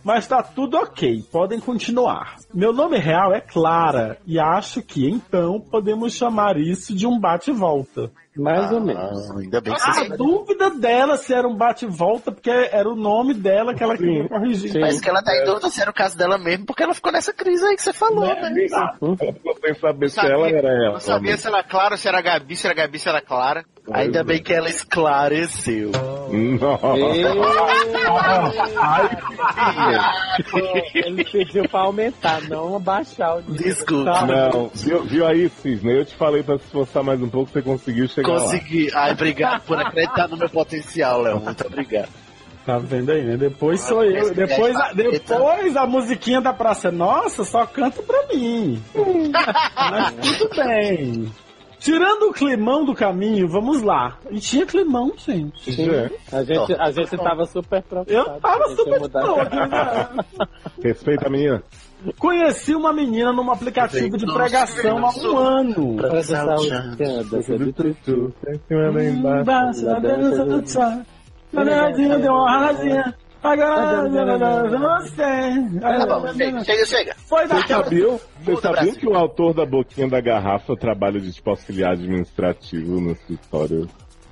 [SPEAKER 11] Mas tá tudo ok, podem continuar. Meu nome real é Clara, e acho que então podemos chamar isso de um bate-volta. Mais ou menos.
[SPEAKER 10] Ainda bem que
[SPEAKER 14] Ah,
[SPEAKER 11] A
[SPEAKER 10] vocês.
[SPEAKER 11] dúvida dela se era um bate-volta, porque era o nome dela que ela queria corrigir.
[SPEAKER 10] Parece que ela tá em dúvida se era o caso dela mesmo, porque ela ficou nessa crise aí que você falou, né?
[SPEAKER 11] Tá.
[SPEAKER 7] Eu sem saber se
[SPEAKER 14] Sabia-
[SPEAKER 7] ela era ela.
[SPEAKER 14] Não sabia se era é Clara, se era Gabi, se era Gabi, se era Clara.
[SPEAKER 10] Ainda bem que ela esclareceu.
[SPEAKER 15] Ele pediu pra aumentar, não abaixar o nível. Tá?
[SPEAKER 7] Não, viu, viu aí, Cisne? Eu te falei pra se esforçar mais um pouco, você conseguiu chegar
[SPEAKER 10] Consegui. Ai, obrigado por acreditar no meu potencial, Léo. Muito obrigado.
[SPEAKER 11] Tá vendo aí, né? Depois sou eu. Depois, a, depois a musiquinha da Praça é Nossa só canta pra mim. Mas tudo bem. Tirando o climão do caminho, vamos lá. E tinha climão, gente.
[SPEAKER 15] Sim.
[SPEAKER 7] É.
[SPEAKER 15] A gente, a gente tava super preocupado.
[SPEAKER 11] Eu tava
[SPEAKER 15] gente, eu
[SPEAKER 11] super
[SPEAKER 15] mudar-
[SPEAKER 11] pronto.
[SPEAKER 7] lá. Respeita a menina.
[SPEAKER 11] Conheci uma menina num aplicativo de pregação há um ano. Dança, dança, dança, dança. Na verdade, deu uma raladinha. Agora,
[SPEAKER 14] Tá bom,
[SPEAKER 11] você.
[SPEAKER 14] chega, chega, chega.
[SPEAKER 11] Foi
[SPEAKER 7] Vocês sabiam, vocês
[SPEAKER 14] Muda,
[SPEAKER 7] sabiam
[SPEAKER 14] Brasil.
[SPEAKER 7] que o autor da boquinha da garrafa trabalha de tipo auxiliar administrativo nessa história?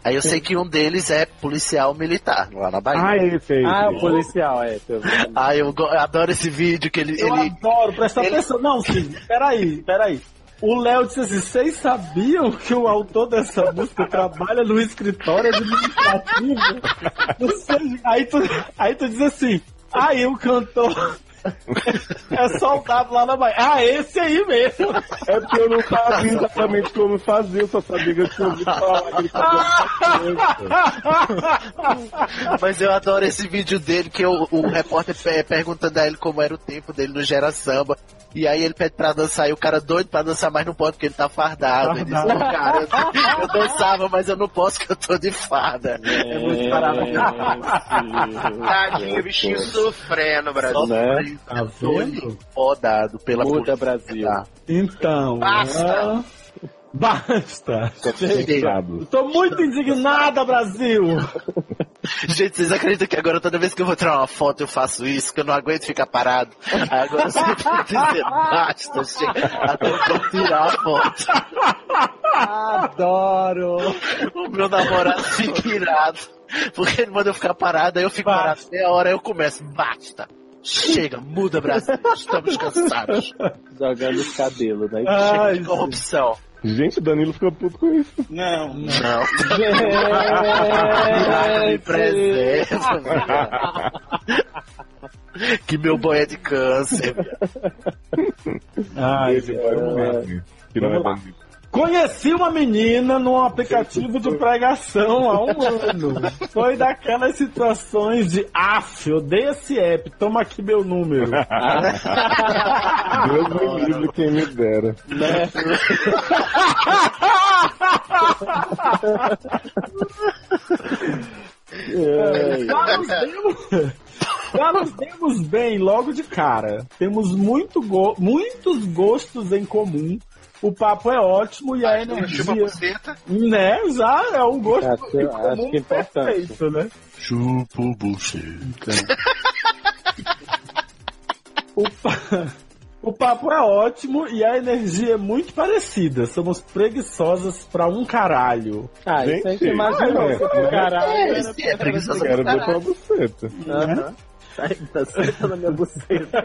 [SPEAKER 10] Aí eu sei que um deles é policial militar, lá na Bahia.
[SPEAKER 7] Ah, esse aí.
[SPEAKER 15] Ah, o policial, é. seu-
[SPEAKER 10] Ah, eu, go- eu adoro esse vídeo que ele.
[SPEAKER 11] Eu
[SPEAKER 10] ele...
[SPEAKER 11] adoro, presta
[SPEAKER 10] ele-
[SPEAKER 11] atenção. Não, sim, peraí, peraí. O Léo disse assim: vocês sabiam que o autor dessa música trabalha no escritório administrativo? Não sei. Aí tu, aí tu diz assim: aí o cantor. É só o W lá na Bahia. Ah, esse aí mesmo.
[SPEAKER 7] É porque eu não sabia exatamente como fazia, eu só sabia que eu tinha ouvido falar. que ele fazia
[SPEAKER 10] Mas eu adoro esse vídeo dele, que o, o repórter pe- perguntando a ele como era o tempo dele no Gera Samba. E aí ele pede pra dançar, e o cara doido pra dançar, mas não pode, porque ele tá fardado. Ele diz, "Não, cara, eu, eu dançava, mas eu não posso, que eu tô de farda. É, muito maravilhoso.
[SPEAKER 14] Tadinho, bichinho sofrendo, Brasil.
[SPEAKER 10] Né?
[SPEAKER 11] Tá vendo?
[SPEAKER 10] Podado pela Tá.
[SPEAKER 4] Muda, Brasil.
[SPEAKER 11] Então.
[SPEAKER 14] Basta.
[SPEAKER 11] ah, Basta! Chega. Tô muito indignada, Brasil!
[SPEAKER 10] Gente, vocês acreditam que agora toda vez que eu vou tirar uma foto eu faço isso, que eu não aguento ficar parado? Agora eu sempre vou dizer basta, chega, até eu vou tirar a foto.
[SPEAKER 11] Adoro!
[SPEAKER 10] O meu namorado fica irado, porque ele manda eu ficar parado, aí eu fico parado até a hora, eu começo, basta. Chega, muda Brasil, estamos cansados.
[SPEAKER 4] Jogando os cabelos, né?
[SPEAKER 10] Chega de corrupção.
[SPEAKER 7] Gente, o Danilo ficou puto com isso.
[SPEAKER 11] Não, não.
[SPEAKER 10] Não. tá
[SPEAKER 11] Gente.
[SPEAKER 10] Me preserva. velho. que meu boy é de câncer.
[SPEAKER 11] Ai,
[SPEAKER 7] Ele
[SPEAKER 4] um
[SPEAKER 7] vai morrer, que não é
[SPEAKER 11] Vamos lá.
[SPEAKER 7] bandido.
[SPEAKER 11] Conheci uma menina num aplicativo de pregação há um ano. Foi daquelas situações de af, odeio esse app, toma aqui meu número.
[SPEAKER 7] Deus
[SPEAKER 11] Ah.
[SPEAKER 7] me livre quem me dera.
[SPEAKER 11] né? É, já, nos demos, já nos demos bem logo de cara. Temos muito go- muitos gostos em comum. O papo é ótimo e a energia.
[SPEAKER 14] Chupa a buceta.
[SPEAKER 11] Né? Já é um gosto
[SPEAKER 4] Acho-
[SPEAKER 11] em
[SPEAKER 4] acho
[SPEAKER 11] comum
[SPEAKER 4] que é importante.
[SPEAKER 11] perfeito, né?
[SPEAKER 10] Chupo você.
[SPEAKER 11] O, pa- o papo é ótimo e a energia é muito parecida. Somos preguiçosas pra um caralho.
[SPEAKER 4] Ah, isso aí você imaginou.
[SPEAKER 7] Ah, é, né?
[SPEAKER 4] Um Caralho,
[SPEAKER 10] É, sim, é preguiçoso
[SPEAKER 7] Quero
[SPEAKER 10] pra
[SPEAKER 7] ver tua
[SPEAKER 10] caralho.
[SPEAKER 7] buceta.
[SPEAKER 4] Aham. Sai da seta na minha buceta.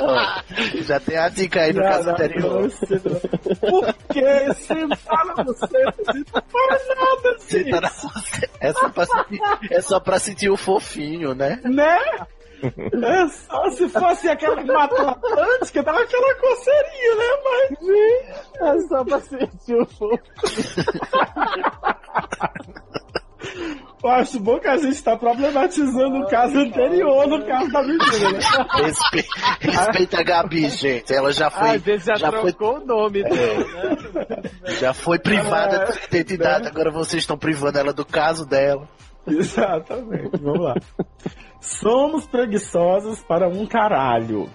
[SPEAKER 10] Ó, Já tem a dica aí no caso anterior.
[SPEAKER 11] Por que sentar na buceta? Isso Não para nada,
[SPEAKER 10] Você
[SPEAKER 11] gente.
[SPEAKER 10] tá na buceta. É só pra sentir, é só pra sentir o fofinho, né?
[SPEAKER 11] Né? É só se fosse aquela que matou a Atlântica, dava aquela coceirinha, né? Mas.
[SPEAKER 4] É só pra sentir o fogo.
[SPEAKER 11] Eu acho bom que a gente tá problematizando o caso anterior no caso da mentira, né?
[SPEAKER 10] Respe- Respeita a Gabi, gente. Ela já
[SPEAKER 4] Ah,
[SPEAKER 10] foi,
[SPEAKER 4] Às vezes já,
[SPEAKER 10] já foi
[SPEAKER 4] trocou o nome dele, né?
[SPEAKER 10] Já foi privada da sua identidade, agora vocês estão privando ela do caso dela.
[SPEAKER 11] Exatamente, vamos lá. Somos preguiçosas para um caralho.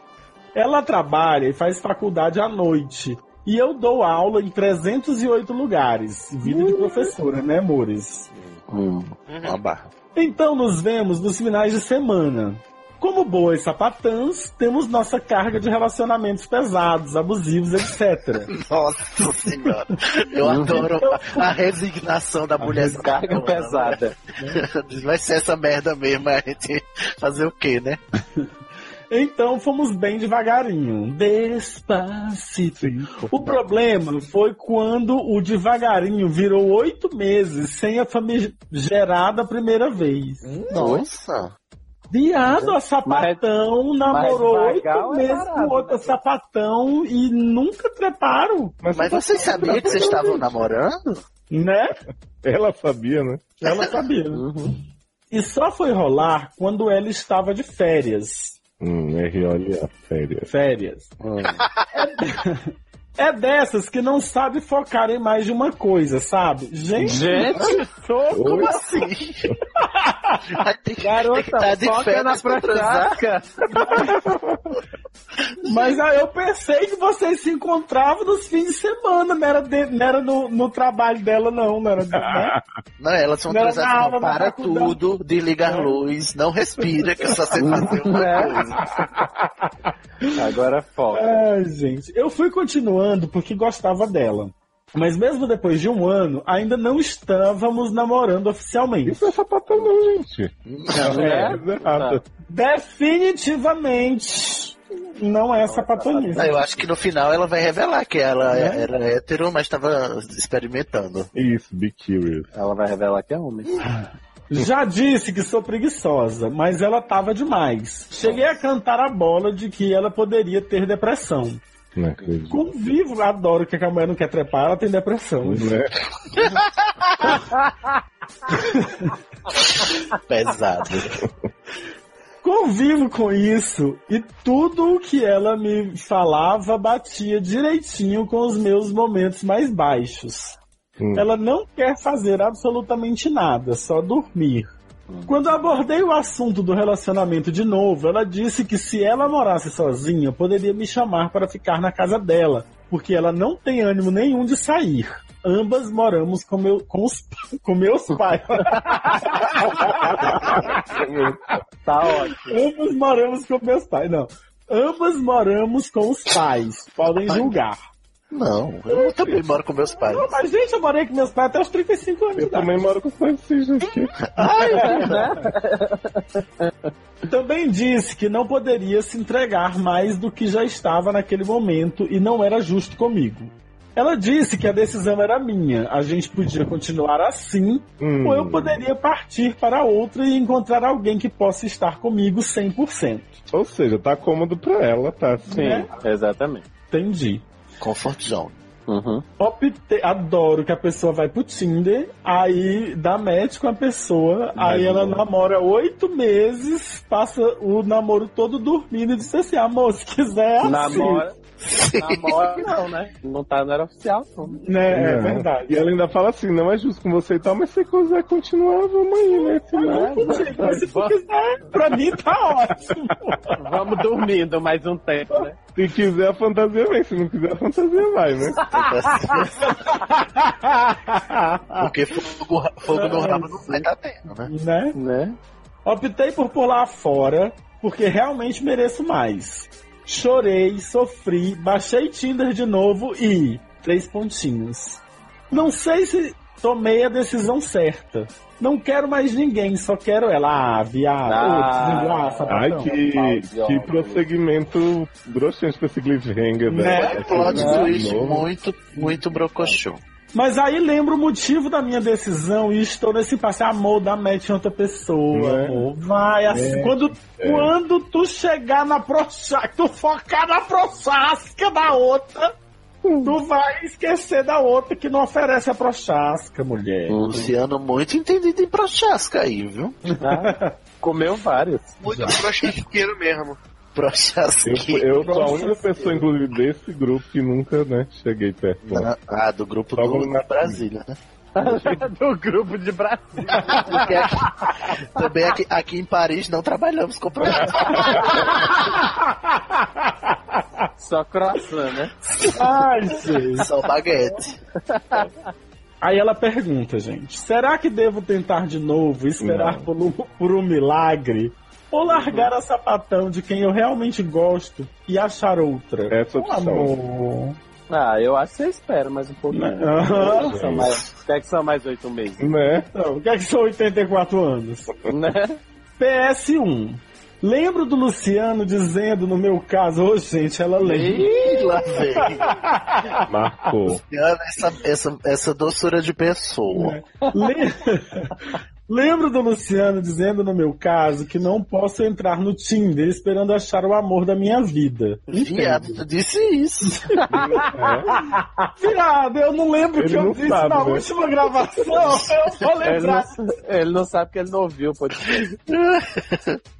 [SPEAKER 11] Ela trabalha e faz faculdade à noite. E eu dou aula em 308 lugares. Vida de professora, né, amores?
[SPEAKER 10] Uma barra.
[SPEAKER 11] Então nos vemos nos finais de semana. Como boas sapatãs, temos nossa carga de relacionamentos pesados, abusivos, etc.
[SPEAKER 10] Nossa senhora. Eu adoro a Uhum. a resignação da mulher carga
[SPEAKER 4] É pesada.
[SPEAKER 10] Vai ser essa merda mesmo, a gente fazer o quê, né?
[SPEAKER 11] Então fomos bem devagarinho. Despacito. O problema foi quando o devagarinho virou oito meses sem a famigerada primeira vez.
[SPEAKER 10] Nossa.
[SPEAKER 11] Viado, a sapatão namorou
[SPEAKER 4] mas
[SPEAKER 11] oito
[SPEAKER 4] vagal é
[SPEAKER 11] meses
[SPEAKER 4] barato,
[SPEAKER 11] com outra sapatão e nunca treparam,
[SPEAKER 10] Mas vocês sabiam que vocês estavam namorando?
[SPEAKER 11] né?
[SPEAKER 7] Ela sabia, né?
[SPEAKER 11] Ela sabia.
[SPEAKER 4] Uhum.
[SPEAKER 11] E só foi rolar quando ela estava de férias.
[SPEAKER 7] Hum, R.O.L.A. férias.
[SPEAKER 11] Férias. É dessas que não sabe focar em mais de uma coisa, sabe? Gente,
[SPEAKER 4] Gente,
[SPEAKER 11] tô-
[SPEAKER 10] Como
[SPEAKER 7] Ah,
[SPEAKER 10] assim? Vai ter que tem que tá
[SPEAKER 4] garota,
[SPEAKER 10] de
[SPEAKER 4] foca na
[SPEAKER 10] férias pra transar.
[SPEAKER 4] fracaca.
[SPEAKER 11] mas aí eu pensei que vocês se encontravam nos fins de semana, não era, de- não era no, no trabalho dela, não, não era. né?
[SPEAKER 10] Não, elas são
[SPEAKER 11] Não,
[SPEAKER 10] transações.
[SPEAKER 11] não, não,
[SPEAKER 10] para
[SPEAKER 11] não, não, não.
[SPEAKER 10] tudo, desliga a luz, não respira, que eu só sei fazer uma coisa.
[SPEAKER 4] Agora é foca.
[SPEAKER 11] Ai, É, gente, eu fui continuando porque gostava dela. Mas mesmo depois de um ano, ainda não estávamos namorando oficialmente.
[SPEAKER 7] Isso é sapatão não, gente.
[SPEAKER 4] Não é?
[SPEAKER 7] Coisa errada.
[SPEAKER 11] Definitivamente não é sapatonice.
[SPEAKER 10] Ah, eu acho que no final ela vai revelar que ela
[SPEAKER 7] Né?
[SPEAKER 10] é- era hétero, mas estava experimentando.
[SPEAKER 7] Isso, be curious.
[SPEAKER 4] Ela vai revelar que é homem.
[SPEAKER 11] Já disse que sou preguiçosa, mas ela tava demais. Cheguei a cantar a bola de que ela poderia ter depressão.
[SPEAKER 7] Não é acredito.
[SPEAKER 11] Convivo, adoro que a mulher não quer trepar, ela tem depressão.
[SPEAKER 10] Pesado.
[SPEAKER 11] Convivo com isso e tudo o que ela me falava batia direitinho com os meus momentos mais baixos. Ela não quer fazer absolutamente nada, só dormir. Quando eu abordei o assunto do relacionamento de novo, ela disse que se ela morasse sozinha, poderia me chamar para ficar na casa dela, porque ela não tem ânimo nenhum de sair. Ambas moramos com, meu, com, os, com meus pais.
[SPEAKER 7] é.
[SPEAKER 15] Tá ótimo.
[SPEAKER 11] Ambos moramos com meus pais, não. Ambas moramos com os pais. Podem julgar.
[SPEAKER 10] Não, eu também moro com meus pais.
[SPEAKER 11] Não, mas gente, eu morei com meus pais até os 35 anos. Eu também
[SPEAKER 7] moro com assim, os Francisco aqui.
[SPEAKER 11] Ai, é, né? Também disse que não poderia se entregar mais do que já estava naquele momento e não era justo comigo. Ela disse que a decisão era minha. A gente podia continuar assim,
[SPEAKER 7] Hum.
[SPEAKER 11] ou eu poderia partir para outra e encontrar alguém que possa estar comigo 100%.
[SPEAKER 7] Ou seja, tá cômodo pra ela, tá? Sim,
[SPEAKER 4] exatamente.
[SPEAKER 11] Entendi.
[SPEAKER 10] Comfort zone.
[SPEAKER 4] Uhum.
[SPEAKER 11] Optei- adoro que a pessoa vai pro Tinder, aí dá match com a pessoa,
[SPEAKER 7] Vai
[SPEAKER 11] aí
[SPEAKER 7] de
[SPEAKER 11] ela
[SPEAKER 7] novo.
[SPEAKER 11] namora oito meses, passa o namoro todo dormindo e diz assim: amor, se quiser, é assim.
[SPEAKER 4] Namora. Namora não, né? Não tá, não era oficial, não.
[SPEAKER 11] Né, é
[SPEAKER 7] Não.
[SPEAKER 11] verdade.
[SPEAKER 7] E ela ainda fala assim, não é justo com você e tal, mas se você quiser continuar, vamos aí, né? Se
[SPEAKER 11] Ah,
[SPEAKER 7] não,
[SPEAKER 11] Mas É se tu quiser, pra mim tá ótimo.
[SPEAKER 4] Vamos dormindo mais um tempo, né?
[SPEAKER 7] Se quiser a fantasia vem, se não quiser a fantasia vai, né?
[SPEAKER 10] Então, assim, Porque fogo, fogo no rabo não vai dar tempo, né?
[SPEAKER 11] né? Optei por pular fora, porque realmente mereço mais. Chorei, sofri, baixei Tinder de novo e. Três pontinhos. Não sei se tomei a decisão certa. Não quero mais ninguém, só quero ela. Ah, viado.
[SPEAKER 7] Ah,
[SPEAKER 11] ô, desgraça,
[SPEAKER 7] Ai,
[SPEAKER 11] patrão.
[SPEAKER 7] que, que prosseguimento broxante pra esse cliffhanger dela.
[SPEAKER 10] Né? Plot
[SPEAKER 7] De
[SPEAKER 10] twist
[SPEAKER 7] novo.
[SPEAKER 10] muito, muito brocochô.
[SPEAKER 11] Mas aí lembro o motivo da minha decisão e estou nesse passe. Amor, dá match em outra pessoa,
[SPEAKER 7] É.
[SPEAKER 11] amor. Vai, assim,
[SPEAKER 7] É.
[SPEAKER 11] quando,
[SPEAKER 7] É.
[SPEAKER 11] quando tu chegar na prochasca, tu focar na prochasca da outra, tu vai esquecer da outra que não oferece a prochasca, mulher.
[SPEAKER 7] Hum.
[SPEAKER 10] Luciano muito entendido em prochasca aí, viu?
[SPEAKER 4] Comeu várias.
[SPEAKER 14] Muito prochasqueiro mesmo.
[SPEAKER 7] Eu,
[SPEAKER 10] Prochasqueiro.
[SPEAKER 7] eu sou a única pessoa, inclusive, desse grupo que nunca, né, cheguei perto.
[SPEAKER 10] Ah, do grupo
[SPEAKER 7] Só
[SPEAKER 10] do,
[SPEAKER 7] quando na-
[SPEAKER 10] de Brasília, né?
[SPEAKER 4] Do grupo de Brasil.
[SPEAKER 10] Porque aqui- também aqui, aqui em Paris não trabalhamos com prochasca.
[SPEAKER 4] Só croissant, né?
[SPEAKER 11] Ai, gente.
[SPEAKER 10] Só é um baguete.
[SPEAKER 11] Aí ela pergunta, gente: será que devo tentar de novo, e esperar por um, por um milagre? Ou largar a sapatão de quem eu realmente gosto e achar outra?
[SPEAKER 7] Essa
[SPEAKER 11] Ô,
[SPEAKER 7] opção.
[SPEAKER 11] amor.
[SPEAKER 4] Ah, eu acho que você espera mais um pouquinho.
[SPEAKER 11] Aham.
[SPEAKER 4] São mais, até que são mais oito meses,
[SPEAKER 7] Né?
[SPEAKER 11] Então, o que é que são 84 anos?
[SPEAKER 4] né?
[SPEAKER 11] PS1. Lembro do Luciano dizendo no meu caso, ô gente, ela lembra.
[SPEAKER 10] Ih, lá vem.
[SPEAKER 7] Marcou.
[SPEAKER 10] Luciano, essa, essa, essa doçura de pessoa.
[SPEAKER 11] Le- Lembro do Luciano dizendo no meu caso que não posso entrar no Tinder esperando achar o amor da minha vida.
[SPEAKER 10] Viado, tu disse isso.
[SPEAKER 11] Viado, eu não lembro o
[SPEAKER 7] Ele
[SPEAKER 11] que eu
[SPEAKER 7] não
[SPEAKER 11] disse
[SPEAKER 7] sabe,
[SPEAKER 11] na
[SPEAKER 7] né?
[SPEAKER 11] última gravação. Eu vou
[SPEAKER 4] Ele não,
[SPEAKER 11] lembrar.
[SPEAKER 4] ele não sabe que ele não ouviu o podcast.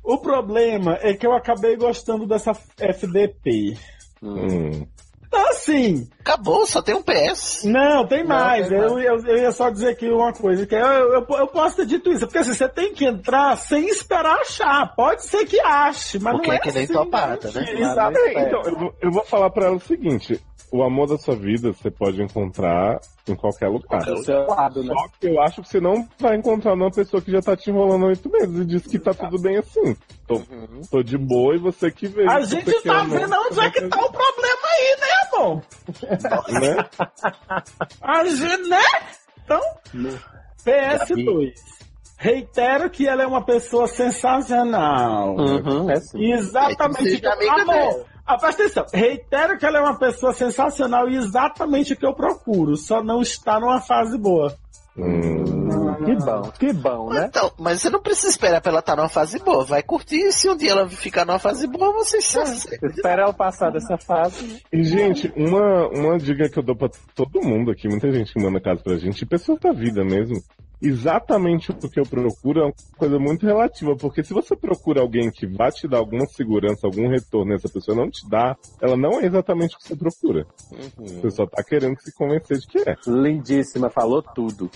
[SPEAKER 11] O problema é que eu acabei gostando dessa FDP.
[SPEAKER 7] Hum.
[SPEAKER 11] Então, assim,
[SPEAKER 10] Acabou, só tem um PS.
[SPEAKER 11] Não, tem mais.
[SPEAKER 4] tem
[SPEAKER 11] eu, eu, eu ia só dizer aqui uma coisa. Que eu, eu, eu posso ter dito isso, porque assim, você tem que entrar sem esperar achar. Pode ser que ache, mas
[SPEAKER 10] Porque
[SPEAKER 11] não é,
[SPEAKER 10] é que nem
[SPEAKER 11] assim,
[SPEAKER 10] topada, né?
[SPEAKER 11] Exato.
[SPEAKER 7] É, então, eu, vou- eu vou falar pra ela o seguinte: o amor da sua vida você pode encontrar em qualquer lugar.
[SPEAKER 4] Do seu lado, né?
[SPEAKER 7] Só que eu acho que você não vai encontrar uma pessoa que já tá te enrolando há oito meses e diz que tá tudo bem assim. Tô, tô de boa e você que vê.
[SPEAKER 11] Uhum. A
[SPEAKER 7] se
[SPEAKER 11] gente
[SPEAKER 7] você quer
[SPEAKER 11] tá
[SPEAKER 7] ou não.
[SPEAKER 11] vendo onde é que tá o problema aí, né, bom?
[SPEAKER 7] Né?
[SPEAKER 11] A gente, né? Então, PS2. Reitero que ela é uma pessoa sensacional.
[SPEAKER 4] Uhum, é sim.
[SPEAKER 11] Exatamente.
[SPEAKER 10] É,
[SPEAKER 11] o que eu-
[SPEAKER 10] seja amiga
[SPEAKER 11] Amor, ah, presta atenção. Reitero que ela é uma pessoa sensacional e exatamente o que eu procuro. Só não está numa fase boa.
[SPEAKER 7] Hum.
[SPEAKER 4] Que bom, que bom, né?
[SPEAKER 10] Então, mas você não precisa esperar pra ela estar numa fase boa. Vai curtir e se um dia ela ficar numa fase boa, você se acerta.
[SPEAKER 4] Espera ela passar dessa fase.
[SPEAKER 7] E, gente, uma, uma dica que eu dou pra todo mundo aqui, muita gente que manda casa pra gente, e pessoas da vida mesmo. Exatamente o que eu procuro é uma coisa muito relativa, porque se você procura alguém que vai te dar alguma segurança, algum retorno, e essa pessoa não te dá, ela não é exatamente o que você procura. Você só tá querendo se convencer de que é.
[SPEAKER 4] Lindíssima, falou tudo.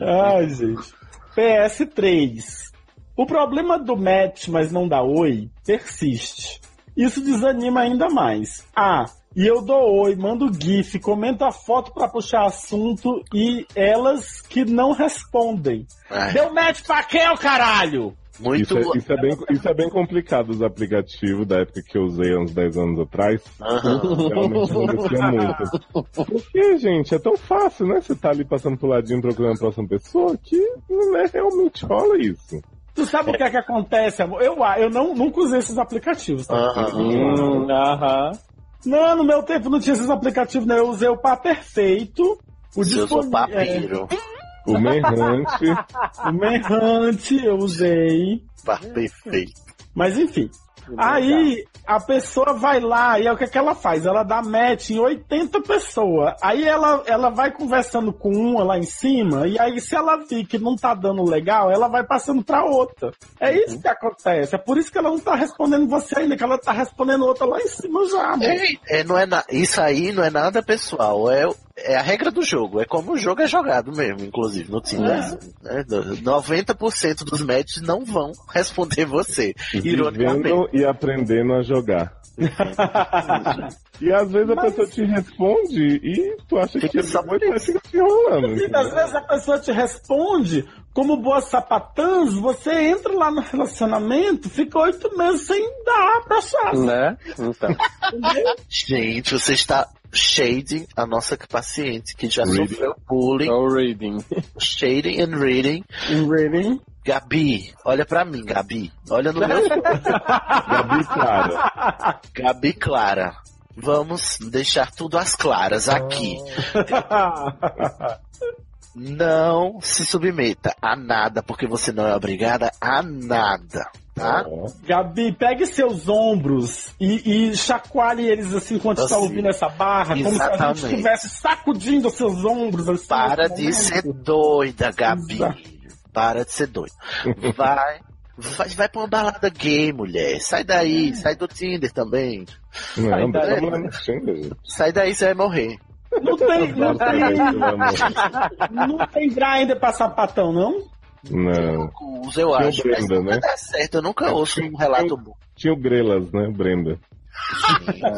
[SPEAKER 11] Ai, gente. PS3. O problema do match, mas não dá oi, persiste. Isso desanima ainda mais. Ah, e eu dou oi, mando GIF, comento a foto pra puxar assunto e elas que não respondem. Deu match pra quem, ô caralho?
[SPEAKER 7] Isso é, isso é bem, isso é bem complicado os aplicativos da época que eu usei há uns 10 anos atrás.
[SPEAKER 11] Aham.
[SPEAKER 7] Realmente acontecia muito. Porque, gente, é tão fácil, né? Você tá ali passando pro ladinho procurando a próxima pessoa que né, realmente rola isso.
[SPEAKER 11] Tu sabe o que é que acontece, amor? Eu, eu não, nunca usei esses aplicativos. Tá?
[SPEAKER 7] Aham.
[SPEAKER 11] Hum, aham. Não, no meu tempo não tinha esses aplicativos, não. Eu usei o Pá Perfeito. O
[SPEAKER 10] Eu sou
[SPEAKER 11] disponível-
[SPEAKER 10] papiro.
[SPEAKER 7] O Manhunt.
[SPEAKER 11] O Manhunt eu usei.
[SPEAKER 10] Pá perfeito.
[SPEAKER 11] Mas enfim. Aí a pessoa vai lá e é o que, é que ela faz? Ela dá match em 80 pessoas. Aí ela, ela vai conversando com uma lá em cima, e aí se ela vir que não tá dando legal, ela vai passando pra outra. É isso que acontece. É por isso que ela não tá respondendo você ainda, que ela tá respondendo outra lá em cima já, amor.
[SPEAKER 10] É, não é na- Isso aí não é nada pessoal. É, é a regra do jogo. É como o jogo é jogado mesmo, inclusive, no
[SPEAKER 14] É.
[SPEAKER 10] Tinder. né? Do- 90% dos matches não vão responder você. Ironicamente.
[SPEAKER 7] Vivendo e aprendendo a jogar. e às vezes a pessoa te responde e tu acha que é boa e fica te enrolando.
[SPEAKER 11] E às
[SPEAKER 7] entendeu?
[SPEAKER 11] vezes a pessoa te responde, como boa sapatãs, você entra lá no relacionamento, fica oito meses sem dar pra chave.
[SPEAKER 4] Né? Então.
[SPEAKER 10] Gente, você está shading a nossa paciente que já sofreu bullying.
[SPEAKER 4] reading.
[SPEAKER 10] Shading and reading.
[SPEAKER 11] reading.
[SPEAKER 10] Gabi, olha pra mim, Gabi. Olha no meu. Gabi
[SPEAKER 7] Clara.
[SPEAKER 10] Gabi Clara. Vamos deixar tudo às claras aqui. Não se submeta a nada, porque você não é obrigada a nada, tá?
[SPEAKER 11] Gabi, pegue seus ombros e, e chacoalhe eles assim quando está
[SPEAKER 10] Assim.
[SPEAKER 11] ouvindo essa barra, como se a gente
[SPEAKER 10] Exatamente.
[SPEAKER 11] estivesse sacudindo seus ombros. Assim,
[SPEAKER 10] Para
[SPEAKER 11] nesse
[SPEAKER 10] de
[SPEAKER 11] momento.
[SPEAKER 10] ser doida, Gabi. Para de ser doida. Vai, vai, vai pra uma balada gay, mulher. Sai daí, sai do Tinder também.
[SPEAKER 7] Não, é um
[SPEAKER 10] Sai
[SPEAKER 7] mas
[SPEAKER 10] daí.
[SPEAKER 7] vamos lá no Tinder.
[SPEAKER 10] Sai daí, você vai morrer.
[SPEAKER 11] Não tem, não
[SPEAKER 7] Nossa, meu
[SPEAKER 11] tem. não tem grinder pra sapatão, não?
[SPEAKER 7] Não.
[SPEAKER 10] Usa, eu
[SPEAKER 7] Tinha
[SPEAKER 10] acho.
[SPEAKER 7] o Brenda,
[SPEAKER 10] mas
[SPEAKER 7] né?
[SPEAKER 10] tá certo, eu nunca ouço um relato bom.
[SPEAKER 7] Tinha o Grelas, né, Brenda?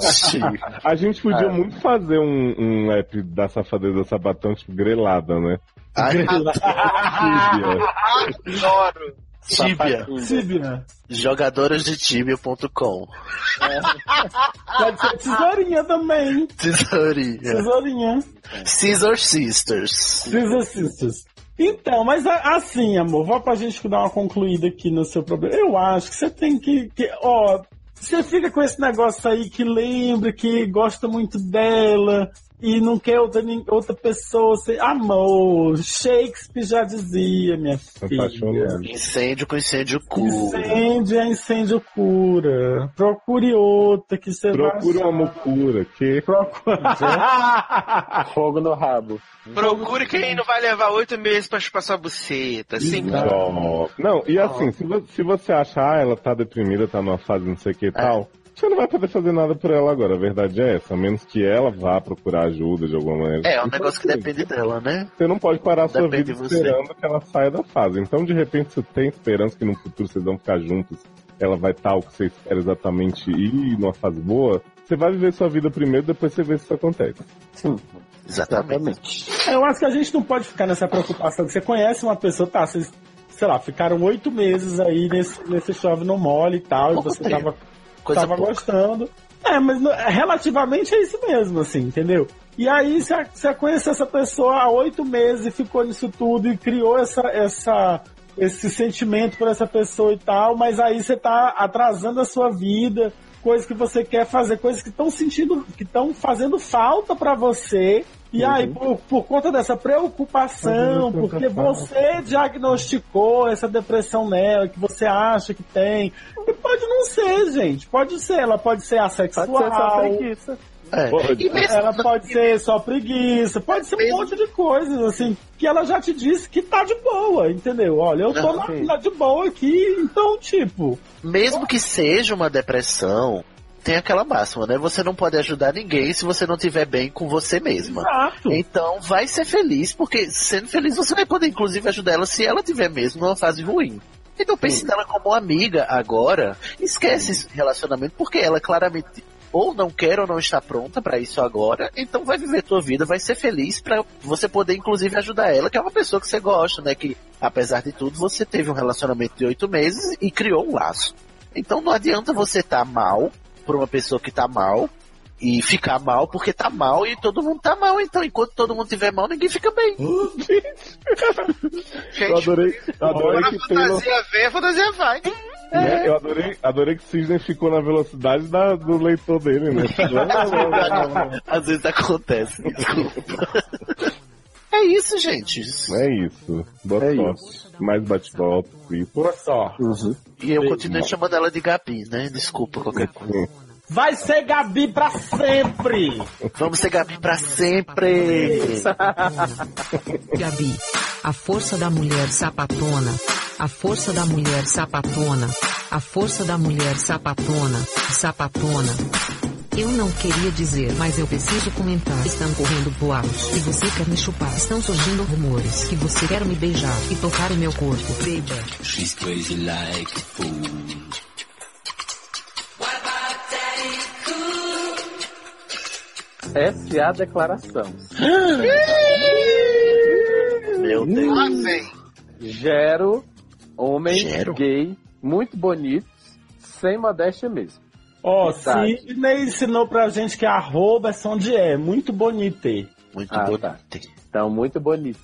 [SPEAKER 10] Sim.
[SPEAKER 7] A gente podia
[SPEAKER 10] Ah.
[SPEAKER 7] muito fazer um, um app da safadeza sabatão, tipo, grelada, né?
[SPEAKER 10] Adoro. Tíbia.
[SPEAKER 11] Tíbia.
[SPEAKER 10] Jogadoras de tibia.com.
[SPEAKER 11] Pode
[SPEAKER 10] Ah,
[SPEAKER 11] ser tesourinha também.
[SPEAKER 10] Tesourinha.
[SPEAKER 11] Tesourinha.
[SPEAKER 10] Scissor Sisters.
[SPEAKER 11] Scissor Sisters. Então, mas a- assim, amor, vou pra gente dar uma concluída aqui no seu problema. Eu acho que você tem que. que- ó, você fica com esse negócio aí que lembra, que gosta muito dela e não quer outra, nin- outra pessoa. Você, amor, Shakespeare já dizia, minha filha.
[SPEAKER 10] Incêndio com incêndio cu.
[SPEAKER 11] Incêndio é incêndio cura. Procure outra que você vai.
[SPEAKER 7] Procura uma mucura, que...
[SPEAKER 4] Ah, Fogo no rabo.
[SPEAKER 14] Procure quem não vai levar oito meses pra chupar sua buceta. Sim,
[SPEAKER 7] Não, Não, e assim, se vo- se você achar, ah, ela tá deprimida, tá numa fase não sei
[SPEAKER 10] É.
[SPEAKER 7] o que e tal, você não vai poder fazer nada por ela agora, a verdade é essa, a menos que ela vá procurar ajuda de alguma maneira.
[SPEAKER 10] É, é um negócio que depende dela, né?
[SPEAKER 7] Você não pode parar a sua vida
[SPEAKER 10] Depende de você.
[SPEAKER 7] esperando que ela saia da fase. Então, de repente, você tem esperança que no futuro vocês vão ficar juntos, ela vai estar o que você espera exatamente e numa fase boa. Você vai viver sua vida primeiro, depois você vê se isso acontece.
[SPEAKER 4] Sim.
[SPEAKER 10] Exatamente.
[SPEAKER 11] Eu acho que a gente não pode ficar nessa preocupação. que Você conhece uma pessoa, tá? Vocês, sei lá, ficaram oito meses aí nesse, nesse chove no mole e tal, e você
[SPEAKER 10] tempo.
[SPEAKER 11] tava,
[SPEAKER 10] Coisa
[SPEAKER 11] tava
[SPEAKER 10] pouca.
[SPEAKER 11] gostando. É, mas no- relativamente é isso mesmo, assim, entendeu? E aí você, você conheceu essa pessoa há oito meses e ficou nisso tudo e criou essa, essa, esse sentimento por essa pessoa e tal, mas aí você tá atrasando a sua vida, coisas que você quer fazer, coisas que estão sentindo, que estão fazendo falta pra você E
[SPEAKER 10] Uhum.
[SPEAKER 11] aí, por, por conta dessa preocupação, porque você diagnosticou essa depressão nela, que você acha que tem. E pode não ser, gente. Pode ser, ela pode ser assexual.
[SPEAKER 4] Pode ser só preguiça.
[SPEAKER 11] É.
[SPEAKER 4] Pode.
[SPEAKER 11] Ela pode ser só preguiça, pode ser um monte de coisas, assim, que ela já te disse que tá de boa, entendeu? Olha, eu tô
[SPEAKER 10] Não,
[SPEAKER 11] na,
[SPEAKER 10] sim.
[SPEAKER 11] na de boa aqui, então, tipo.
[SPEAKER 10] Mesmo que seja uma depressão, tem aquela máxima, né? Você não pode ajudar ninguém se você não estiver bem com você mesma.
[SPEAKER 11] Exato.
[SPEAKER 10] Então vai ser feliz, porque sendo feliz você vai poder inclusive ajudar ela se ela tiver mesmo numa fase ruim. Então pense nela como amiga agora, esquece esse relacionamento, porque ela claramente ou não quer ou não está pronta pra isso agora, então vai viver tua vida, vai ser feliz pra você poder inclusive ajudar ela, que é uma pessoa que você gosta, né? Que apesar de tudo você teve um relacionamento de oito meses e criou um laço. Então não adianta você estar mal por uma pessoa que tá mal e ficar mal porque tá mal e todo mundo tá mal. Então enquanto todo mundo tiver mal ninguém fica bem.
[SPEAKER 7] Eu adorei, eu adorei
[SPEAKER 14] Agora a
[SPEAKER 7] que Taylor,
[SPEAKER 14] fantasia vem, a fantasia vai.
[SPEAKER 7] né, eu adorei, adorei que Sidney ficou na velocidade da- do leitor dele, né?
[SPEAKER 10] Às vezes acontece, desculpa. É isso, gente.
[SPEAKER 7] É isso. Boa sorte. Mais bate-volta. Boa sorte.
[SPEAKER 10] E eu continuo chamando ela de Gabi, né? Desculpa qualquer coisa.
[SPEAKER 11] Vai ser Gabi pra sempre!
[SPEAKER 10] Vamos ser Gabi pra sempre!
[SPEAKER 6] Gabi, a força da mulher sapatona, a força da mulher sapatona, a força da mulher sapatona, sapatona. Eu não queria dizer, mas eu preciso comentar. Estão correndo boatos que você quer me chupar. Estão surgindo rumores que você quer me beijar e tocar em meu corpo. Baby.
[SPEAKER 20] She's crazy like a fool.
[SPEAKER 4] Essa é a declaração.
[SPEAKER 10] Meu
[SPEAKER 4] Deus. Gero, homem gay, muito bonito, sem modéstia mesmo.
[SPEAKER 11] Ó,
[SPEAKER 4] Verdade.
[SPEAKER 11] Sidney ensinou pra gente que arroba é só onde é, muito bonito.
[SPEAKER 10] Muito
[SPEAKER 4] bonito. Então, muito bonito.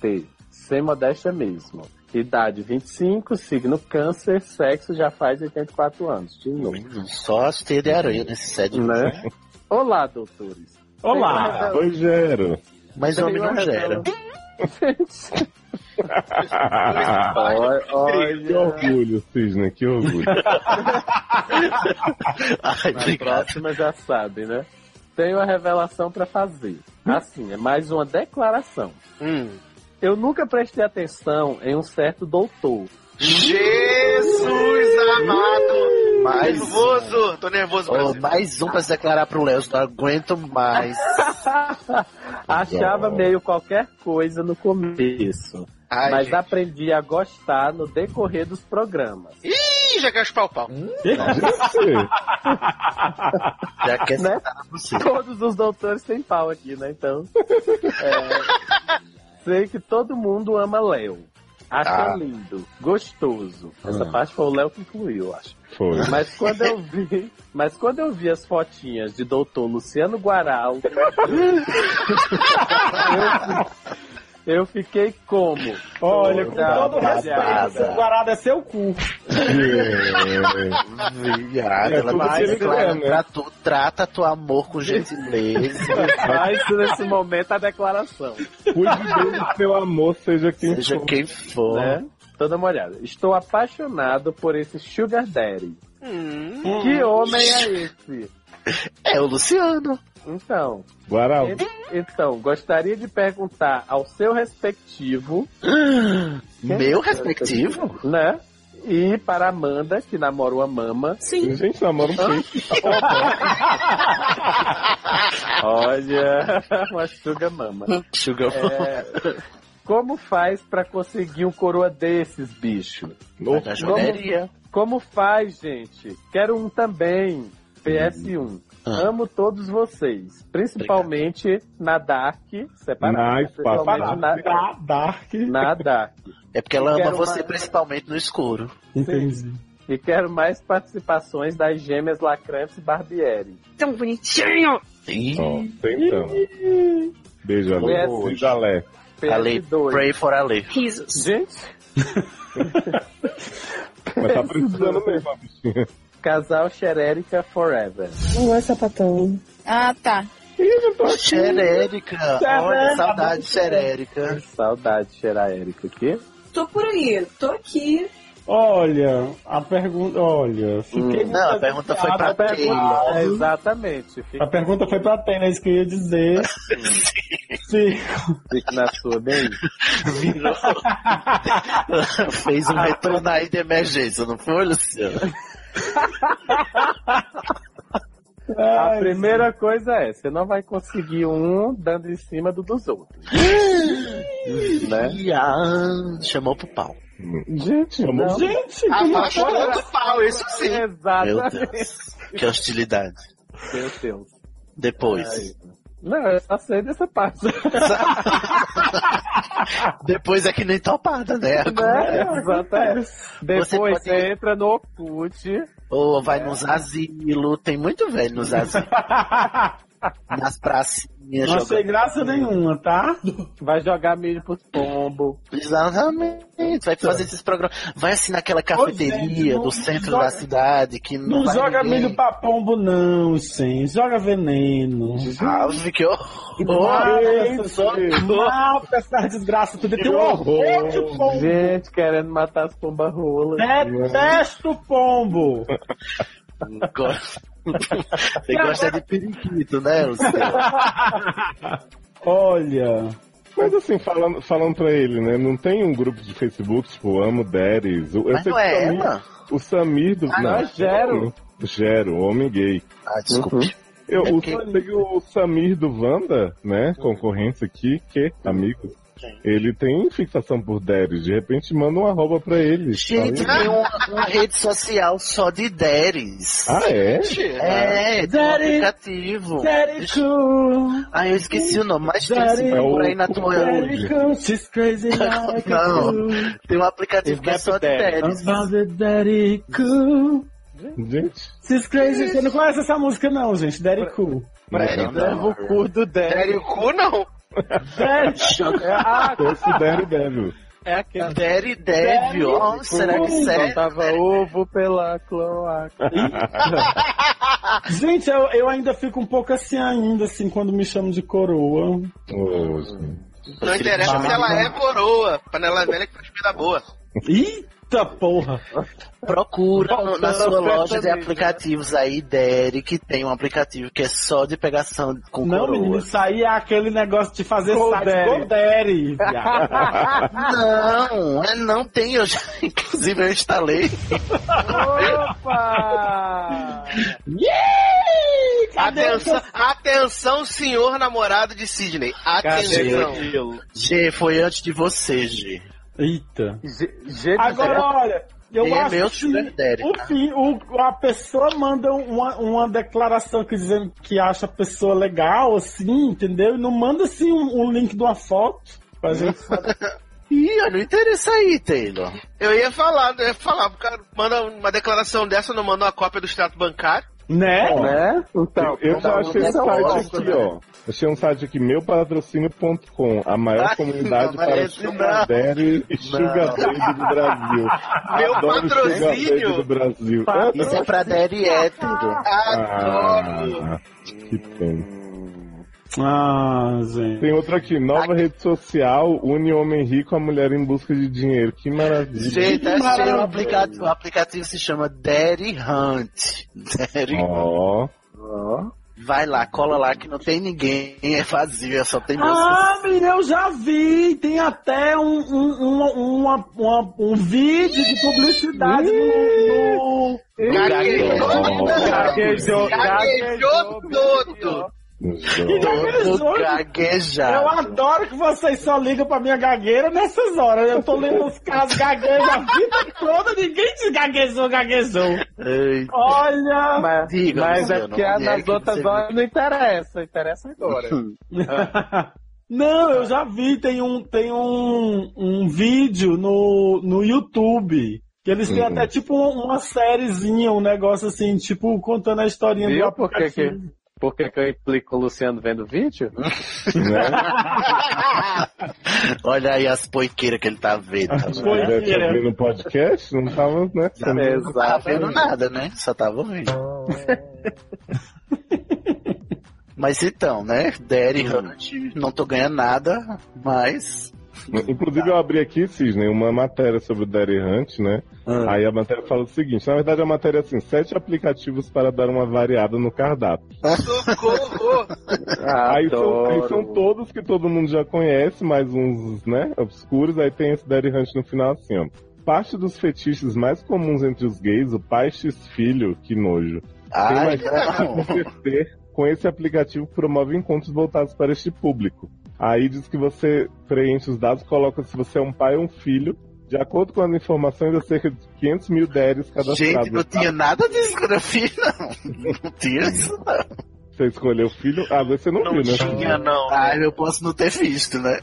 [SPEAKER 4] Sem modéstia mesmo. Idade 25, signo câncer, sexo já faz 84 anos. De novo.
[SPEAKER 10] Só as teias de aranha nesse sede.
[SPEAKER 4] Né? Olá, doutores.
[SPEAKER 7] Olá.
[SPEAKER 4] Tem uma
[SPEAKER 7] Oi, Gero.
[SPEAKER 10] Mas
[SPEAKER 4] Tem
[SPEAKER 10] homem
[SPEAKER 4] uma
[SPEAKER 10] não gera.
[SPEAKER 4] Olha,
[SPEAKER 7] Que orgulho, Cisne, que orgulho.
[SPEAKER 4] Na próxima já sabe, né? Tenho a revelação pra fazer. Assim, é mais uma declaração. Eu nunca prestei atenção em um certo doutor.
[SPEAKER 14] Jesus amado!
[SPEAKER 10] Mais
[SPEAKER 14] nervoso! Tô nervoso,
[SPEAKER 10] Oh, mais um pra se declarar pro Léo, não aguento mais.
[SPEAKER 4] Achava meio qualquer coisa no começo.
[SPEAKER 14] Ai,
[SPEAKER 4] mas
[SPEAKER 14] gente.
[SPEAKER 4] aprendi a gostar no decorrer dos programas.
[SPEAKER 14] Ih, já quero chupar o pau.
[SPEAKER 10] Já quer
[SPEAKER 4] né?
[SPEAKER 10] você.
[SPEAKER 4] Todos os doutores têm pau aqui, né? Então. é, sei que todo mundo ama Léo. Acha
[SPEAKER 7] Ah.
[SPEAKER 4] lindo, gostoso. Essa
[SPEAKER 7] Ah.
[SPEAKER 4] parte foi o Léo que incluiu, eu acho.
[SPEAKER 7] Foi.
[SPEAKER 4] Mas quando eu vi, mas quando eu vi as fotinhas de doutor Luciano Guaral, eu, eu fiquei como?
[SPEAKER 11] Olha, com todo respeito,
[SPEAKER 4] Viada.
[SPEAKER 11] seu guarada é seu cu.
[SPEAKER 10] Viado,
[SPEAKER 11] É
[SPEAKER 10] ela
[SPEAKER 11] tudo
[SPEAKER 10] tá
[SPEAKER 11] que ele
[SPEAKER 10] se declarando
[SPEAKER 11] quer, né?
[SPEAKER 10] pra tu. Trata tu amor com gentileza.
[SPEAKER 4] Mas nesse momento a declaração.
[SPEAKER 7] Cuide bem do seu amor, seja quem
[SPEAKER 10] Seja
[SPEAKER 4] for.
[SPEAKER 10] quem for.
[SPEAKER 4] Né? Tô dando uma olhada. Estou apaixonado por esse Sugar Daddy. Que homem é esse?
[SPEAKER 10] É o Luciano.
[SPEAKER 4] Então.
[SPEAKER 7] Guaral.
[SPEAKER 4] e- Então, gostaria de perguntar ao seu respectivo.
[SPEAKER 10] Meu respectivo?
[SPEAKER 4] Né? E para Amanda, que namora uma mama.
[SPEAKER 7] Sim. Gente, namora um peixe.
[SPEAKER 4] Olha, uma sugar mama.
[SPEAKER 10] Sugar
[SPEAKER 4] É, como faz pra conseguir um coroa desses, bicho?
[SPEAKER 10] Vai na joalheria.
[SPEAKER 4] Como, como faz, gente? Quero um também. PS1. Amo todos vocês. Principalmente na Dark. Separado.
[SPEAKER 7] Na espaço.
[SPEAKER 4] Principalmente na,
[SPEAKER 11] Na Dark.
[SPEAKER 4] na Dark.
[SPEAKER 10] É porque ela
[SPEAKER 4] Eu
[SPEAKER 10] ama
[SPEAKER 4] quero
[SPEAKER 10] você
[SPEAKER 4] mais.
[SPEAKER 10] principalmente no escuro.
[SPEAKER 4] Entendi. E quero mais participações das gêmeas Lacrantes e Barbieri.
[SPEAKER 5] Tão bonitinho.
[SPEAKER 7] Ó, tentando. Beijo, Ale.
[SPEAKER 4] Beijo.
[SPEAKER 7] Beijo, Ale.
[SPEAKER 10] Ale, pray for Ale.
[SPEAKER 5] Risos.
[SPEAKER 4] Gente,
[SPEAKER 7] Mas tá precisando mesmo, a bichinha.
[SPEAKER 4] casal xerérica forever.
[SPEAKER 19] Não é sapatão.
[SPEAKER 5] Ah, tá.
[SPEAKER 10] Xerérica. Olha, saudade, xerérica.
[SPEAKER 4] Saudade de cheirar a Érica aqui.
[SPEAKER 19] Tô por aí, tô aqui.
[SPEAKER 11] Olha, a pergunta. Olha, fiquei
[SPEAKER 10] Hum, Não, a pergunta foi pra
[SPEAKER 11] Taylor.
[SPEAKER 10] Taylor.
[SPEAKER 4] É, exatamente.
[SPEAKER 11] A pergunta foi pra Taylor, é isso que eu ia dizer.
[SPEAKER 10] Hum.
[SPEAKER 11] Sim.
[SPEAKER 4] Fique na sua né? bem.
[SPEAKER 10] Virou. Fez um retorno aí de emergência, não foi, Luciano?
[SPEAKER 4] A primeira coisa é, você não vai conseguir um dando em cima do dos outros. né?
[SPEAKER 10] Chamou pro pau.
[SPEAKER 11] Gente,
[SPEAKER 10] não.
[SPEAKER 11] gente,
[SPEAKER 4] Tá
[SPEAKER 14] Abaixou do pau, isso sim.
[SPEAKER 10] Meu Deus. Que hostilidade.
[SPEAKER 4] Meu Deus.
[SPEAKER 10] Depois.
[SPEAKER 4] Não, eu só sei dessa parte.
[SPEAKER 10] Depois é que nem topada, né?
[SPEAKER 4] Né? Exatamente.
[SPEAKER 10] Você
[SPEAKER 4] Depois
[SPEAKER 10] pode-
[SPEAKER 4] você entra no Orkut.
[SPEAKER 10] Ou vai nos asilos, tem muito velho nos asilos. Nas pracinhas.
[SPEAKER 11] Não
[SPEAKER 10] jogando.
[SPEAKER 11] achei graça nenhuma, tá?
[SPEAKER 4] Vai jogar milho pros pombos.
[SPEAKER 10] Exatamente. Vai fazer esses programas. Vai assim naquela cafeteria do centro da cidade que não,
[SPEAKER 11] Não
[SPEAKER 10] vai
[SPEAKER 11] joga
[SPEAKER 10] ninguém.
[SPEAKER 11] milho pra pombo, não, sim. Joga veneno.
[SPEAKER 10] Ave, Ah, que horror!
[SPEAKER 11] Mata,
[SPEAKER 10] Só-
[SPEAKER 11] mata essa Ah, desgraça, tu tem um horror de pombo.
[SPEAKER 4] Gente querendo matar as pombas rolas.
[SPEAKER 10] É.
[SPEAKER 11] Detesto pombo.
[SPEAKER 10] Gosto. Você gosta de periquito, né, Luciano?
[SPEAKER 11] Olha.
[SPEAKER 7] Mas assim, falando, falando pra ele, né? Não tem um grupo de Facebook, tipo, amo Deres. Eu
[SPEAKER 10] Mas
[SPEAKER 7] sei
[SPEAKER 10] não
[SPEAKER 7] que
[SPEAKER 10] é
[SPEAKER 7] o Samir-
[SPEAKER 10] ela?
[SPEAKER 7] O Samir do.
[SPEAKER 10] Ah, não, é Gero.
[SPEAKER 7] Gero, homem gay.
[SPEAKER 10] Ah, desculpa.
[SPEAKER 7] Eu,
[SPEAKER 10] É
[SPEAKER 7] o,
[SPEAKER 10] que-
[SPEAKER 7] sei que o Samir do Wanda, né? Concorrência aqui, que é amigo. Ele tem fixação por Deres. De repente manda uma arroba pra ele.
[SPEAKER 10] Gente,
[SPEAKER 7] Aí-
[SPEAKER 10] tem uma, uma rede social só de Deres.
[SPEAKER 7] Ah, é?
[SPEAKER 10] É, tem um aplicativo.
[SPEAKER 11] Derico.
[SPEAKER 10] Ah, eu esqueci o nome, mas tem se procura aí na tua.
[SPEAKER 11] Derico, she's crazy like a
[SPEAKER 10] é Não,
[SPEAKER 11] fool.
[SPEAKER 10] tem um aplicativo que é só de Deres.
[SPEAKER 11] About the Daddy Cool.
[SPEAKER 7] Gente.
[SPEAKER 11] She's crazy. Você não conhece essa música, não, gente. Daddy Cool.
[SPEAKER 10] Daddy Cool.
[SPEAKER 4] Leva o cu do Derry.
[SPEAKER 14] Sério, cu não.
[SPEAKER 4] É, ah,
[SPEAKER 7] Esse Daddy Devil.
[SPEAKER 4] é aquele.
[SPEAKER 10] Daddy Devil, ó, será que serve?
[SPEAKER 4] Tava ovo pela cloaca.
[SPEAKER 11] Gente, eu, eu ainda fico um pouco assim ainda, assim, quando me chamam de coroa.
[SPEAKER 7] Ô, gente.
[SPEAKER 14] Não interessa se ela é coroa. Panela velha que faz comida boa.
[SPEAKER 11] Eita porra!
[SPEAKER 10] Procura no- na sua
[SPEAKER 4] Voltando
[SPEAKER 10] loja de
[SPEAKER 4] pra mim,
[SPEAKER 10] aplicativos aí, Derek, tem um aplicativo que é só de pegação com
[SPEAKER 11] Não, menino,
[SPEAKER 10] coroas.
[SPEAKER 11] isso aí é aquele negócio de fazer
[SPEAKER 4] Go
[SPEAKER 11] site
[SPEAKER 4] Daddy.
[SPEAKER 11] Godere.
[SPEAKER 10] Ah, Não, é, não tem. Eu já, inclusive, eu instalei.
[SPEAKER 4] Opa!
[SPEAKER 14] Atenção, atenção, senhor namorado de Sidney. Atenção.
[SPEAKER 4] Gelo.
[SPEAKER 10] G, foi antes de você, G.
[SPEAKER 11] Eita.
[SPEAKER 4] Ge- Gente,
[SPEAKER 11] Agora, olha, eu
[SPEAKER 10] Ele é
[SPEAKER 11] acho
[SPEAKER 10] meu
[SPEAKER 11] que
[SPEAKER 10] sugar daddy.
[SPEAKER 11] o fi- o- a pessoa manda uma, uma declaração que dizendo que acha a pessoa legal, assim, entendeu? E não manda, assim, um, um link de uma foto pra gente saber.
[SPEAKER 10] Ih, olha, não interessa aí, Taylor.
[SPEAKER 14] Eu ia falar, eu ia falar. O cara manda uma declaração dessa, não manda uma cópia do extrato bancário.
[SPEAKER 11] né?
[SPEAKER 4] né? Então,
[SPEAKER 7] Eu já achei um
[SPEAKER 4] essa
[SPEAKER 7] site aqui,
[SPEAKER 4] né?
[SPEAKER 7] ó. Achei um site aqui, meupatrocínio.com, a maior
[SPEAKER 10] Ah,
[SPEAKER 7] comunidade
[SPEAKER 10] não, mas
[SPEAKER 7] para
[SPEAKER 10] esse não.
[SPEAKER 7] Sugar Daddy e Sugar Baby do Brasil.
[SPEAKER 14] Meu
[SPEAKER 7] Adoro Sugar
[SPEAKER 14] patrocínio.
[SPEAKER 7] Baby do Brasil.
[SPEAKER 10] Isso é pra Daddy hétero.
[SPEAKER 14] Adoro.
[SPEAKER 7] Ah, que tem.
[SPEAKER 11] Ah, gente.
[SPEAKER 7] Tem outro aqui, nova rede social, une homem rico a mulher em busca de dinheiro. Que maravilha.
[SPEAKER 10] Gente, achei o aplicativo. um O aplicativo se chama Daddy Hunt. Daddy Hunt.
[SPEAKER 7] Ó,
[SPEAKER 10] Vai lá, cola lá que não tem ninguém, é vazio, é só tem moças.
[SPEAKER 11] Ah, menina, eu já vi! Tem até um, um, uma- uma- uma- um vídeo de publicidade no, no-
[SPEAKER 7] Né?
[SPEAKER 4] Gaguejou,
[SPEAKER 14] Gaguejou todo.
[SPEAKER 7] gente.
[SPEAKER 10] Todo
[SPEAKER 11] Gaguejou. Eu
[SPEAKER 10] gaguejado.
[SPEAKER 11] adoro que vocês só ligam pra minha gagueira nessas horas. Eu tô lendo os caras gaguejando a vida toda, ninguém diz gaguejou, gaguejou.
[SPEAKER 10] Ei,
[SPEAKER 11] Olha!
[SPEAKER 4] Mas,
[SPEAKER 10] Diga,
[SPEAKER 4] mas é
[SPEAKER 10] Luciano,
[SPEAKER 4] porque
[SPEAKER 10] onde é
[SPEAKER 4] nas
[SPEAKER 10] que
[SPEAKER 4] outras
[SPEAKER 10] você
[SPEAKER 4] horas não interessa, interessa agora.
[SPEAKER 11] Não, eu já vi, tem um, tem um, um vídeo no, no YouTube. Que eles têm
[SPEAKER 7] Uhum.
[SPEAKER 11] até tipo um- uma sériezinha, um negócio assim, tipo, contando a historinha do
[SPEAKER 4] Viu por que,
[SPEAKER 11] aplicativo.
[SPEAKER 4] que, por que, que eu implico o Luciano vendo o vídeo?
[SPEAKER 7] Né?
[SPEAKER 10] Olha aí as poiqueiras que ele tá vendo.
[SPEAKER 4] Ah,
[SPEAKER 10] Tá vendo?
[SPEAKER 11] Foi,
[SPEAKER 7] Deve
[SPEAKER 11] filha.
[SPEAKER 7] estar vendo podcast, não tava, né?
[SPEAKER 10] Não tá tava vendo nada, né? Só tava ouvindo. Mas então, né? Daddy
[SPEAKER 7] Hum.
[SPEAKER 10] Hunt, não tô ganhando nada, mas.
[SPEAKER 7] Inclusive, eu abri aqui, Cisne, uma matéria sobre o Daddy Hunt, né? Aí a matéria fala o seguinte: na verdade, a matéria é assim: sete aplicativos para dar uma variada no cardápio.
[SPEAKER 14] Socorro!
[SPEAKER 7] aí, são, aí são todos que todo mundo já conhece, mas uns, né, obscuros. Aí tem esse Daddy Hunt no final, assim, ó. Parte dos fetiches mais comuns entre os gays, o pai x filho, que nojo.
[SPEAKER 10] Ai,
[SPEAKER 7] tem mais
[SPEAKER 10] não.
[SPEAKER 7] fácil de acontecer com esse aplicativo que promove encontros voltados para este público. Aí diz que você preenche os dados, coloca se você é um pai ou um filho. De acordo com as informações, há cerca de 500 mil DERs cadastrados.
[SPEAKER 10] Gente, não tinha nada disso quando eu fiz, não. Não tinha isso, não.
[SPEAKER 7] Você escolheu filho? Ah, você não, viu, né?
[SPEAKER 10] não. Ah, eu posso não ter visto, né?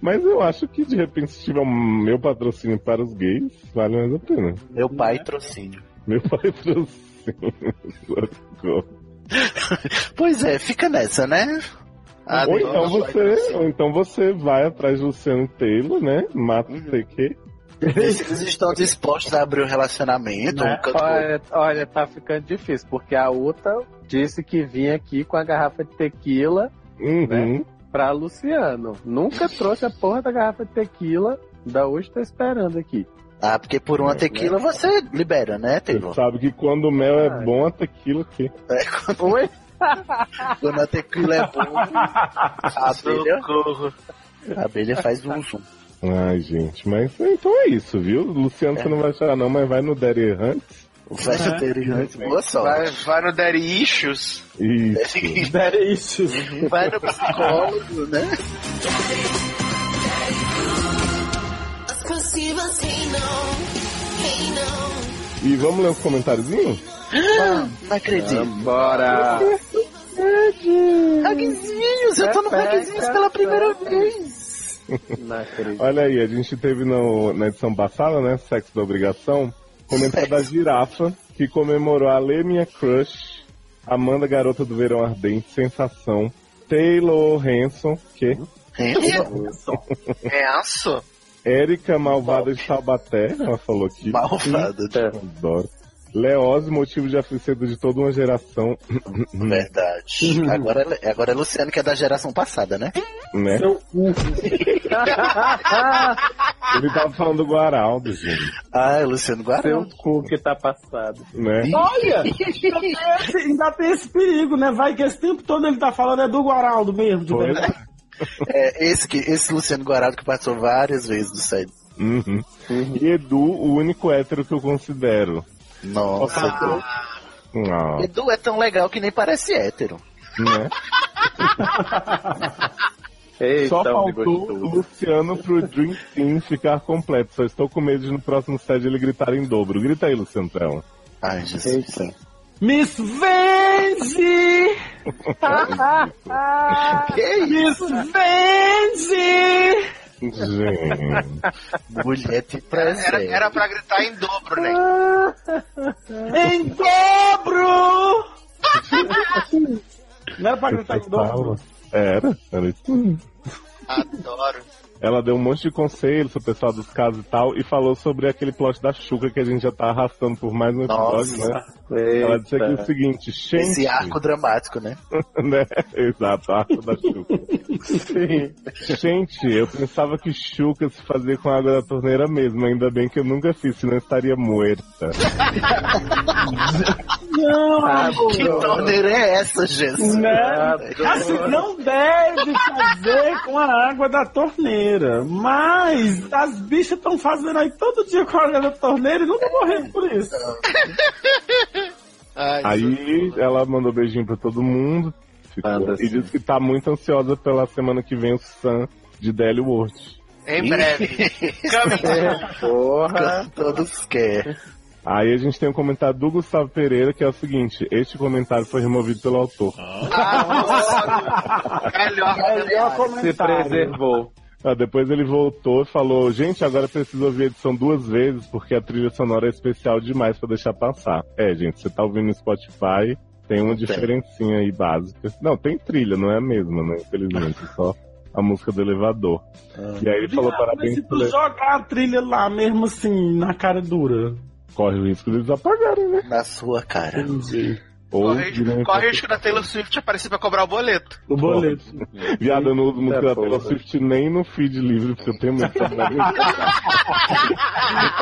[SPEAKER 7] Mas eu acho que de repente se tiver um meu patrocínio para os gays, vale mais a pena.
[SPEAKER 10] Meu pai trocínio.
[SPEAKER 7] Meu patrocínio. Socorro.
[SPEAKER 10] Pois é, fica nessa, né?
[SPEAKER 7] ou, então você, ou então você vai atrás do Luciano Taylor, né? Mata o TQ.
[SPEAKER 10] Eles estão dispostos a abrir um relacionamento,
[SPEAKER 4] Né?
[SPEAKER 10] um canto.
[SPEAKER 4] olha, olha, tá ficando difícil, porque a outra disse que vinha aqui com a garrafa de tequila
[SPEAKER 7] Uhum.
[SPEAKER 4] né, pra Luciano. Nunca trouxe a porra da garrafa de tequila, da hoje tá esperando aqui.
[SPEAKER 10] Ah, porque por uma tequila você libera, né, Taylor?
[SPEAKER 7] Sabe que quando o mel é bom, a tequila que.
[SPEAKER 10] Oi? Quando a tequila é boa, a abelha, a abelha faz um zoom.
[SPEAKER 7] Ai, gente, mas então é isso, viu? Luciano, você não vai achar não, mas vai no Daddy Hunt.
[SPEAKER 10] Vai no Daddy Hunt, boa
[SPEAKER 14] Vai, vai no Daddy Issues.
[SPEAKER 7] Isso.
[SPEAKER 11] Daddy Issues.
[SPEAKER 14] Vai no
[SPEAKER 10] psicólogo, né?
[SPEAKER 16] Passivas, hey não,
[SPEAKER 7] E vamos ler os comentáriozinhos?
[SPEAKER 10] Não acredito.
[SPEAKER 4] Bora!
[SPEAKER 10] Hugzinhos, eu tô no Hugzinhos pela primeira vez.
[SPEAKER 4] Não acredito.
[SPEAKER 7] Olha aí, a gente teve no- na edição passada, né? Sexo da Obrigação. Comentário da Girafa, que comemorou a Lê Minha Crush, Amanda Garota do Verão Ardente, Sensação, Taylor Hanson, que?
[SPEAKER 14] É aço?
[SPEAKER 7] Érica Malvada de Taubaté, ela falou aqui.
[SPEAKER 10] Malvada.
[SPEAKER 7] Adoro. Leose, motivo de aflição de toda uma geração.
[SPEAKER 10] Verdade. Agora, é- agora é Luciano, que é da geração passada, né?
[SPEAKER 7] Né? Ele tava falando do Guaraldo, gente.
[SPEAKER 10] Ah, é Luciano Guaraldo.
[SPEAKER 4] Seu cu que tá passado.
[SPEAKER 7] Né?
[SPEAKER 11] Olha! Ainda tem, esse, É assim, ainda tem esse perigo, né? Vai que esse tempo todo ele tá falando é do Guaraldo mesmo, de verdade.
[SPEAKER 10] É, esse, que, esse Luciano Guaraldo que passou várias vezes no site.
[SPEAKER 7] Uhum. E Edu, o único hétero que eu considero.
[SPEAKER 10] Nossa,
[SPEAKER 7] Edu. Ah,
[SPEAKER 10] Edu é tão legal que nem parece hétero.
[SPEAKER 7] né? Só faltou o Luciano pro Dream Team ficar completo. Só estou com medo de no próximo set ele gritar em dobro. Grita aí, Luciano Tela.
[SPEAKER 10] Ai, Jesus.
[SPEAKER 11] Miss Vende!
[SPEAKER 10] que
[SPEAKER 11] Miss Vende!
[SPEAKER 7] Gente.
[SPEAKER 10] Mulher te
[SPEAKER 14] Era,
[SPEAKER 10] presente.
[SPEAKER 14] era pra gritar em dobro, né?
[SPEAKER 11] Em dobro! Não era pra gritar em dobro?
[SPEAKER 7] Era, era isso.
[SPEAKER 14] Adoro.
[SPEAKER 7] Ela deu um monte de conselhos pro pessoal dos casos e tal, e falou sobre aquele plot da Xuca que a gente já tá arrastando por mais um episódio, né?
[SPEAKER 10] Nossa.
[SPEAKER 7] Ela disse aqui o seguinte, gente...
[SPEAKER 10] Esse arco dramático, né?
[SPEAKER 7] né? Exato, a água da Xuca. Gente, eu pensava que Xuca se fazia com a água da torneira mesmo. Ainda bem que eu nunca fiz, senão eu estaria muerta.
[SPEAKER 11] Não,
[SPEAKER 7] Tá
[SPEAKER 11] amor.
[SPEAKER 10] Que torneira é essa, Jesus?
[SPEAKER 11] Né? Assim, não deve fazer com a água da torneira. Mas as bichas estão fazendo aí todo dia com a água da torneira e nunca morrendo por isso.
[SPEAKER 7] Aí ela mandou beijinho pra todo mundo. ficou- e disse que tá muito ansiosa pela semana que vem o Sam de Deli World.
[SPEAKER 14] Em breve.
[SPEAKER 10] Ah.
[SPEAKER 4] Porra!
[SPEAKER 10] Todos querem.
[SPEAKER 7] Aí a gente tem um comentário do Gustavo Pereira que é o seguinte: este comentário foi removido pelo autor.
[SPEAKER 14] Melhor,
[SPEAKER 11] É
[SPEAKER 14] melhor
[SPEAKER 4] Se preservou.
[SPEAKER 7] Ah, depois ele voltou e falou: Gente, agora preciso ouvir a edição duas vezes porque a trilha sonora é especial demais pra deixar passar. É, gente, você tá ouvindo no Spotify, tem uma diferencinha aí básica. Não, tem trilha, não é a mesma, né? Infelizmente, só a música do elevador. E aí ele falou:
[SPEAKER 11] Viado, mas
[SPEAKER 7] Parabéns
[SPEAKER 11] se
[SPEAKER 7] pelo.
[SPEAKER 11] tu jogar a trilha lá mesmo assim, na cara dura.
[SPEAKER 7] Corre o risco deles apagarem, né?
[SPEAKER 10] Na sua cara.
[SPEAKER 11] Entendi.
[SPEAKER 7] Ou né?
[SPEAKER 14] Corre,
[SPEAKER 7] Guilherme
[SPEAKER 14] corre o risco da Taylor Swift aparecer pra cobrar o boleto.
[SPEAKER 7] O boleto. Viado, eu não uso
[SPEAKER 14] É,
[SPEAKER 7] música da Taylor Swift nem no feed livre, porque eu tenho muito problema.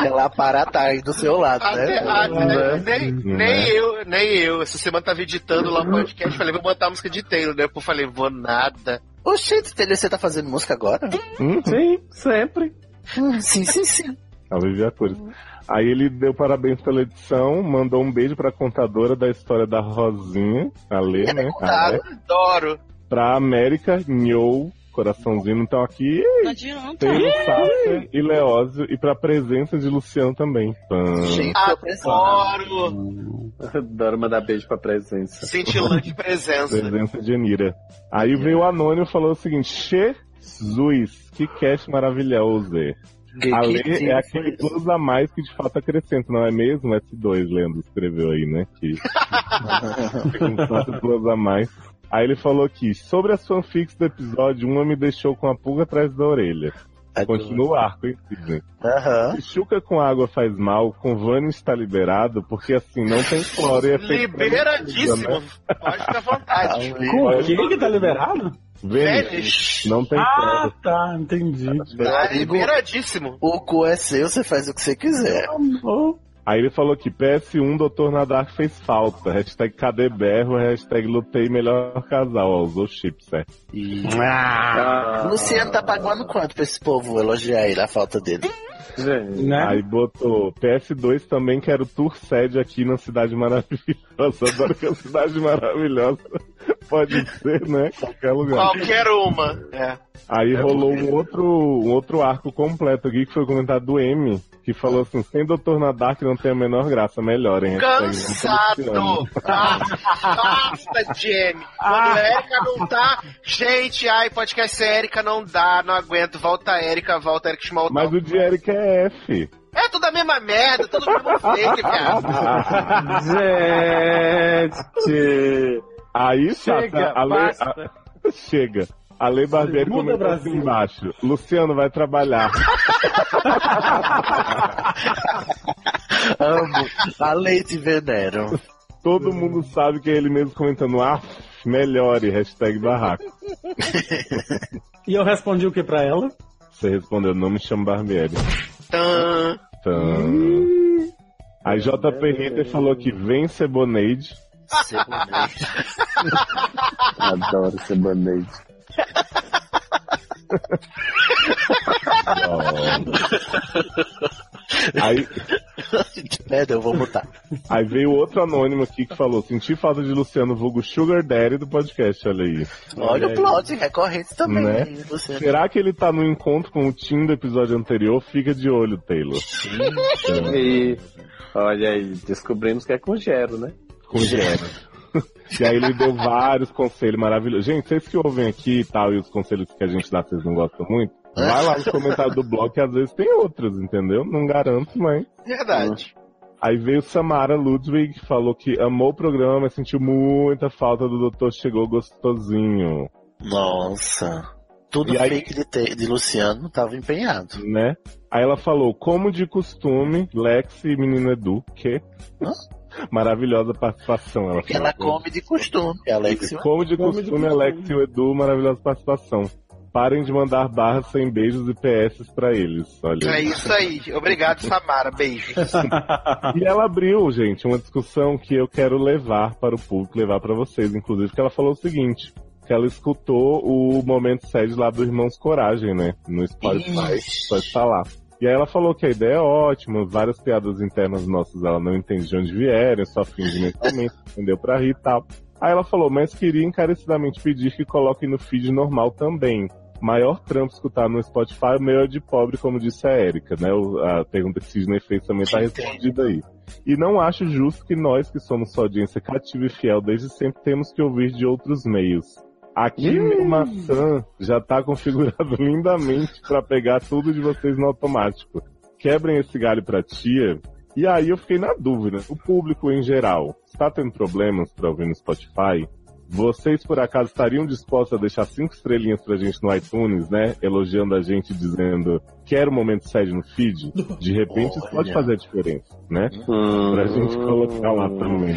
[SPEAKER 10] Ela parar tá aí do seu lado,
[SPEAKER 14] Até-
[SPEAKER 10] né?
[SPEAKER 14] até- nem,
[SPEAKER 10] Né?
[SPEAKER 14] nem eu, nem eu. Essa semana tava editando lá o podcast, falei, vou botar a música de Taylor. Daí eu falei, vou nada.
[SPEAKER 10] Oxente, Taylor, você tá fazendo música agora?
[SPEAKER 7] Sim,
[SPEAKER 10] sempre. Uhum. Sim, sim, sim.
[SPEAKER 7] A Vivi Cores. Aí ele deu parabéns pela edição, mandou um beijo pra contadora da história da Rosinha, a
[SPEAKER 10] é
[SPEAKER 7] Lê, né? A Lê,
[SPEAKER 14] Adoro.
[SPEAKER 7] pra América, Nhou, coraçãozinho, então aqui.
[SPEAKER 5] Não adianta.
[SPEAKER 7] Taylor Sasser e Leózio, e pra presença de Luciano também. Pã.
[SPEAKER 14] Adoro.
[SPEAKER 4] Adoro mandar beijo pra presença.
[SPEAKER 14] Cintilante presença.
[SPEAKER 7] Presença de Anira. Aí veio o Anônimo e falou o seguinte: Jesus, que cast maravilhoso.
[SPEAKER 10] Que-
[SPEAKER 7] a
[SPEAKER 10] que
[SPEAKER 7] Lê é
[SPEAKER 10] time foi
[SPEAKER 7] aquele plus a mais que de fato acrescenta, não é mesmo? S2, Leandro escreveu aí, né? Que um plus a mais. Aí ele falou aqui, sobre as fanfics do episódio, uma me deixou com a pulga atrás da orelha.
[SPEAKER 10] É
[SPEAKER 7] Continua o arco, hein, Sidney? Se chuca com água faz mal, com Vânia está liberado, porque assim, não tem cloro e é feito pra
[SPEAKER 14] Liberadíssimo.
[SPEAKER 7] limpeza, né?
[SPEAKER 14] Pode ficar à
[SPEAKER 10] Ah,
[SPEAKER 14] vontade. Tipo, né,
[SPEAKER 11] Com o que que tá liberado?
[SPEAKER 14] Vênus.
[SPEAKER 7] Não tem
[SPEAKER 11] Ah, tá, entendi.
[SPEAKER 14] Tá liberadíssimo.
[SPEAKER 10] O cu é seu, você faz o que você quiser.
[SPEAKER 11] Então,
[SPEAKER 7] Aí ele falou que PS1 Doutor Nadar fez falta. Hashtag cadê berro, hashtag lutei melhor casal. Ó, usou é. chip, certo?
[SPEAKER 10] Ah, Luciano tá pagando quanto pra esse povo elogiar ele, a falta dele?
[SPEAKER 11] né? É?
[SPEAKER 7] Aí botou PS2 também quero tour sede aqui na Cidade Maravilhosa. Adoro que é a Cidade Maravilhosa pode ser, né? Qualquer lugar.
[SPEAKER 14] Qualquer uma. É.
[SPEAKER 7] Aí rolou um outro, um outro arco completo aqui que foi comentado do M, que falou assim: sem Doutor Nadar que não tem a menor graça, melhorem.
[SPEAKER 14] Cansado! Ah,
[SPEAKER 7] Hashtag Luciano.
[SPEAKER 14] Basta, Jamie! Quando a Erika não tá, gente, ai, podcast sem Erika não dá, não aguento. Volta a Erika, volta a Erika Schmaltz.
[SPEAKER 7] Mas o de Eric é F.
[SPEAKER 14] É tudo a mesma merda, tudo mesmo fake, viado.
[SPEAKER 7] Gente! Aí,
[SPEAKER 14] Chega,
[SPEAKER 7] Chega, a lei,
[SPEAKER 14] basta.
[SPEAKER 7] a- Chega. A Lei Barbieri
[SPEAKER 14] Muda,
[SPEAKER 7] comentou
[SPEAKER 14] Brasil.
[SPEAKER 7] assim embaixo. Luciano vai trabalhar.
[SPEAKER 10] Amo. A lei te venero.
[SPEAKER 7] Todo mundo sabe que é ele mesmo comentando. Ah, melhore, hashtag barraco.
[SPEAKER 11] E eu respondi o que pra ela?
[SPEAKER 7] Você respondeu, não me chama Barbieri.
[SPEAKER 14] Tã.
[SPEAKER 7] Então... Aí JP Ritter falou que vem Ceboneide.
[SPEAKER 4] Adoro ser band-aid.
[SPEAKER 7] Aí...
[SPEAKER 10] Merda, eu vou botar.
[SPEAKER 7] Aí veio outro anônimo aqui que falou: senti falta de Luciano Vulgo Sugar Daddy do podcast, olha aí.
[SPEAKER 10] Olha o plot, recorrente também.
[SPEAKER 7] Né?
[SPEAKER 10] hein, Luciano.
[SPEAKER 7] Será que ele tá no encontro com o Tim do episódio anterior? Fica de olho, Taylor.
[SPEAKER 4] E olha aí, descobrimos que é com Gero, né?
[SPEAKER 7] Com Gero. E aí ele deu vários conselhos maravilhosos. Gente, vocês que ouvem aqui e tal, e os conselhos que a gente dá, vocês não gostam muito, vai lá no comentário do blog, que às vezes tem outros, entendeu? Não garanto, mas.
[SPEAKER 14] Verdade.
[SPEAKER 7] Aí veio Samara Ludwig, que falou que amou o programa, mas sentiu muita falta do Doutor Chegou Gostosinho.
[SPEAKER 10] Nossa. Tudo
[SPEAKER 7] E aí-
[SPEAKER 10] fake de, te- de Luciano tava empenhado.
[SPEAKER 7] né? Aí ela falou, como de costume, Lex e menina Edu, que maravilhosa participação. Ela,
[SPEAKER 10] Ela
[SPEAKER 7] falou.
[SPEAKER 10] come é né? de costume, Alex.
[SPEAKER 7] Como de
[SPEAKER 10] Como
[SPEAKER 7] costume, Alex e o Edu, maravilhosa participação. Parem de mandar barras sem beijos e PS pra eles. Olha.
[SPEAKER 14] É isso aí. Obrigado, Samara. Beijos.
[SPEAKER 7] E ela abriu, gente, uma discussão que eu quero levar para o público, levar para vocês, inclusive, que ela falou o seguinte, que ela escutou o momento sede lá do Irmãos Coragem, né, no Spotify, só está lá. E aí ela falou que a ideia é ótima, várias piadas internas nossas ela não entende de onde vieram, só finge mentalmente, entendeu, pra rir e tal. Aí ela falou, mas queria encarecidamente pedir que coloquem no feed normal também. Maior trampo escutar no Spotify, o meu é de pobre, como disse a Érica, né? O- A pergunta que Sidney fez também tá respondida aí. E não acho justo que nós, que somos sua audiência cativa e fiel desde sempre, temos que ouvir de outros meios. Aqui, meu maçã já tá configurado lindamente pra pegar tudo de vocês no automático. Quebrem esse galho pra tia. E aí eu fiquei na dúvida. O público em geral está tendo problemas pra ouvir no Spotify? Vocês, por acaso, estariam dispostos a deixar cinco estrelinhas pra gente no iTunes, né? Elogiando a gente, dizendo quer o momento sede no feed, de repente isso pode fazer a diferença, né? Pra gente colocar lá também.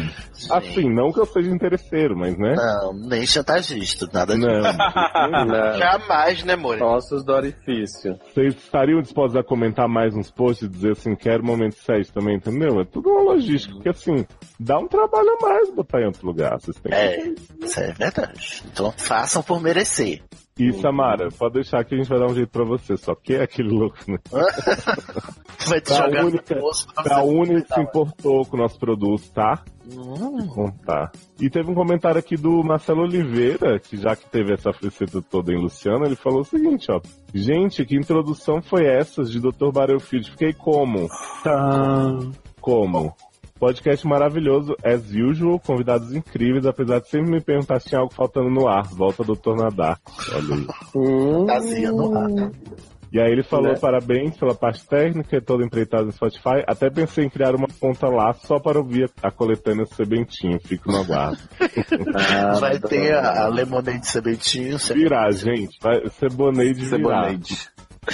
[SPEAKER 7] Assim, não que eu seja interesseiro, mas né?
[SPEAKER 10] Não, nem chantagista, nada
[SPEAKER 7] disso.
[SPEAKER 14] Jamais, né, More?
[SPEAKER 4] Nossos do orifício.
[SPEAKER 7] Vocês estariam dispostos a comentar mais uns posts e dizer assim, quero momento sério também, entendeu? É tudo uma logística, porque assim, dá um trabalho a mais botar em outro lugar. Vocês têm
[SPEAKER 10] É,
[SPEAKER 7] que...
[SPEAKER 10] isso é verdade. Então façam por merecer.
[SPEAKER 7] E Samara, pode deixar que a gente vai dar um jeito pra você, só que é aquele louco, né?
[SPEAKER 10] Vai te
[SPEAKER 7] Tá
[SPEAKER 10] jogar
[SPEAKER 7] única-
[SPEAKER 10] no poço pra
[SPEAKER 7] Foi a
[SPEAKER 10] você
[SPEAKER 7] única que se
[SPEAKER 10] aproveitar.
[SPEAKER 7] importou com o nosso produto, tá? Bom, tá. E teve um comentário aqui do Marcelo Oliveira, que já que teve essa frescura toda em Luciano, ele falou o seguinte, ó. Gente, que introdução foi essa de Dr. Battlefield? Fiquei como?
[SPEAKER 11] Ah,
[SPEAKER 7] Como? Podcast maravilhoso, as usual, convidados incríveis, apesar de sempre me perguntar se tinha algo faltando no ar. Volta do Tornadar. Olha aí.
[SPEAKER 10] Fantasia no ar.
[SPEAKER 7] E aí ele falou
[SPEAKER 10] Né?
[SPEAKER 7] parabéns pela parte técnica, é todo empreitado no Spotify. Até pensei em criar uma conta lá só para ouvir a coletânea do Sebentinho. Fico no aguardo.
[SPEAKER 10] Vai ter a, a Lemonade Sebentinho.
[SPEAKER 7] Virar, gente. Vai, Seboneide virar.
[SPEAKER 10] Seboneide.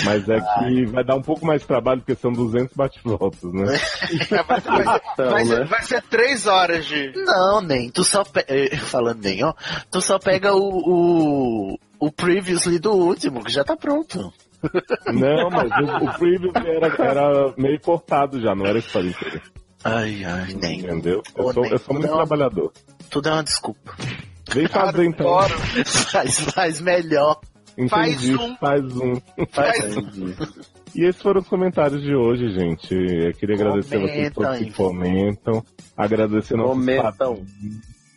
[SPEAKER 7] Mas é que vai dar um pouco mais de trabalho, porque são 200 bate-voltas, né?
[SPEAKER 10] Então,
[SPEAKER 14] Vai ser,
[SPEAKER 7] né?
[SPEAKER 14] vai ser três horas de.
[SPEAKER 10] Não, nem. Tu só pe... eh, Falando nem, ó. Tu só pega o, o, o previously do último, que já tá pronto.
[SPEAKER 7] Não, mas o, o preview era, era meio cortado já, não era isso para
[SPEAKER 10] Ai, ai, nem.
[SPEAKER 7] Entendeu?
[SPEAKER 10] Ô,
[SPEAKER 7] Eu sou,
[SPEAKER 10] nem.
[SPEAKER 7] eu sou muito
[SPEAKER 10] Não.
[SPEAKER 7] trabalhador.
[SPEAKER 10] Tudo é uma desculpa.
[SPEAKER 7] Vem fazer então.
[SPEAKER 10] faz, faz melhor.
[SPEAKER 7] Entendi,
[SPEAKER 10] Faz um.
[SPEAKER 7] Faz um.
[SPEAKER 10] Faz um.
[SPEAKER 7] E esses foram os comentários de hoje, gente. Eu queria agradecer a vocês
[SPEAKER 10] Comentam,
[SPEAKER 7] todos que
[SPEAKER 10] hein?
[SPEAKER 7] comentam. Agradecer nossos
[SPEAKER 4] Comentam.
[SPEAKER 7] padrinhos.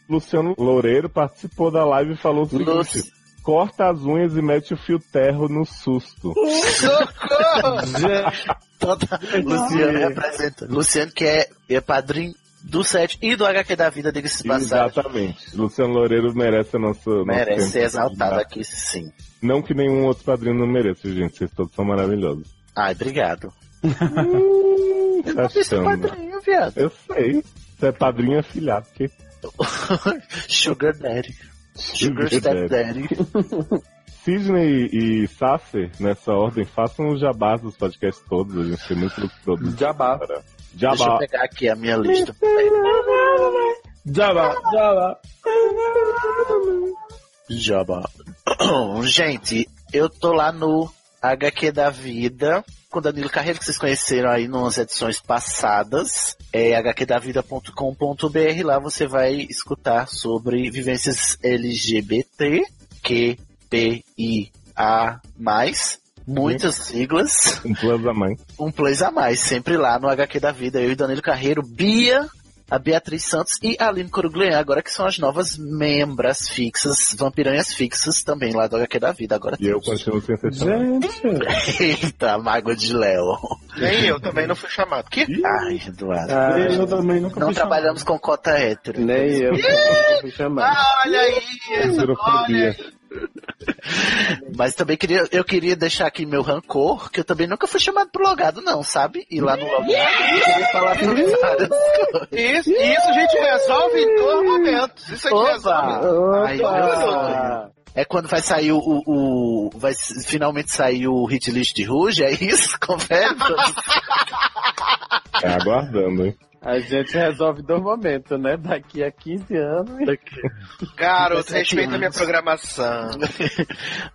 [SPEAKER 7] Luciano Loureiro participou da live e falou o seguinte: corta as unhas e mete o fio terro no susto.
[SPEAKER 10] Toda... Luciano representa. Luciano que é, é padrinho do set e do HQ da vida dele se passar.
[SPEAKER 7] Exatamente. Luciano Loureiro merece a nossa. nosso
[SPEAKER 10] Merece
[SPEAKER 7] tempo.
[SPEAKER 10] ser exaltado aqui, sim.
[SPEAKER 7] Não que nenhum outro padrinho não mereça, gente. Vocês todos são maravilhosos.
[SPEAKER 10] Ai, obrigado. é
[SPEAKER 7] Tá achando.
[SPEAKER 10] Padrinho, viado.
[SPEAKER 7] Eu sei. Você é padrinho afilhado, que
[SPEAKER 10] Sugar Daddy. Sugar Step Daddy.
[SPEAKER 7] Sidney e Sasser, nessa ordem, façam os jabás dos podcasts todos. A gente tem muitos produtos.
[SPEAKER 4] Jabá.
[SPEAKER 7] Jabá.
[SPEAKER 10] Deixa eu pegar aqui a minha lista.
[SPEAKER 4] Jabá, jabá.
[SPEAKER 10] Jabá. Gente, eu tô lá no HQ da Vida, com Danilo Carreiro, que vocês conheceram aí nas edições passadas. É hqdavida.com.br. Lá você vai escutar sobre vivências LGBT, QPIA+, muitas siglas.
[SPEAKER 7] Um plus a mais.
[SPEAKER 10] um plus a mais, sempre lá no HQ da Vida, eu e Danilo Carreiro, Bia, a Beatriz Santos e a Aline Coruglean, agora que são as novas membras fixas, vampiranhas fixas também lá do HQ da Vida. Agora
[SPEAKER 7] E eu
[SPEAKER 10] temos.
[SPEAKER 7] continuo sem ser chamado.
[SPEAKER 4] Gente.
[SPEAKER 10] Eita, mágoa de Léo.
[SPEAKER 14] Nem eu também não fui chamado. Que?
[SPEAKER 10] Ai, Eduardo.
[SPEAKER 4] Ah,
[SPEAKER 10] eu
[SPEAKER 11] também nunca
[SPEAKER 10] Não trabalhamos com cota hétero.
[SPEAKER 4] Nem eu. Me chamar.
[SPEAKER 14] Ah, olha aí! Essa, olha
[SPEAKER 7] Xerofobia.
[SPEAKER 14] aí.
[SPEAKER 10] Mas também queria, eu queria deixar aqui meu rancor, que eu também nunca fui chamado pro logado, não, sabe? E lá no logado eu queria falar sobre várias coisas.
[SPEAKER 14] Isso, isso a gente resolve em dois momentos. Isso a gente
[SPEAKER 4] Ah!
[SPEAKER 14] resolve.
[SPEAKER 10] Ai, meu sonho. É quando vai sair o. o, o- vai s- finalmente sair o hit list de Ruge, é isso? Conversa?
[SPEAKER 7] É, aguardando, hein?
[SPEAKER 4] A gente resolve do momento, né? Daqui a 15 anos.
[SPEAKER 14] Garoto, respeita a minha programação.
[SPEAKER 10] é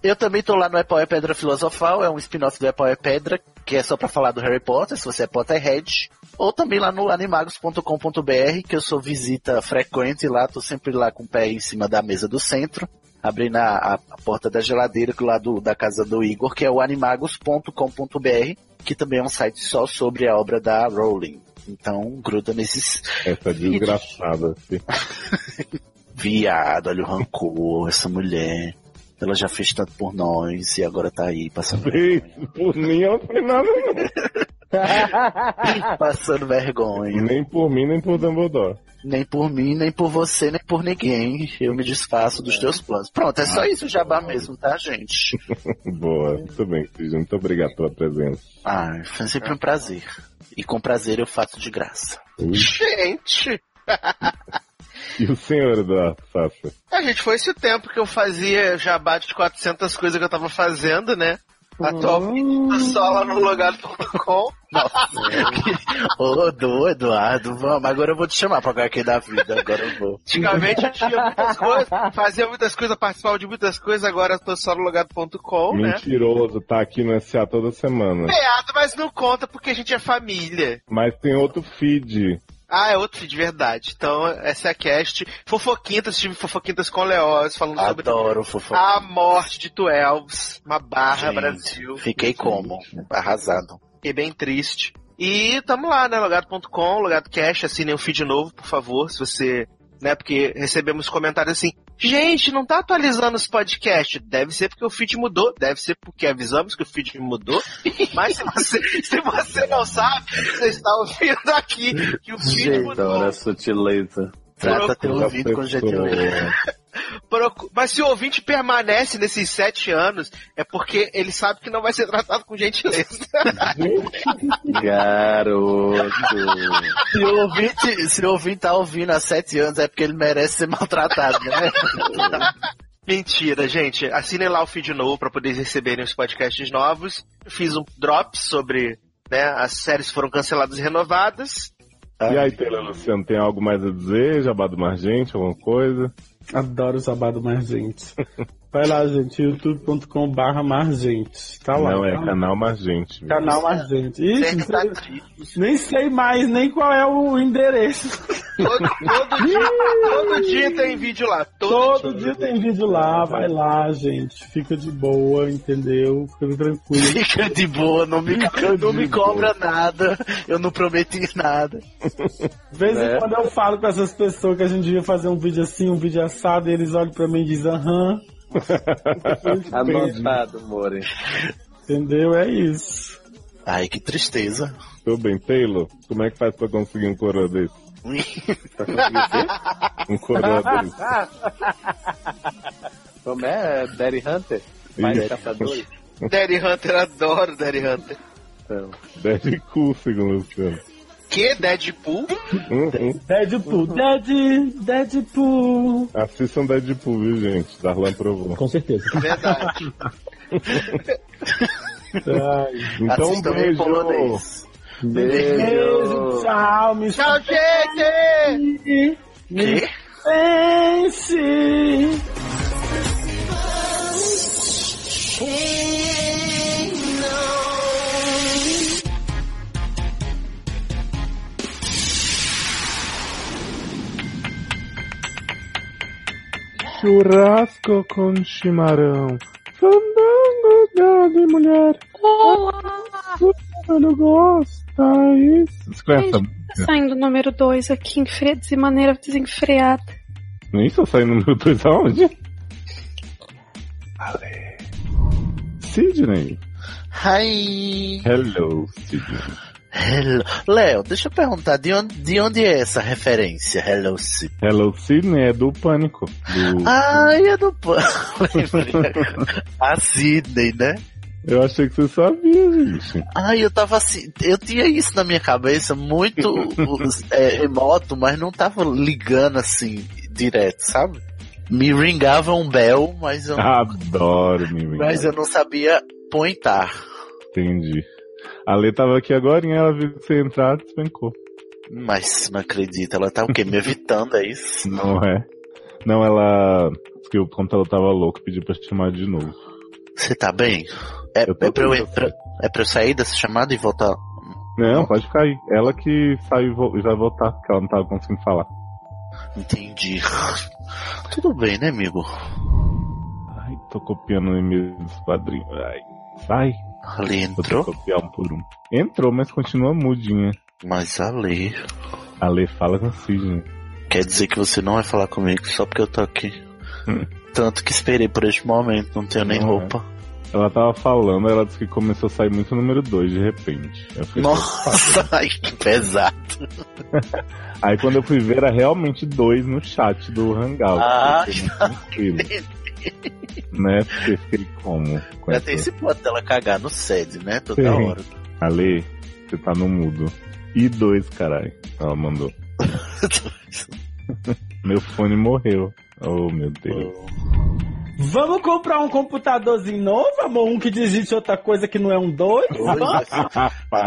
[SPEAKER 10] Eu também tô lá no Epoé Pedra Filosofal, é um spin-off do Epoé Pedra, que é só pra falar do Harry Potter, se você é Potterhead. Ou também lá no animagos.com.br, que eu sou visita frequente lá, tô sempre lá com o pé em cima da mesa do centro, abrindo a, a- a porta da geladeira que lá do, da casa do Igor, que é o animagos.com.br, que também é um site só sobre a obra da Rowling. Então, gruda nesses
[SPEAKER 7] Essa desgraçada. assim.
[SPEAKER 10] Viado, olha o rancor, essa mulher. Ela já fez tanto por nós e agora tá aí passando,
[SPEAKER 7] Beijo, Por mim, eu não fiz nada,
[SPEAKER 10] passando vergonha.
[SPEAKER 7] não. Nem por mim, nem por Dumbledore.
[SPEAKER 10] Nem por mim, nem por você, nem por ninguém. Eu me desfaço dos teus planos. Pronto, é só isso, jabá mesmo, tá, gente?
[SPEAKER 7] Boa, muito bem, Sidney. Muito obrigado pela presença.
[SPEAKER 10] Ah, foi sempre um prazer. E com prazer eu faço de graça.
[SPEAKER 14] Gente!
[SPEAKER 7] E o senhor da Sasser?
[SPEAKER 14] A gente foi esse tempo que eu fazia jabá de 400 coisas que eu tava fazendo, né? Atualmente só lá no logado.com.
[SPEAKER 10] Ô, do Eduardo, vamos. Agora eu vou te chamar pra HQ da vida. Agora eu vou.
[SPEAKER 14] Antigamente eu tinha muitas coisas, fazia muitas coisas, participava de muitas coisas, agora eu tô só no logado.com, né? É.
[SPEAKER 7] Mentiroso, tá aqui no SA toda semana.
[SPEAKER 14] Piada, mas não conta porque a gente é família.
[SPEAKER 7] Mas tem outro feed.
[SPEAKER 14] Ah, é outro de verdade. Então, essa é a cast. Fofoquintas, tive fofoquintas com Leoz, falando
[SPEAKER 10] Ah,
[SPEAKER 14] sobre
[SPEAKER 10] Adoro fofo.
[SPEAKER 14] a morte de Tuelves, uma barra
[SPEAKER 10] Gente,
[SPEAKER 14] Brasil.
[SPEAKER 10] Fiquei como? Arrasado.
[SPEAKER 14] Fiquei bem triste. E tamo lá, né? Logado.com, Logado Cash, assinem o feed novo, por favor, se você. Né, porque recebemos comentários assim. Gente, não tá atualizando os podcasts. Deve ser porque o feed mudou. Deve ser porque avisamos que o feed mudou. Mas se você, se você não sabe, você está ouvindo aqui que o feed
[SPEAKER 4] Gente,
[SPEAKER 14] mudou.
[SPEAKER 4] olha a sutileza.
[SPEAKER 14] Trata teu
[SPEAKER 10] ouvido com gentileza.
[SPEAKER 14] Procu- Mas se o ouvinte permanece nesses sete anos, é porque ele sabe que não vai ser tratado com gentileza.
[SPEAKER 4] Garoto.
[SPEAKER 10] Se o ouvinte, se o ouvinte tá ouvindo há sete anos, é porque ele merece ser maltratado, né?
[SPEAKER 14] Mentira, gente. Assinem lá o feed novo para poder receberem os podcasts novos. Fiz um drop sobre né, as séries que foram canceladas e renovadas.
[SPEAKER 7] E aí, Taylor Luciano, tem algo mais a dizer? Jabá do Margente, alguma coisa?
[SPEAKER 11] Adoro o sabado Margente. Vai lá, gente, youtube.com/barra Margente. Tá lá.
[SPEAKER 7] Não, é
[SPEAKER 11] tá lá.
[SPEAKER 7] canal Margente. mesmo.
[SPEAKER 11] Canal Margente. Ixi, não sei- nem sei mais nem qual é o endereço.
[SPEAKER 14] Todo, todo dia, todo dia tem vídeo lá. Todo,
[SPEAKER 11] Todo dia tem vídeo lá, vai lá, gente. Fica de boa, entendeu? Fica tranquilo.
[SPEAKER 10] Fica de boa, não me, não me cobra nada. Eu não prometi nada.
[SPEAKER 11] De vez
[SPEAKER 10] Né?
[SPEAKER 11] em quando eu falo com essas pessoas que a gente devia fazer um vídeo assim, um vídeo assado, e eles olham pra mim e dizem, aham. Uhum.
[SPEAKER 4] Anotado, More.
[SPEAKER 11] Entendeu? É isso.
[SPEAKER 10] Ai, que tristeza.
[SPEAKER 7] Tudo bem, Taylor, como é que faz pra conseguir um coroa desse? Um coroa desse.
[SPEAKER 4] Como é? Daddy Hunter?
[SPEAKER 7] Ih.
[SPEAKER 4] Mais caçador?
[SPEAKER 14] Daddy Hunter, adoro Daddy Hunter.
[SPEAKER 7] Deadpool, segundo o Luciano.
[SPEAKER 14] Que Deadpool?
[SPEAKER 7] Uhum.
[SPEAKER 11] Deadpool, Dead, Deadpool.
[SPEAKER 7] Assistam Deadpool, viu, gente? Darlan provou. Com certeza.
[SPEAKER 14] Verdade.
[SPEAKER 7] Então, um
[SPEAKER 10] Assistam em
[SPEAKER 7] beijo.
[SPEAKER 10] polonês.
[SPEAKER 11] Beijo, tchau, me
[SPEAKER 14] Tchau, gente!
[SPEAKER 11] Me pense.
[SPEAKER 7] Churrasco com chimarrão. Fandango, gado mulher. Não gosta isso. Você conhece essa música?
[SPEAKER 8] Saindo o número 2 aqui, em fre- de maneira desenfreada.
[SPEAKER 7] Nem isso eu saí no meu dois aonde? Ale. Sidney.
[SPEAKER 10] Hi.
[SPEAKER 7] Hello, Sidney.
[SPEAKER 10] Hello. Léo, deixa eu perguntar, de onde, de onde é essa referência? Hello, Sid.
[SPEAKER 7] Hello, Sidney é do Pânico. do-
[SPEAKER 10] Ai, é do pão. A Sidney, né?
[SPEAKER 7] Eu achei que você sabia, gente.
[SPEAKER 10] Ai, eu tava assim. Eu tinha isso na minha cabeça, muito é, remoto, mas não tava ligando assim, direto, sabe? Me ringava um bell, mas
[SPEAKER 7] Ah,
[SPEAKER 10] eu,
[SPEAKER 7] Adoro, menino.
[SPEAKER 10] mas é- eu não sabia pointar.
[SPEAKER 7] Entendi. A Lê tava aqui agora e ela viu que você entrar e despencou.
[SPEAKER 10] Mas não acredito, ela tá o quê? Me evitando, é isso?
[SPEAKER 7] Não é? Não, ela. Diz que o computador tava louco, pediu pra te chamar de novo.
[SPEAKER 10] Você tá bem? É, é pra eu entrar. É pra eu sair dessa chamada e voltar?
[SPEAKER 7] Não, pode ficar aí. Ela que saiu e vo- e vai voltar, porque ela não tava conseguindo falar.
[SPEAKER 10] Entendi. Tudo bem, né, amigo?
[SPEAKER 7] Ai, tô copiando o e-mail dos quadrinhos. Ai, sai.
[SPEAKER 10] Ali entrou?
[SPEAKER 7] Vou copiar um por um. Entrou, mas continua mudinha.
[SPEAKER 10] Mas a Lê.
[SPEAKER 7] A Lê fala com o Sidney.
[SPEAKER 10] Quer dizer que você não vai falar comigo só porque eu tô aqui.
[SPEAKER 7] Hum.
[SPEAKER 10] Tanto que esperei por este momento, não tenho nem
[SPEAKER 7] Não, né?
[SPEAKER 10] roupa.
[SPEAKER 7] Ela tava falando, ela disse que começou a sair muito número 2 de repente. Eu fiquei
[SPEAKER 10] Nossa, ai, que pesado.
[SPEAKER 7] Aí quando eu fui ver, era realmente dois no chat do Hangout.
[SPEAKER 10] Ah,
[SPEAKER 7] Eu fiquei muito tranquilo. né? Porque eu fiquei como? Com
[SPEAKER 10] Já
[SPEAKER 7] essa-
[SPEAKER 10] tem esse ponto dela cagar no sede, né? Toda
[SPEAKER 7] é. Sim.
[SPEAKER 10] hora.
[SPEAKER 7] Ale, você tá no mudo. E dois, caralho. Ela mandou. Meu fone morreu. Oh, meu Deus.
[SPEAKER 11] Vamos comprar um computadorzinho novo, amor? Um que digite outra coisa que não é um dois?
[SPEAKER 7] Rapaz,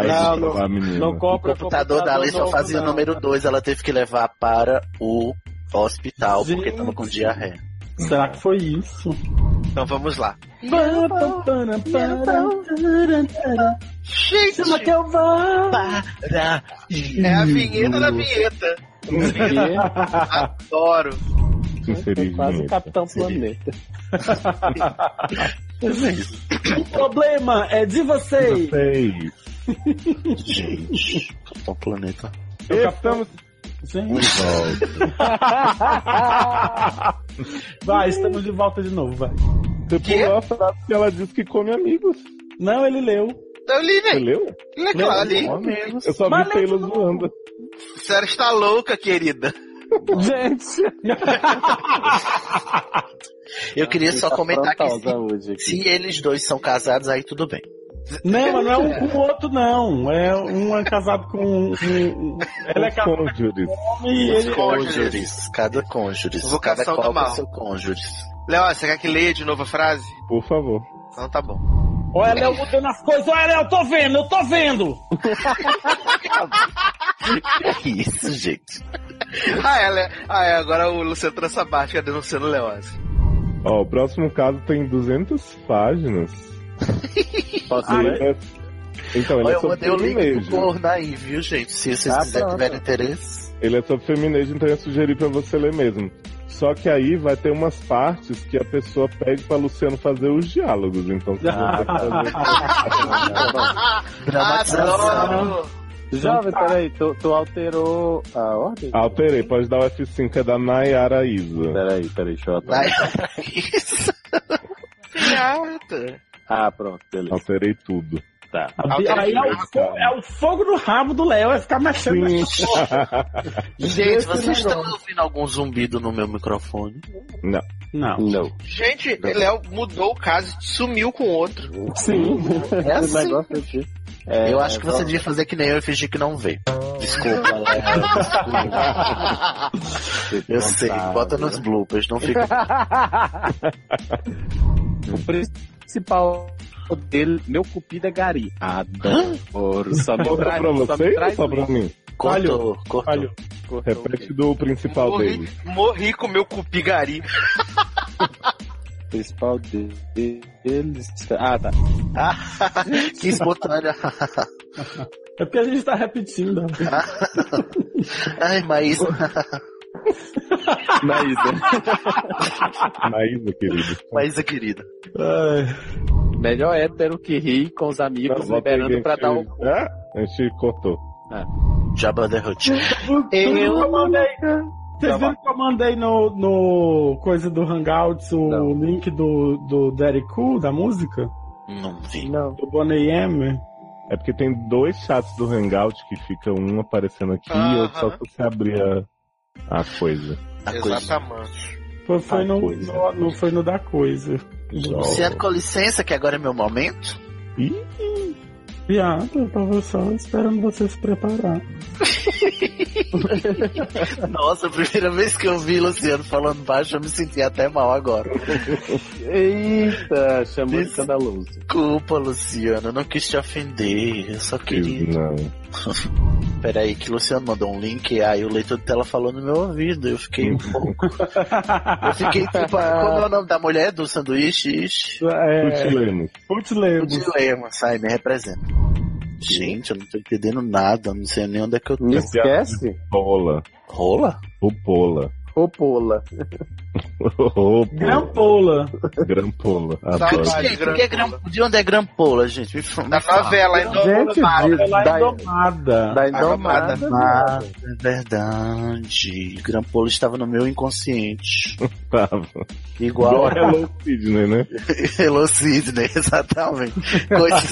[SPEAKER 11] Não,
[SPEAKER 7] não, menina.
[SPEAKER 11] não compra
[SPEAKER 10] o computador da Alê só
[SPEAKER 11] novo,
[SPEAKER 10] fazia o
[SPEAKER 11] não.
[SPEAKER 10] número 2, ela teve que levar para o hospital, porque tava com diarreia.
[SPEAKER 11] Será que foi isso?
[SPEAKER 14] Então vamos lá.
[SPEAKER 11] Gente! Chama que eu vou!
[SPEAKER 14] É a vinheta da vinheta. Adoro.
[SPEAKER 7] Inserir
[SPEAKER 11] Quase o Capitão Planeta. o problema é de vocês.
[SPEAKER 10] Gente, o planeta.
[SPEAKER 11] Estamos... vai, estamos de volta de novo, vai.
[SPEAKER 7] Você pulou a frase que ela disse que come amigos.
[SPEAKER 11] Não, ele leu.
[SPEAKER 14] Eu Então li,
[SPEAKER 7] Você
[SPEAKER 14] velho.
[SPEAKER 7] leu?
[SPEAKER 14] Ele é claro, ali.
[SPEAKER 7] Eu só
[SPEAKER 14] Mas
[SPEAKER 7] vi Taylor zoando.
[SPEAKER 14] A senhora está louca, querida.
[SPEAKER 11] Gente!
[SPEAKER 10] Eu queria só
[SPEAKER 14] Tá
[SPEAKER 10] comentar que
[SPEAKER 14] frontalzão
[SPEAKER 10] se, se eles dois são casados, aí tudo bem.
[SPEAKER 11] Não, mas não é um com o outro, não. É um é casado com um. um- Ele é casado
[SPEAKER 7] cônjuges.
[SPEAKER 11] com um e ele
[SPEAKER 10] Os cônjuges, cada cônjuges.
[SPEAKER 14] Vocação
[SPEAKER 10] cada
[SPEAKER 14] do
[SPEAKER 10] qual com
[SPEAKER 14] mal.
[SPEAKER 10] seu cônjuges.
[SPEAKER 14] Léo, você quer que leia de novo a frase?
[SPEAKER 7] Por favor.
[SPEAKER 14] Então tá bom.
[SPEAKER 11] Olha, Léo mudando as coisas. Olha, Léo, eu tô vendo, eu tô vendo.
[SPEAKER 10] Que É isso, gente?
[SPEAKER 14] Ah, ela é... ah, é, agora o Luciano trouxe a básica denunciando o Leose.
[SPEAKER 7] Ó, o próximo caso tem 200 páginas.
[SPEAKER 14] Posso
[SPEAKER 7] Ele
[SPEAKER 14] ler?
[SPEAKER 7] é- Então, ele
[SPEAKER 10] Olha,
[SPEAKER 7] é
[SPEAKER 10] eu
[SPEAKER 7] sobre
[SPEAKER 10] mandei o link do
[SPEAKER 7] feminejo.
[SPEAKER 10] porno aí, viu, gente? Se vocês
[SPEAKER 7] Tá
[SPEAKER 10] quiserem,
[SPEAKER 7] pronto.
[SPEAKER 10] tiverem interesse.
[SPEAKER 7] Ele é sobre feminejo, então eu ia sugerir pra você ler mesmo. Só que aí vai ter umas partes que a pessoa pede pra Luciano fazer os diálogos. Então, se
[SPEAKER 11] Ah,
[SPEAKER 7] você fazer...
[SPEAKER 14] Adoro.
[SPEAKER 4] Jovem, peraí, tu, tu alterou a ordem?
[SPEAKER 7] Alterei, pode dar o F5, é da Nayara Isa.
[SPEAKER 4] Peraí, peraí, deixa eu
[SPEAKER 7] alterar.
[SPEAKER 14] Pirata.
[SPEAKER 4] Ah, pronto, beleza.
[SPEAKER 7] Alterei tudo.
[SPEAKER 4] Tá.
[SPEAKER 11] Aí é o, fogo, é o fogo no rabo do Léo, vai ficar mexendo.
[SPEAKER 10] Gente, vocês
[SPEAKER 11] Esse negócio.
[SPEAKER 10] estão ouvindo algum zumbido no meu microfone?
[SPEAKER 7] Não.
[SPEAKER 11] Não.
[SPEAKER 4] Não.
[SPEAKER 14] Gente, Léo mudou o caso, sumiu com o outro.
[SPEAKER 4] Sim.
[SPEAKER 10] É assim.
[SPEAKER 4] O negócio é que- é,
[SPEAKER 10] eu acho que você
[SPEAKER 4] vamos-
[SPEAKER 10] devia fazer que nem eu e fingir que não vê. Desculpa, Léo, desculpa. Eu sei, bota nos bloopers, não fica.
[SPEAKER 4] o principal dele, meu cupido é Gari. Adoro. Só me
[SPEAKER 7] Conta
[SPEAKER 4] traz-
[SPEAKER 7] pra
[SPEAKER 4] só me
[SPEAKER 7] você ou
[SPEAKER 4] traz
[SPEAKER 7] só pra
[SPEAKER 4] isso.
[SPEAKER 7] mim?
[SPEAKER 10] Cortou, cortou.
[SPEAKER 7] Repete do principal
[SPEAKER 14] Morri,
[SPEAKER 7] dele.
[SPEAKER 14] morri com meu cupigari.
[SPEAKER 4] O principal dele. Eles... Ah, tá.
[SPEAKER 10] que espontânea.
[SPEAKER 11] É porque a gente tá repetindo.
[SPEAKER 10] Ai, Maísa.
[SPEAKER 7] Maísa, querido.
[SPEAKER 10] Maísa, querida.
[SPEAKER 4] Melhor hétero que ri com os amigos, liberando pra dar um.
[SPEAKER 7] Ah, a gente cortou.
[SPEAKER 10] Jabba the Hutt.
[SPEAKER 11] Vocês viram que eu mandei? Vocês viram que eu mandei no, no coisa do Hangouts o link do, do Daddy Cool, da música?
[SPEAKER 10] Não
[SPEAKER 4] um-
[SPEAKER 10] vi.
[SPEAKER 11] Não. Do Bonnie M.
[SPEAKER 7] É porque tem dois chats do Hangout que fica um aparecendo aqui e outro só se você abrir a, a coisa.
[SPEAKER 14] Exatamente.
[SPEAKER 11] Foi, foi,
[SPEAKER 7] Ah,
[SPEAKER 11] no,
[SPEAKER 7] coisa.
[SPEAKER 11] no- no- foi no da coisa.
[SPEAKER 10] Luciano, com licença, que agora é meu momento.
[SPEAKER 11] Viado, eu tava só esperando você se preparar.
[SPEAKER 10] Nossa, a primeira vez que eu vi Luciano falando baixo, eu me senti até mal agora.
[SPEAKER 4] Eita, chamou de escandaloso.
[SPEAKER 10] Desculpa, Luciano, eu não quis te ofender, eu só queria.
[SPEAKER 7] Não.
[SPEAKER 10] Peraí, que o Luciano mandou um link, aí o leitor de tela falou no meu ouvido, eu fiquei um pouco. eu fiquei tipo, ah, como é o nome da mulher do sanduíche? Ixi,
[SPEAKER 7] é,
[SPEAKER 4] É.
[SPEAKER 7] Putilemos.
[SPEAKER 11] Putz, lembro.
[SPEAKER 10] Putz, lembro, sai, me representa. Gente, eu não tô entendendo nada, não sei nem onde é que eu tô.
[SPEAKER 4] Me esquece?
[SPEAKER 7] Rola.
[SPEAKER 10] Rola?
[SPEAKER 7] O Pola.
[SPEAKER 4] Ô, pola.
[SPEAKER 7] Grampola.
[SPEAKER 11] Grampola.
[SPEAKER 7] Grampola.
[SPEAKER 10] Por
[SPEAKER 7] Adoro.
[SPEAKER 10] que- por que Grampola? De onde é Grampola, gente? Me fala.
[SPEAKER 14] Da novela, então.
[SPEAKER 4] Gente, de-
[SPEAKER 11] Ela é
[SPEAKER 4] da,
[SPEAKER 11] domada.
[SPEAKER 4] da
[SPEAKER 10] Ah,
[SPEAKER 4] Indomada.
[SPEAKER 10] Ah, é verdade. Grampola estava no meu inconsciente.
[SPEAKER 7] Tava.
[SPEAKER 10] Igual
[SPEAKER 7] Igual
[SPEAKER 10] a
[SPEAKER 4] É
[SPEAKER 7] Hello Sidney, né?
[SPEAKER 10] Hello Sidney, exatamente. Coisas-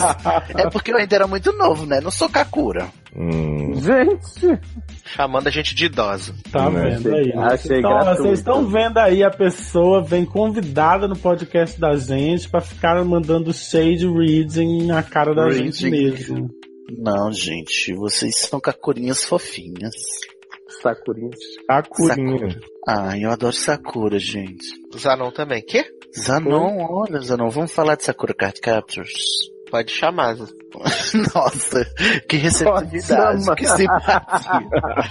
[SPEAKER 10] É porque eu ainda era muito novo, né? Não sou Kakura.
[SPEAKER 7] Hum.
[SPEAKER 4] Gente!
[SPEAKER 14] Chamando a gente de idosa.
[SPEAKER 11] Tá
[SPEAKER 7] Né?
[SPEAKER 11] vendo aí?
[SPEAKER 14] ah,
[SPEAKER 11] né?
[SPEAKER 4] Achei
[SPEAKER 11] então,
[SPEAKER 4] gratuito.
[SPEAKER 11] vocês estão vendo aí a pessoa vem convidada no podcast da gente pra ficar mandando shade reading na cara da gente
[SPEAKER 10] Reading.
[SPEAKER 11] mesmo.
[SPEAKER 10] Não, gente, vocês são cacurinhas fofinhas.
[SPEAKER 4] Sacurinha.
[SPEAKER 7] Sacurinha.
[SPEAKER 10] Ai, eu adoro Sakura, gente.
[SPEAKER 14] Os anão também. Quê?
[SPEAKER 10] Zanon, olha, Zanon, vamos falar de Sakura Card Captors. Pode chamar. Nossa, que receptividade,
[SPEAKER 14] chamar.
[SPEAKER 10] que simpatia.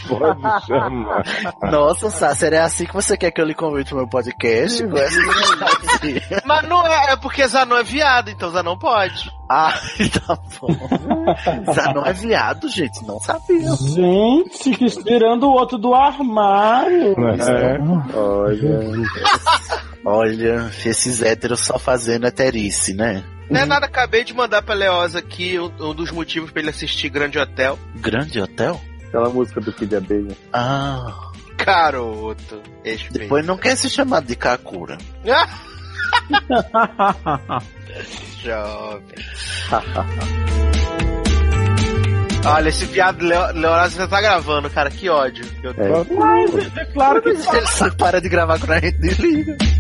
[SPEAKER 14] Pode chamar.
[SPEAKER 10] Nossa, Sasser, é assim que você quer que eu lhe convide pro meu podcast? Com essa simpatia.
[SPEAKER 14] Mas não é, é porque Zanon é viado, então Zanon pode.
[SPEAKER 10] Ah, tá bom. Zanon é viado, gente, não sabia.
[SPEAKER 11] Gente, que tirando o outro do armário.
[SPEAKER 10] Olha. Olha, esses héteros só fazendo heterice, né?
[SPEAKER 14] Não
[SPEAKER 4] Uhum.
[SPEAKER 14] é nada, acabei de mandar pra Leosa aqui um, um dos motivos pra ele assistir Grande Hotel.
[SPEAKER 10] Grande hotel?
[SPEAKER 4] Aquela música do Kid né? Abelha.
[SPEAKER 10] Ah.
[SPEAKER 14] Caroto. Respeito.
[SPEAKER 10] Depois não quer ser chamado de Kakura.
[SPEAKER 14] Jovem. Olha, esse viado Leo- Leorazzi já tá gravando, cara. Que ódio. Eu
[SPEAKER 10] Mas, é claro que ele para de gravar quando a gente desliga.